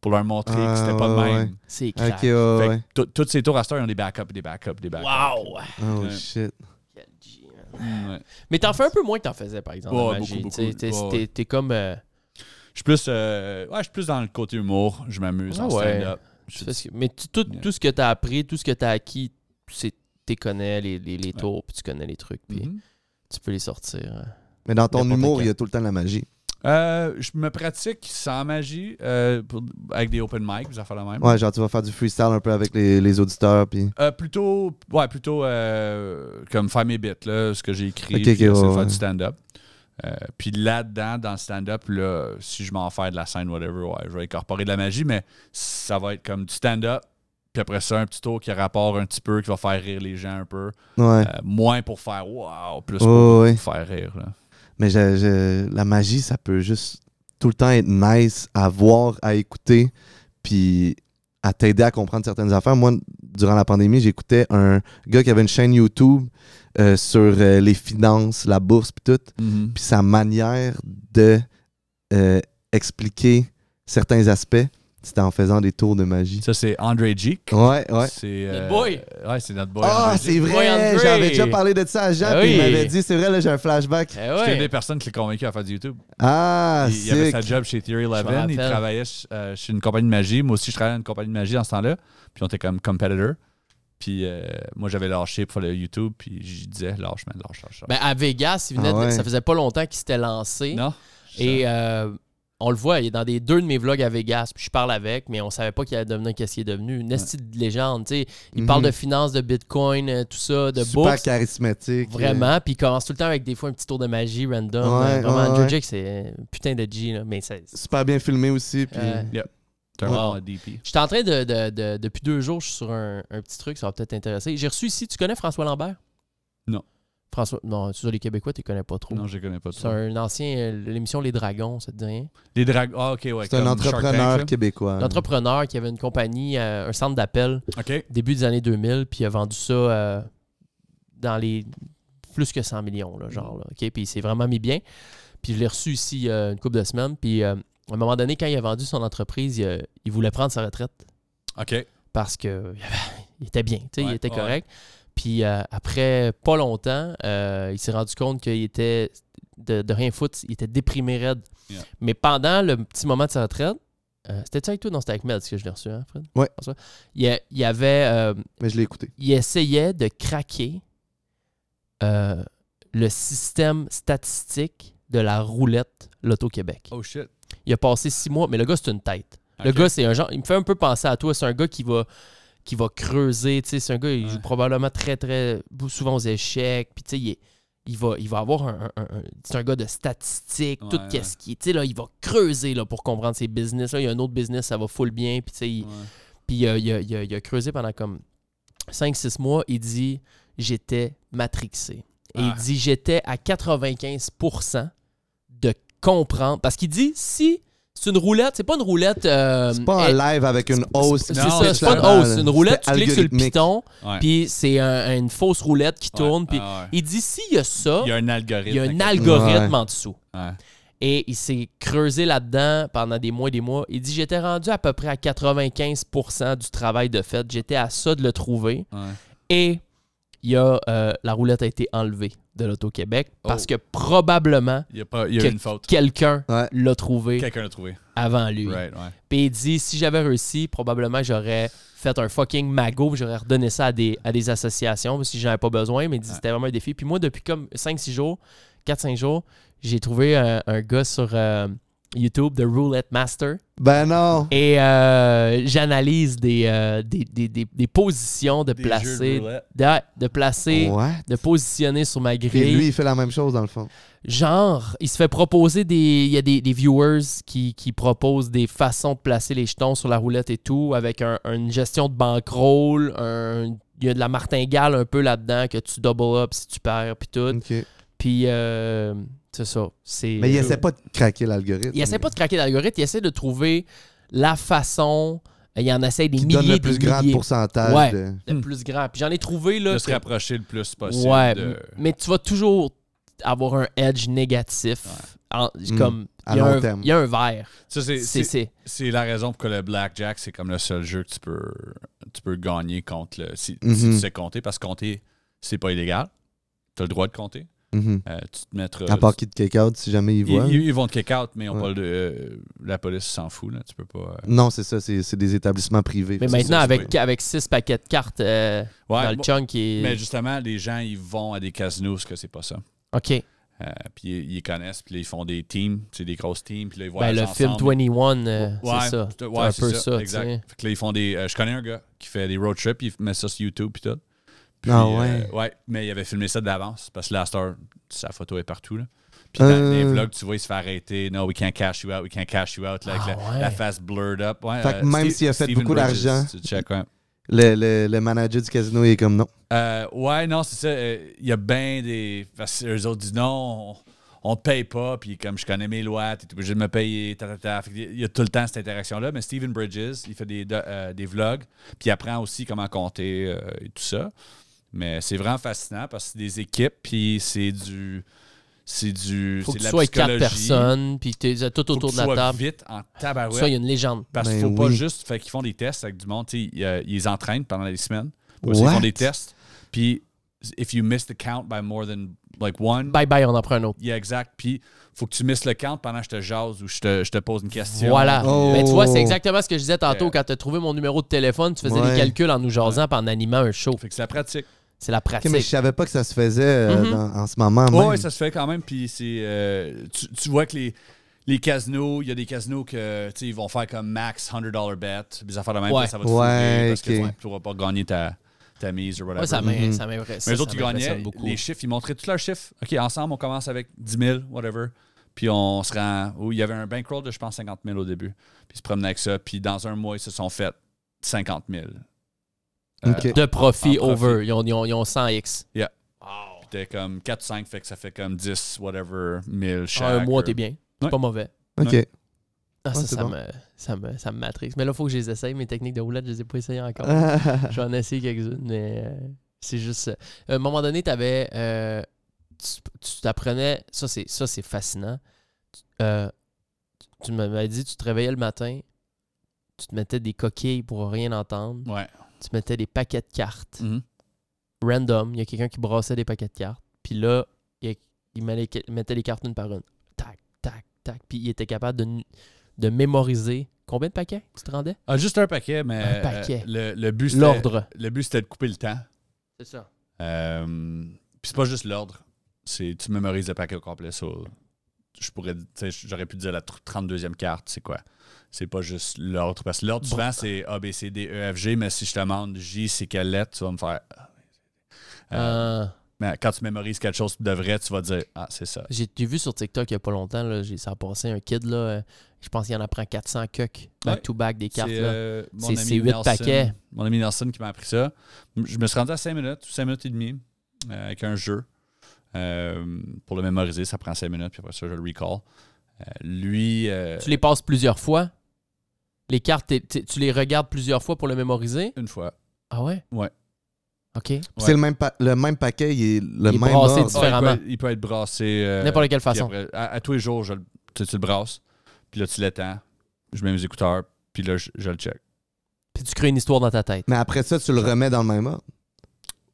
pour leur montrer
Ah,
que c'était pas de
ouais,
même.
c'est crack.
Ok, ouais,
Fait que
ouais.
tout- Toutes ces tours à cette heure, ils ont des backups, des backups, des backups.
Wow!
Oh
Ouais.
shit.
Quel G, man.
Mm, ouais.
Mais t'en fais un peu moins que t'en faisais, par exemple.
Ouais,
en
beaucoup,
magie.
beaucoup.
T'sais, t'es-
Ouais,
t'es-
ouais.
T'es comme. euh,
Je suis plus, euh, ouais, je suis plus dans le côté humour, je m'amuse
Ah
en
ouais.
stand-up.
tu
Je-
fais ce que- mais tu- tout,
Yeah.
tout ce que t'as appris, tout ce que t'as acquis, c'est t'es connais les, les, les tours, puis tu connais les trucs, puis
Mm-hmm.
Mhm.
tu peux les sortir. hein.
Mais dans ton
N'importe
humour,
quel.
il y a tout le temps de la magie.
Euh, je me pratique sans magie euh, pour- avec des open mic, vous en la même.
Ouais, genre tu vas faire du freestyle un peu avec les, les auditeurs. Puis...
Euh, plutôt, ouais, plutôt euh, comme faire mes bits, là, ce que j'ai écrit,
Ok,
puis,
ok,
euh, c'est
ouais,
faire
ouais.
du stand-up. Euh, puis là-dedans, dans le stand-up, là, si je m'en fais de la scène, whatever, ouais, je vais incorporer de la magie, mais ça va être comme du stand-up, puis après ça, un petit tour qui rapporte un petit peu, qui va faire rire les gens un peu.
Ouais.
Euh, moins pour faire wow,
Ouais,
plus pour
ouais.
faire rire. là.
Mais je- je- la magie, ça peut juste tout le temps être nice à voir, à écouter, puis à t'aider à comprendre certaines affaires. Moi, durant la pandémie, j'écoutais un gars qui avait une chaîne YouTube euh, sur euh, les finances, la bourse, puis tout. Puis sa manière de euh, expliquer certains aspects, c'était en faisant des tours de magie.
Ça, c'est André Geek.
Ouais, ouais.
C'est,
Notre
euh,
boy.
Ouais, c'est notre boy.
Ah,
André Geek.
c'est vrai!
André.
J'avais déjà parlé de ça à Jean,
Ah
puis il
oui.
m'avait dit, c'est vrai, là, j'ai un flashback.
Eh
C'est une
ouais.
des personnes qui l'ai convaincu à faire du YouTube.
Ah,
il, il avait
sick.
sa job chez Theory
m'en
11. Il
rappelle.
travaillait euh, chez une compagnie de magie. Moi aussi, je travaillais dans une compagnie de magie dans ce temps-là. Puis on était comme competitor. Puis euh, moi, j'avais lâché pour le YouTube. Puis je disais, lâche, man, lâche, lâche. lâche.
Ben, à Vegas, il venait
Ah
de-
ouais.
ça faisait pas longtemps qu'il s'était lancé.
non?
Ben, Et euh, on le voit, il est dans des deux de mes vlogs à Vegas, puis je parle avec, mais on savait pas qu'il allait devenir qu'est-ce qu'il est devenu. Une esti de légende, tu sais. Il
Mhm.
parle de finances, de Bitcoin, euh, tout ça, de
Super
bourse.
charismatique. euh,
Vraiment, puis il commence tout le temps avec des fois un petit tour de magie random.
Ouais,
euh, vraiment,
ouais,
Joe
ouais.
Jake, c'est un putain de G, là, mais c'est...
Super bien filmé aussi. Puis...
Ouais.
C'est un
Ouais.
bon DP.
J'étais en train de, de- de- Depuis deux jours, je suis sur un, un petit truc, ça va peut-être t'intéresser. J'ai reçu ici, tu connais François Lambert?
Non.
François... Non, tu sais, les Québécois, tu les connais pas trop.
Non, je les connais pas.
C'est
Trop.
un ancien... euh, L'émission Les Dragons, ça te dit rien?
Les drag... Ah, ok, ouais.
C'est un
comme Shark
entrepreneur
Tank,
québécois.
L'entrepreneur qui avait une compagnie, euh, un centre d'appel,
là. Ok.
début des années 2000, puis il a vendu ça euh, dans les plus que 100 millions, là, genre. Là, OK? Puis il s'est vraiment mis bien. Puis je l'ai reçu ici il y a une couple de semaines. Puis euh, à un moment donné, quand il a vendu son entreprise, il, a- il voulait prendre sa retraite
Ok.
parce que il avait- il était bien, tu sais, il
Ouais,
était
ouais.
correct. Puis euh, après pas longtemps, euh, il s'est rendu compte qu'il était de, de rien foutre, il était déprimé raide.
Yeah.
Mais pendant le petit moment de sa retraite, euh, c'était avec toi? Non, c'était avec Mel, ce que je l'ai reçu, hein, Fred?
Ouais.
François? Il, y a- il y avait. euh,
Mais je l'ai écouté.
il essayait de craquer euh, le système statistique de la roulette Loto-Québec.
Oh shit.
Il a passé six mois, mais le gars, c'est une tête. Le
Ok.
gars, c'est un genre. Il me fait un peu penser à toi. C'est un gars qui va qui va creuser. tu sais, C'est un gars, il joue
Ouais.
probablement très, très souvent aux échecs. Puis, tu sais, il, est- il va, il va avoir un. un- un- c'est un gars de statistiques, tout
Ouais, ouais.
qu'est-ce qui. Tu sais, là, il va creuser là, pour comprendre ses business. Là, il y a un autre business, ça va full bien. Puis, tu sais, il-
Ouais.
puis euh, il, a, il a- il a creusé pendant comme 5-6 mois. Il dit J'étais matrixé. Et il
Ah.
dit J'étais à 95% de comprendre. Parce qu'il dit Si c'est une roulette, c'est pas une roulette. euh,
C'est pas en
eh,
live avec une hausse.
c'est
qui
non,
ça,
pitch
c'est pas
la
une
balle.
hausse, c'est une roulette, tu
C'était
cliques sur le
algorithmique.
piton,
Ouais.
puis c'est un- une fausse roulette qui
Ouais.
tourne. Puis
Ah, ouais.
il dit s'il y a ça,
Il y a un algorithme.
il y a un
avec-
algorithme
Ouais.
en dessous.
Ouais.
Et il s'est creusé là-dedans pendant des mois et des mois. Il dit J'étais rendu à peu près à 95 du travail de fait. J'étais à ça de le trouver.
Ouais.
Et il y a, euh, la roulette a été enlevée de l'Auto-Québec parce
Oh.
que probablement
Il y a, pas... il y a
que
une faute.
quelqu'un
Ouais.
l'a trouvé
Quelqu'un l'a trouvé.
avant lui.
Right, ouais.
Puis il dit si j'avais réussi, probablement j'aurais fait un fucking magot, puis j'aurais redonné ça à des, à des associations si j'en avais pas besoin. Mais il dit c'était vraiment un défi. Puis moi, depuis comme 5-6 jours, 4-5 jours, j'ai trouvé un, un gars sur euh, YouTube, The Roulette Master.
Ben non.
Et euh, j'analyse des, euh, des, des, des, des positions de
Des jeux de
placer.
roulette.
De, de placer,
Ouais.
de positionner sur ma
Et
grille.
lui, il fait la même chose dans le fond.
Genre, il se fait proposer des. Il y a des, des viewers qui, qui proposent des façons de placer les jetons sur la roulette et tout, avec un- une gestion de bankroll, un- Il y a de la martingale un peu là-dedans que tu double up si tu perds, puis tout.
Ok.
Puis, euh, c'est ça. c'est-
Mais il essaie pas de craquer l'algorithme.
euh, il essaie pas de craquer l'algorithme, il essaie de trouver la façon. Il en essaie des
Qui
milliers
donne le plus
des
grand
milliers.
pourcentage.
Ouais.
de-
Le plus grand. Puis j'en ai trouvé là.
De se
que-
rapprocher le plus possible.
ouais,
de-
m- mais tu vas toujours avoir un edge négatif. En- comme
Hmm. à
il y a
long
un-
terme.
Il y a un vert.
Ça, c'est-
C'est
c'est
c'est-
c'est la raison pour que le blackjack, c'est comme le seul jeu que tu peux, tu peux gagner contre le. Si, si
Mhm.
tu sais compter, parce que compter, c'est pas illégal. Tu as le droit de compter.
Mhm.
Euh, tu te mettras.
À part qu'il te kick out si jamais il
ils,
voit.
ils- ils vont te kick out, mais ils ont
Ouais.
pas le- euh, la police s'en fout. Là. Tu peux pas. euh,
Non, c'est ça, c'est c'est des établissements privés.
Mais
Fait que
maintenant,
c'est-
avec, avec six paquets de cartes euh,
ouais,
dans le
bon,
chunk, il-
Mais justement, les gens, ils vont à des casinos parce que c'est pas ça.
OK.
Euh, puis ils, ils connaissent, puis là, ils font des teams, c'est des grosses teams, puis là, ils voient
Ben, le film 21, euh, c'est ça.
tout-
C'est
ouais,
un
c'est
peu
ça,
ça. tu
exact.
sais.
Fait que là, ils font des. euh, je connais un gars qui fait des road trips, il met ça sur YouTube puis tout. Puis,
Ah
euh,
ouais.
ouais, mais il avait filmé ça de l'avance parce que là, à cette heure, sa photo est partout. Là. Puis dans
Euh.
les vlogs, tu vois, il se fait arrêter. No, we can't cash you out, we can't cash you out. Là, avec
Ah
la,
ouais.
la face blurred up. Ouais,
Fait que même
Steve-
s'il a fait
Steven
beaucoup
Bridges,
d'argent.
tu check, ouais.
Le, le- le manager du casino il est comme non.
Euh, ouais, non, c'est ça. euh, Il y a bien des. Parce que eux autres disent non, on, on te paye pas. Puis comme je connais mes lois, t'es obligé de me payer. Ta, ta, ta. Fait qu'il y a- il y a tout le temps cette interaction-là. Mais Steven Bridges, il fait des, do- euh, des vlogs. Puis il apprend aussi comment compter euh, et tout ça. Mais c'est vraiment fascinant parce que c'est des équipes. Puis c'est du. C'est du.
Faut
c'est
que
de
tu
la
sois quatre
psychologie.
personnes, puis t'es t'as tout
Faut que
autour
tu
de la
sois
table.
vite en
Faut que tu sois
tabarouette.
une légende.
Parce
Ben
qu'il faut pas
oui.
juste. Fait qu'ils font des tests avec du monde. tu sais, Ils, euh, ils les entraînent pendant les semaines. Puis Ils
What?
font des tests. Puis, if you miss the count by more than like one,
Bye bye, on en prend un autre.
yeah, exact. Puis, faut que tu misses le count pendant que je te jase ou je te, je te pose une question.
Voilà.
Oh.
Mais tu vois, c'est exactement ce que je disais tantôt.
Ouais.
Quand tu as trouvé mon numéro de téléphone, tu faisais
Ouais.
des calculs en nous jasant puis en animant un show.
Fait que c'est la pratique.
C'est la
Ok, mais je
pratique.
savais pas que ça se faisait euh,
Mhm.
dans- en ce moment.
Ouais,
même.
ouais, ça se fait quand même. Puis, c'est, euh, tu, tu vois que les, les casinos, il y a des casinos que, tu sais, ils vont faire comme max $100 bet, des affaires de même,
Ouais.
puis ça va te
Ouais,
fourrer parce que
ok.
tu vas- tu pourras pas gagner ta, ta mise ou whatever.
Ouais, ça m'in- ça m'impressionne.
Mhm. Mais les
ça
autres, ils
m'impressionne
gagnaient
beaucoup.
les chiffres. Ils montraient tous leurs chiffres. OK, ensemble, on commence avec 10 000, whatever. Puis on se rend. où il y avait un bankroll de, je pense, 50 000 au début. Puis ils se promenaient avec ça. Puis dans un mois, ils se sont fait 50 000. Euh,
Ok.
de profit,
En profit.
over. Ils ont, ils ont- ils ont 100x.
Yeah. Puis t'es comme 4-5, fait que ça fait comme 10, whatever, 1000
En
chaque.
un mois, t'es bien. C'est
Ouais.
pas mauvais.
Ok.
Ah, ça,
Ouais, c'est
ça,
bon.
me, ça, me, ça me matrixe. Mais là, il faut que je les essaye. Mes techniques de roulette, je les ai pas essayées encore.
Ah.
J'en ai essayé quelques-unes, mais euh, c'est juste ça. À un moment donné, t'avais, euh, tu tu t'apprenais. Ça, c'est ça, c'est fascinant. Tu, euh, tu- tu m'avais dit, tu te réveillais le matin, tu te mettais des coquilles pour rien entendre,
Ouais.
tu mettais des paquets de cartes.
Mhm.
Random, il y a quelqu'un qui brassait des paquets de cartes. Puis là, il, y a- il met les- il mettait les cartes une par une. Tac, tac, tac. Puis il était capable de, nu- de mémoriser. Combien de paquets tu te rendais?
Ah, juste un paquet, mais.
Un
euh,
paquet.
le, le but, c'était-
L'ordre.
Le but, c'était de couper le temps.
C'est ça.
Euh, puis c'est pas juste l'ordre. C'est tu mémorises le paquet au complet. so, je pourrais, tu sais, j'aurais pu dire la tr- 32e carte, c'est quoi C'est pas juste l'ordre parce que l'ordre souvent c'est A B C D E F G, mais si je te demande J c'est quelle lettre, tu vas me faire. Euh,
Ah.
Mais quand tu mémorises quelque chose de vrai, tu vas dire ah c'est ça.
J'ai j'ai vu sur TikTok il n'y a pas longtemps, là, j'ai- ça a passé un kid, là, euh, je pense qu'il en apprend 400 coques back-to-back des cartes.
C'est
là.
euh, mon
C'est-
ami
c'est huit
Nelson-
paquets.
Mon ami Nelson qui m'a appris ça. Je me suis rendu à 5 minutes, 5 minutes et demie, euh, avec un jeu. Euh, pour le mémoriser, ça prend 5 minutes, puis après ça, je le recall. Euh, lui. euh,
Tu les passes plusieurs fois. Les cartes, t'es- t'es- tu les regardes plusieurs fois pour le mémoriser.
Une fois.
Ah ouais?
Ouais. Euh,
OK.
C'est le même, pa- le même paquet, il est le
Il est
même
brassé
ordre.
différent. Différemment.
Ah, il, peut, il peut être brassé. euh,
N'importe quelle
puis
façon.
après, à, à tous les jours, je le- tu, tu le brasses, puis là, tu l'étends, je mets mes écouteurs, puis là, je, je le check.
Puis tu crées une histoire dans ta tête.
Mais après ça, tu le remets dans le même ordre.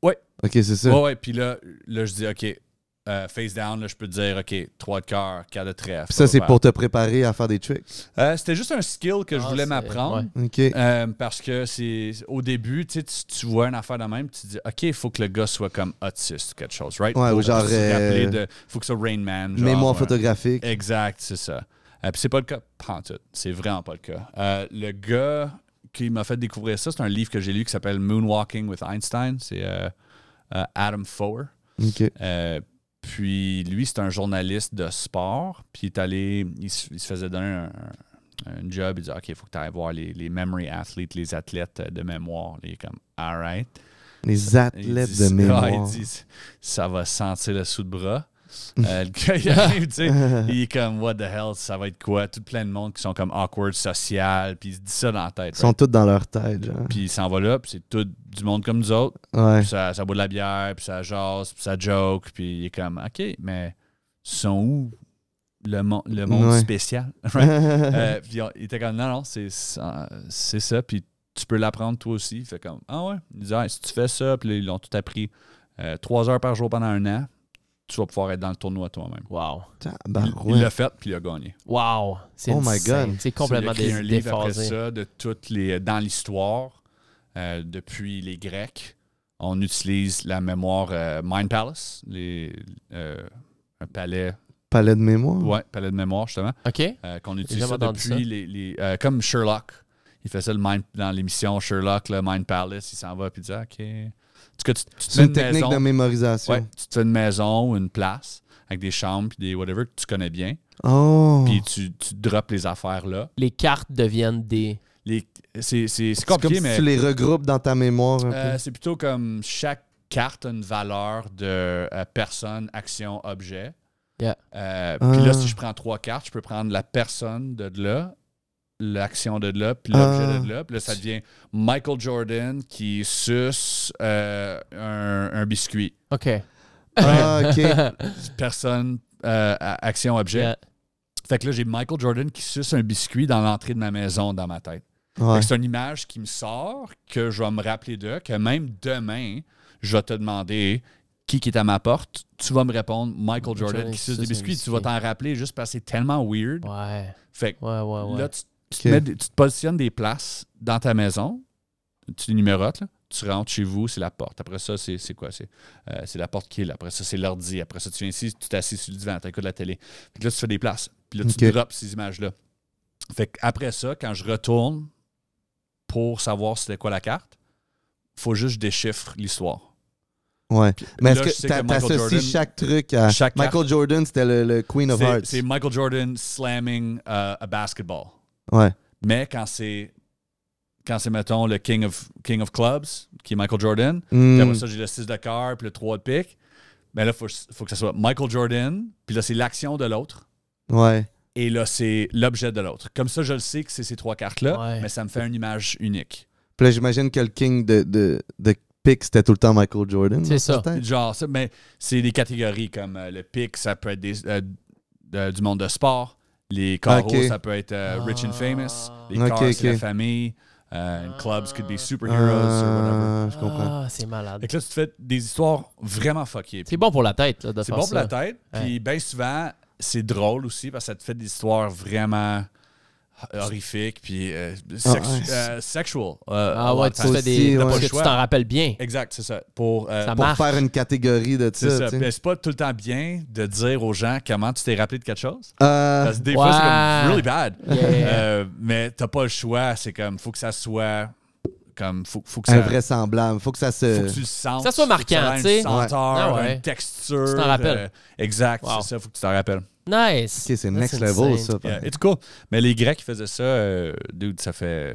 Ouais.
Ok, c'est ça.
Ouais, ouais, puis là, là je dis, OK, euh, face down, là, je peux te dire, OK, trois de cœur, quatre de trèfle.
Puis ça, c'est
blablabla.
pour te préparer à faire des tricks.
Euh, C'était juste un skill que je
Ah,
voulais
c'est-
m'apprendre.
ouais.
Ok.
Euh, parce que c'est au début, tu, sais, tu- tu vois une affaire de même, tu dis OK, il faut que le gars soit comme autiste ou quelque chose, right?
Ouais, ou
Pour
genre,
se rappeler
euh,
de- faut que ce soit Rain Man. genre, euh,
Mémoire
ouais.
photographique.
Exact, c'est ça. Euh, puis c'est pas le cas, pantoute. C'est vraiment pas le cas. Euh, le gars qui m'a fait découvrir ça, c'est un livre que j'ai lu qui s'appelle Moonwalking with Einstein. C'est euh, euh, Adam Fowler.
OK.
Euh, puis lui, c'est un journaliste de sport. Puis il est allé, il, se il se faisait donner un, un job. Il dit Ok, il faut que tu ailles voir les, les memory athletes, les athlètes euh, de mémoire. Il est comme All right.
Les
Il
athlètes
dit-
de mémoire.
Ah, il dit, ça va sentir le sous de bras. Euh, le gars, il arrive, tu sais, il est comme, what the hell, ça va être quoi? Tout plein de monde qui sont comme awkward, social, puis il se dit ça dans la tête.
Ils sont tous dans leur tête, genre.
right? Puis il s'en va là, puis c'est tout du monde comme nous autres.
Ouais.
Puis ça, ça boit de la bière, puis ça jase, puis ça joke, puis il est comme, OK, mais ils sont où le, mon- le monde
Ouais.
spécial? Right? Euh, puis on- il était comme, non, non, c'est ça, c'est ça, puis tu peux l'apprendre toi aussi. Il fait comme, ah ouais, il dit, Ah, si tu fais ça, puis là, ils l'ont tout appris euh, trois heures par jour pendant un an, tu vas pouvoir être dans le tournoi toi-même.
Wow.
Il-
Tabarouette.
Il l'a fait, puis il a gagné.
Wow. C'est
Oh my
insane.
God.
C'est complètement
il a écrit un
dé-
livre après
déphasé.
ça de toutes les, dans l'histoire, euh, depuis les Grecs, on utilise la mémoire euh, Mind Palace, les, euh, un palais,
Palais de mémoire.
ouais, palais de mémoire justement.
OK.
Euh, qu'on utilise
jamais
ça
entendu
depuis
ça.
les, les- euh, comme Sherlock. Il fait ça le mind, dans l'émission Sherlock, le Mind Palace, il s'en va puis il dit OK. En tout cas, tu, tu te
C'est
mets
une technique
maison,
de mémorisation.
ouais, tu te fais une maison ou une place avec des chambres puis des whatever que tu connais bien,
Oh.
puis tu, tu drops les affaires là.
Les cartes deviennent des.
Les- c'est c'est- c'est
C'est comme
compliqué
si
mais
tu les regroupes dans ta mémoire un peu.
euh, c'est plutôt comme chaque carte a une valeur de euh, personne, action, objet.
Yeah.
Euh, Puis là,
Ah.
si je prends trois cartes, je peux prendre la personne de là, l'action de là, puis l'objet
Ah.
de là. Puis là, ça devient Michael Jordan qui suce euh, un, un biscuit.
OK.
Ah, ok.
Personne, euh, a- action, objet.
Yeah.
Fait que là, j'ai Michael Jordan qui suce un biscuit dans l'entrée de ma maison dans ma tête. Fait
Ouais.
que C'est une image qui me sort, que je vais me rappeler de, que même demain, je vais te demander qui, qui est à ma porte. Tu vas me répondre Michael Jordan, qui suce des biscuits. Tu vas t'en rappeler juste parce que c'est tellement weird.
Ouais.
Fait que
Ouais, ouais, Ah ouais.
là, tu, tu te
Ok.
mets des- tu te positionnes des places dans ta maison, tu les numérotes, là. tu rentres chez vous, c'est la porte. Après ça, c'est c'est quoi? C'est euh, c'est la porte qui est là. Après ça, c'est l'ordi. Après ça, tu viens ici, tu t'assis sur le divan, tu écoutes la télé. Puis là, tu fais des places. Puis là, tu
Ok.
drops ces images-là. Fait après ça, quand je retourne pour savoir c'était quoi la carte, faut juste que je déchiffre l'histoire.
ouais. Mais
là,
est-ce
je sais
que
que
t'a-
Michael
t'associes
Jordan-
chaque truc à.
Chaque
Michael Jordan, c'était le, le Queen of
C'est-
Hearts.
C'est Michael Jordan slamming euh, a basketball.
Ouais.
Mais quand c'est quand c'est mettons le King of King of Clubs qui est Michael Jordan, puis
Hmm.
après ça j'ai le 6 de cœur puis le 3 de pique. Mais là faut faut que ça soit Michael Jordan, puis là c'est l'action de l'autre
Ouais.
et là c'est l'objet de l'autre. Comme ça je le sais que c'est ces trois cartes là,
Ouais.
mais ça me fait une image unique.
Puis là, j'imagine que le king de, de, de pick, c'était tout le temps Michael Jordan.
C'est
dans
ça.
sa tête.
Genre ça mais c'est des catégories comme euh, le pique ça peut être des- euh, de- du monde de sport, les carreaux
Ok.
ça peut être euh, rich and famous, les
Ok,
cars c'est
ok.
la famille, euh, and clubs could be superheroes or whatever.
Ah, je comprends.
Ah, c'est malade.
Fait que là, tu te fais des histoires vraiment fuckées.
C'est bon pour la tête, là, de
C'est
faire
bon pour
ça.
la tête. Puis
Ouais.
bien souvent, c'est drôle aussi parce que ça te fait des histoires vraiment horrifiques. Puis euh, sexu-
ouais.
euh, sexual. euh, a
Ah
lot
ouais,
of
tu
times.
fais des.
Aussi,
Parce
ouais.
que tu t'en rappelles bien.
Exact, c'est ça. Pour, euh,
Ça
pour-
Pour
marche.
faire une catégorie de
c'est ça.
ça. tu sais.
Mais c'est pas tout le temps bien de dire aux gens comment tu t'es rappelé de quelque chose.
Euh,
Parce que des fois, c'est
Ouais.
comme really bad.
Yeah.
Euh, mais t'as pas le choix. C'est comme, faut que ça soit. Comme, faut, faut que ça.
invraisemblable. Faut que ça se.
faut que tu le sentes.
que ça soit
faut
marquant,
ça ait une
tu sais.
senteur,
Ah ouais.
une texture.
Tu t'en rappelles.
euh, exact,
Wow.
c'est ça, faut que tu t'en rappelles.
Nice.
Ok, c'est
That's
next level,
insane.
ça. par
Yeah,
exemple.
it's cool. Mais les Grecs, ils faisaient ça, euh, dude, ça fait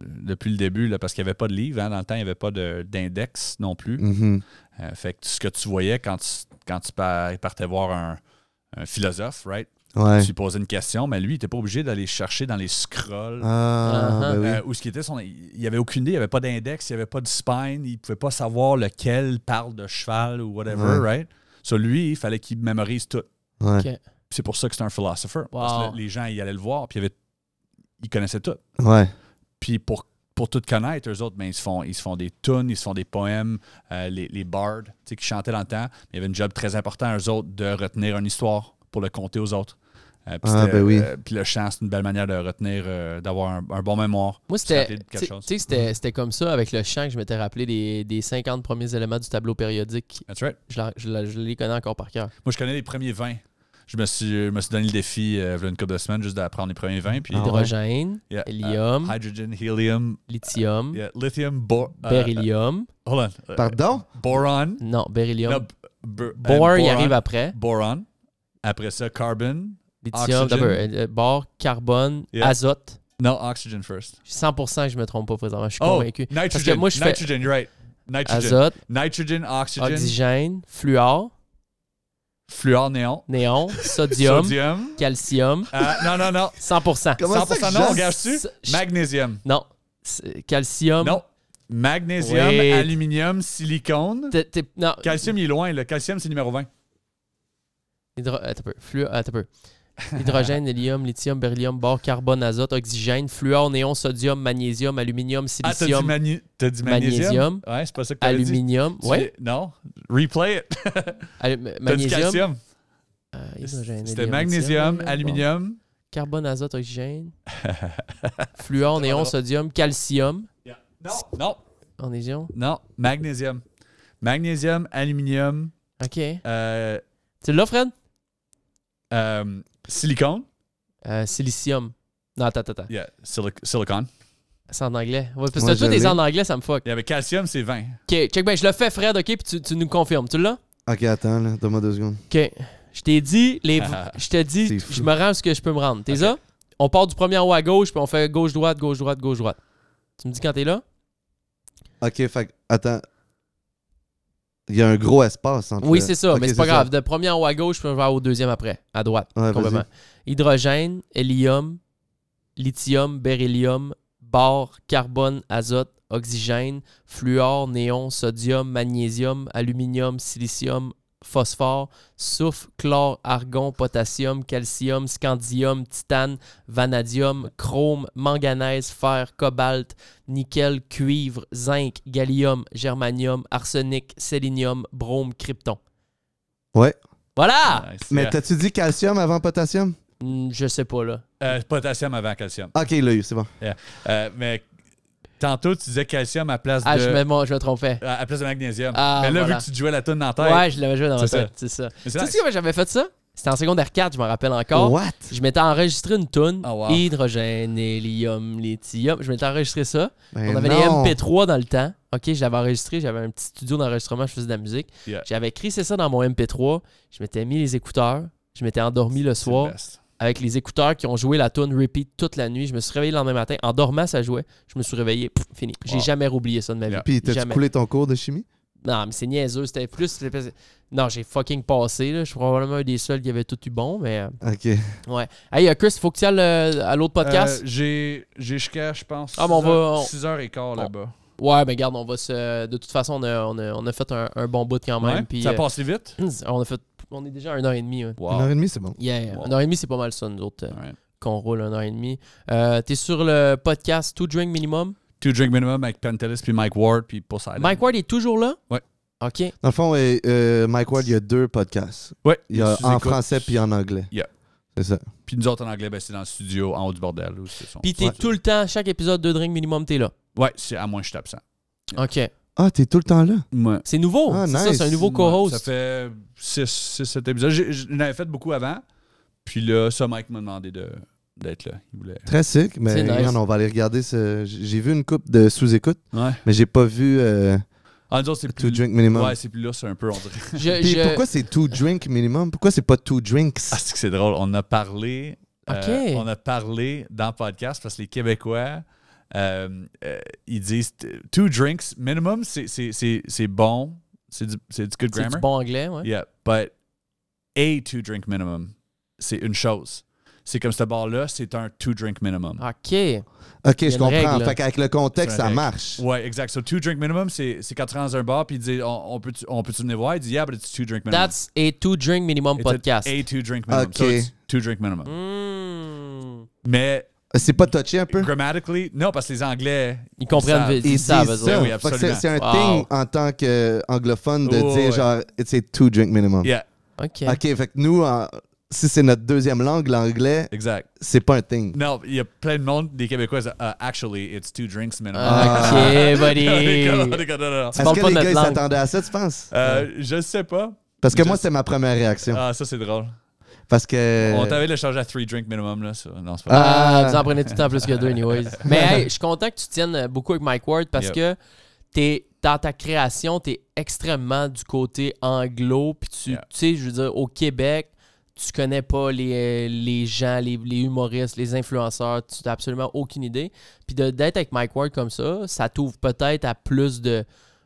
depuis le début, là, parce qu'il n'y avait pas de livre. hein. dans le temps, il n'y avait pas de- d'index non plus.
Mhm.
Euh, fait que ce que tu voyais quand tu, quand tu par- partais voir un, un philosophe, right?
Ouais.
Tu lui posais une question, mais lui, il n'était pas obligé d'aller chercher dans les scrolls.
Ah,
Uh-huh.
ben oui.
Euh, où ce qui était, son, il n'y avait aucune idée, il n'y avait pas d'index, il n'y avait pas de spine, il ne pouvait pas savoir lequel parle de cheval ou whatever,
Ouais.
right? So lui, il fallait qu'il mémorise tout.
Ouais.
Ok.
Puis C'est pour ça que c'est un philosopher. Parce
Wow.
que les gens, ils allaient le voir, puis il y avait- ils connaissaient tout.
Ouais.
Puis pour, pour tout connaître, eux autres, ben, ils, se font, ils se font des tunes, ils se font des poèmes, euh, les, les bards, tu sais, qui chantaient dans le temps. Mais il y avait une job très important à eux autres de retenir une histoire pour le conter aux autres. Euh, puis
Ah,
c'était,
ben oui.
euh, puis le chant, c'est une belle manière de retenir, euh, d'avoir un, un bon mémoire.
Moi,
se rappeler
c'était.
de
Tu
quelque
tu
chose.
sais, c'était c'était comme ça avec le chant que je m'étais rappelé des, des 50 premiers éléments du tableau périodique.
That's right.
Ah
Je, la- je la- je les connais encore par cœur.
Moi, je connais les premiers 20. Je me suis, je me suis donné le défi, euh, voilà une couple de semaines, juste d'apprendre les premiers 20. Puis,
Ah ouais.
Hydrogène,
Yeah,
hélium,
uh, hydrogen, helium,
lithium,
yeah, lithium, bo- uh,
beryllium.
uh, hold on. uh,
Pardon?
boron.
Non, beryllium.
No, b- b- and
Bore, il
boron.
arrive après.
Boron. Après ça, carbon.
Lithium,
Oxygène.
d'abord, euh, bore, carbone,
Yeah.
azote.
No, oxygen first.
100% que je me trompe pas présentement. Je suis
Oh,
convaincu. Parce que
nitrogen.
moi, je fais
nitrogen, you're right. Nitrogen.
azote,
Nitrogen, oxygen,
oxygène, fluor,
fluor, néon,
néon, sodium,
sodium.
calcium.
Euh, non, non, non.
100%.
Comment ça
100%
que
non,
je-
regarde-tu?
je-
Magnésium.
Non. C'est- Calcium.
Non. Magnésium,
Oui.
aluminium, silicone.
T'es- t'es- non.
Calcium, il est loin. Le calcium, c'est numéro 20.
Hydro- attends un peu. Fluo- attends un peu. Hydrogène, hélium, lithium, beryllium, bore, carbone, azote, oxygène, fluor, néon, sodium, magnésium, aluminium,
Ah, t'as dit,
silicium,
manu- t'as dit magnésium?
Magnésium.
Ouais, c'est pas ça que t'avais dit.
aluminium.
Tu
Ouais.
l'as- Non. Replay it.
Alu- ma-
T'as dit
magnésium.
calcium.
euh, hydrogène,
C'était
hélium,
magnésium,
lithium,
aluminium.
bon. Carbone, azote, oxygène. fluor, néon,
drôle.
sodium, calcium.
Non, non,
En ion.
non. Magnésium. Magnésium, aluminium,
OK.
euh,
Tu l'as, Fred?
euh, silicone.
Euh, silicium. Non, attends, attends, attends.
Yeah, silic- silicone.
C'est en anglais. Ouais, parce que
Moi,
t'as tous
je
des
l'ai.
en anglais, ça me fuck.
Il y avait calcium, c'est 20.
OK, check ben, je le fais, Fred, OK, puis tu, tu nous confirmes. Tu l'as?
Ok, attends, là, donne-moi deux secondes.
OK. Je t'ai dit, les... je te dis,
C'est
je
fou.
me rends ce que je peux me rendre. T'es là? On part du premier en haut à gauche, puis on fait gauche-droite, gauche-droite, gauche-droite. Tu me dis quand t'es là?
Ok, fait que- attends. Il y a un gros espace entre
Oui,
le-
c'est ça,
Ok,
mais c'est pas grave. De premier en haut à gauche, puis on va au deuxième après, à droite.
Ouais,
complètement. Hydrogène, hélium, lithium, beryllium, bore, carbone, azote, oxygène, fluor, néon, sodium, magnésium, aluminium, silicium, phosphore, soufre, chlore, argon, potassium, calcium, scandium, titane, vanadium, chrome, manganèse, fer, cobalt, nickel, cuivre, zinc, gallium, germanium, arsenic, sélénium, brome, krypton.
Ouais.
Voilà!
Nice.
Mais
Yeah.
t'as-tu dit calcium avant potassium?
Hmm, Je sais pas, là.
Euh, potassium avant calcium.
Ok, là, c'est bon.
Yeah. Euh, mais tantôt, tu disais calcium à place
Ah,
de.
je, me, mon- je me trompais.
à à place de magnésium.
Ah,
mais là,
voilà.
vu que tu te jouais la toune dans la tête.
Ouais, je l'avais joué dans ma
C'est
tête,
ça.
c'est ça.
mais
Tu
c'est
sais
nice.
comment j'avais fait ça? C'était en secondaire 4, je m'en rappelle encore.
What?
Je m'étais enregistré une toune.
Ah, wow.
Hydrogène, hélium, lithium. Je m'étais enregistré ça.
Ben
On avait
non.
des MP3 dans le temps. OK, je l'avais enregistré. J'avais un petit studio d'enregistrement, je faisais de la musique.
Yeah.
J'avais crissé ça dans mon MP3. Je m'étais mis les écouteurs. Je m'étais endormi le
C'est
soir
le best.
avec les écouteurs qui ont joué la tune repeat toute la nuit. Je me suis réveillé le lendemain matin. En dormant, ça jouait. Je me suis réveillé. Pff, fini. J'ai
Wow.
jamais oublié ça de ma vie.
Yeah.
Puis t'as-tu
jamais.
coulé ton cours de chimie?
Non, mais c'est niaiseux. C'était plus. Non, j'ai fucking passé. Là. Je suis probablement un des seuls qui avait tout eu bon, mais. euh,
Ok.
Ouais. Hey, euh, Chris, faut que tu ailles euh, à l'autre podcast.
Euh, J'ai j'ai jusqu'à, je pense,
Ah, mais on va- on-
6h15 là-bas.
Ouais, mais garde, on va se. euh, De toute façon, on a, on a- on a fait un, un bon bout quand même.
Ouais.
puis,
ça
euh,
passe vite.
on a fait. On est déjà à une heure et demie. ouais.
Une heure et demie, c'est bon.
Yeah.
Wow.
Une heure et demie, c'est pas mal ça, nous autres, euh,
Alright.
qu'on roule une heure et demie. Euh, T'es sur le podcast Two Drink Minimum.
Two Drink Minimum avec Pantelis, puis Mike Ward, puis Poseidon.
Mike Ward est toujours là?
Ouais.
OK.
Dans le fond, euh, euh, Mike Ward, il y a deux podcasts.
Ouais.
Il y a en
Sous-écoute.
français puis en anglais.
Yeah.
C'est ça.
Puis nous autres en anglais, ben, c'est dans le studio, en haut du bordel. où c'est son-
Puis t'es
Ouais.
tout le temps, chaque épisode de Drink Minimum, t'es là.
Ouais, c'est à moins que je suis absent.
OK.
Ah, t'es tout le temps là?
Ouais.
C'est nouveau.
Ah,
c'est ça,
nice.
c'est un nouveau co-host.
Ça fait 6-7 épisodes. J'ai- Je n'avais fait beaucoup avant. Puis là, ça, Mike m'a demandé de- d'être là. Il voulait.
Très sick. Mais
C'est nice.
regarde, on va aller regarder ce. j- J'ai vu une coupe de sous-écoute,
Ouais.
mais j'ai pas vu euh,
Ah, nous autres, c'est
Two
plus.
Drink Minimum.
Ouais, c'est plus là, c'est un peu, on dirait.
Je-
Puis
je-
pourquoi c'est Two Drink Minimum? Pourquoi c'est pas Two Drinks?
Ah, c'est que c'est drôle. On a parlé. euh,
Ok.
on a parlé dans le podcast parce que les Québécois, euh, euh, ils disent t- two drinks minimum, c'est- c'est c'est- c'est bon. C'est du, c'est du good
C'est
grammar.
du bon hein? anglais, ouais.
Yeah, but a two drink minimum, c'est une chose. C'est comme ce bar-là, c'est un two drink minimum.
Ah, OK.
Ok,
y a
je
une règle,
comprends.
là.
Fait qu'avec le contexte,
C'est
ça
une règle.
marche.
Ouais, exact. So two drink minimum, c'est c'est quand tu rentres dans un bar puis ils disent on, on peut on peut venir voir, ils disent yeah, but it's two drink minimum.
That's a two drink minimum
It's a-
podcast. Mm.
A two drink minimum.
Ok.
So it's two drink minimum.
Hmm.
Mais
C'est pas touché un peu?
Grammatically, non, parce que les Anglais.
Ils comprennent
savent.
vite.
Ils
Ils
disent
savent, eux
ça.
autres.
oui,
Fait que c'est
absolument.
c'est un
Wow.
thing en tant qu'anglophone de
Oh,
dire
ouais.
genre, it's a two drink minimum.
Yeah,
OK.
Ok, fait que nous, en- si c'est notre deuxième langue, l'anglais,
exact.
c'est pas un thing.
Non, il y a plein de monde, des Québécois, euh, actually, it's two drinks Ah, minimum.
Ah, OK,
On est comme- on
buddy.
est comme, non, non, non.
Ah. Est-ce
parles
que
pas
les
notre
gars ils
langue.
s'attendaient à ça, tu penses?
Euh, je sais pas.
Parce que moi,
je-
c'était ma première réaction.
Ah, ça, c'est drôle.
Parce que.
On t'avait le charge à 3 drinks minimum, là. ça. Non, c'est pas vrai.
Ah,
Euh. Ah.
vous en prenez tout le temps plus que deux, anyways. Mais hey, je suis content que tu tiennes euh, beaucoup avec Mike Ward parce
Yep.
que t'es, dans ta création, tu es extrêmement du côté anglo. Puis tu,
Yeah.
tu sais, je veux dire, au Québec, tu connais pas les, euh, les gens, les, les humoristes, les influenceurs. Tu n'as absolument aucune idée. Puis de- d'être avec Mike Ward comme ça, ça t'ouvre peut-être à plus de.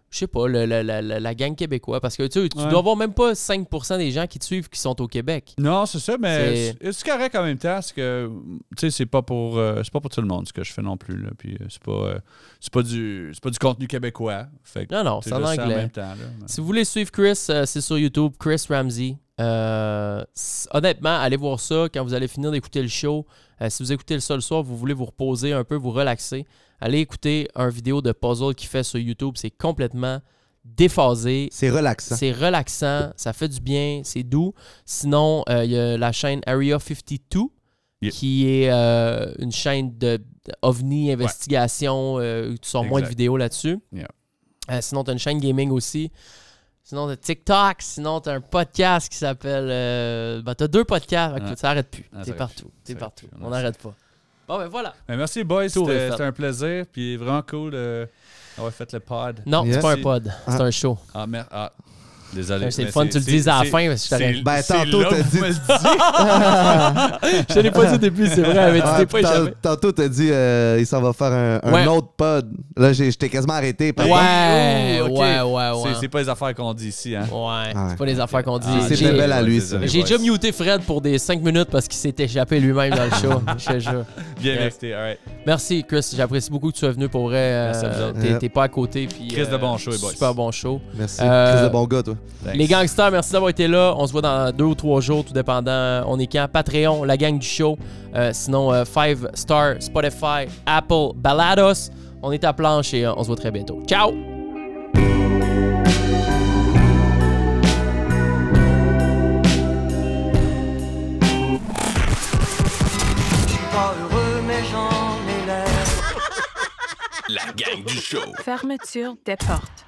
Je sais pas, le- le- la, la- la gang québécoise. Parce que tu, sais, tu
Ouais.
dois avoir même pas 5% des gens qui te suivent qui sont au Québec.
Non, c'est ça, mais
C'est-
c'est c'est correct en même temps. Parce que, tu sais, c'est pas, pour, euh, c'est pas pour tout le monde ce que je fais non plus. Là. Puis, euh, c'est pas, euh, c'est pas, du, c'est pas du contenu québécois. Fait que,
Non, non,
tu sais,
c'est en
je le sais
anglais.
même temps, là. Mais-
Si vous voulez suivre Chris, euh, c'est sur YouTube, Chris Ramsey. Euh, s- honnêtement, allez voir ça quand vous allez finir d'écouter le show. Euh, si vous écoutez ça le soir, vous voulez vous reposer un peu, vous relaxer, allez écouter un vidéo de puzzle qu'il fait sur YouTube. C'est complètement déphasé.
C'est hein. relaxant.
C'est relaxant, ça fait du bien, c'est doux. Sinon, euh, il y a la chaîne Area 52,
Yeah.
qui est euh, une chaîne de de ovni, investigation. euh, tu sors moins de
Exact.
vidéos là-dessus.
Yeah.
Euh, sinon, tu as une chaîne gaming aussi. Sinon, tu as TikTok. Sinon, tu as un podcast qui s'appelle. euh, ben, tu as deux podcasts. Fait que
Ouais.
Ça n'arrête plus.
Ah, ça
T'es
arrête
partout.
plus.
T'es
Ça
partout.
arrête plus.
On
On
n'arrête pas. Bon, ben voilà.
Mais merci, boys.
Tour est fait.
C'était c'était un plaisir. Puis, vraiment cool euh, d'avoir fait le pod.
Non,
Yes.
c'est pas un
C'est-
pod. C'est
Ah.
un show.
Ah, merde. Ah, désolé.
C'est le
mais
fun, tu le
c'est-
dises à la
c'est-
fin parce que je t'avais-
c'est-
Ben,
c'est
tantôt,
là
t'as
où
dit-
je me dis-
Je te l'ai pas dit au début, c'est vrai. Mais tu
Ah,
t'es pas
tant-
échappé.
tantôt, t'as dit, euh, il s'en va faire un, un
Ouais.
autre pod. Là, j'ai- j'étais quasiment arrêté. par exemple.
Ah, Ouais,
Oh, ok.
ouais, ouais, ouais.
C'est- C'est pas les affaires qu'on dit ici, hein?
Ouais,
Ah
c'est
ouais.
pas les affaires qu'on dit.
C'est
J'ai-
bien belle à lui, ça.
désolé,
J'ai
boys.
déjà muté Fred pour des 5 minutes parce qu'il s'est échappé lui-même dans le show. je te jure.
Bien
Yes.
mérité, all right.
Merci, Chris. J'apprécie beaucoup que tu sois venu pour vrai. Euh,
Merci à vous autres.
t'es-
Yeah.
T'es pas à côté. Puis, euh,
Chris de bon show, les boys.
Super bon show.
Merci.
Euh,
Chris de bon gars, toi.
Thanks.
Les gangsters, merci d'avoir été là. On se voit dans deux ou trois jours, tout dépendant. On est quand? Patreon, la gang du show. Euh, sinon, 5 Star, Spotify, Apple, Balados. On est à planche et euh, on se voit très bientôt. Ciao!
La gang du show.
Fermeture des portes.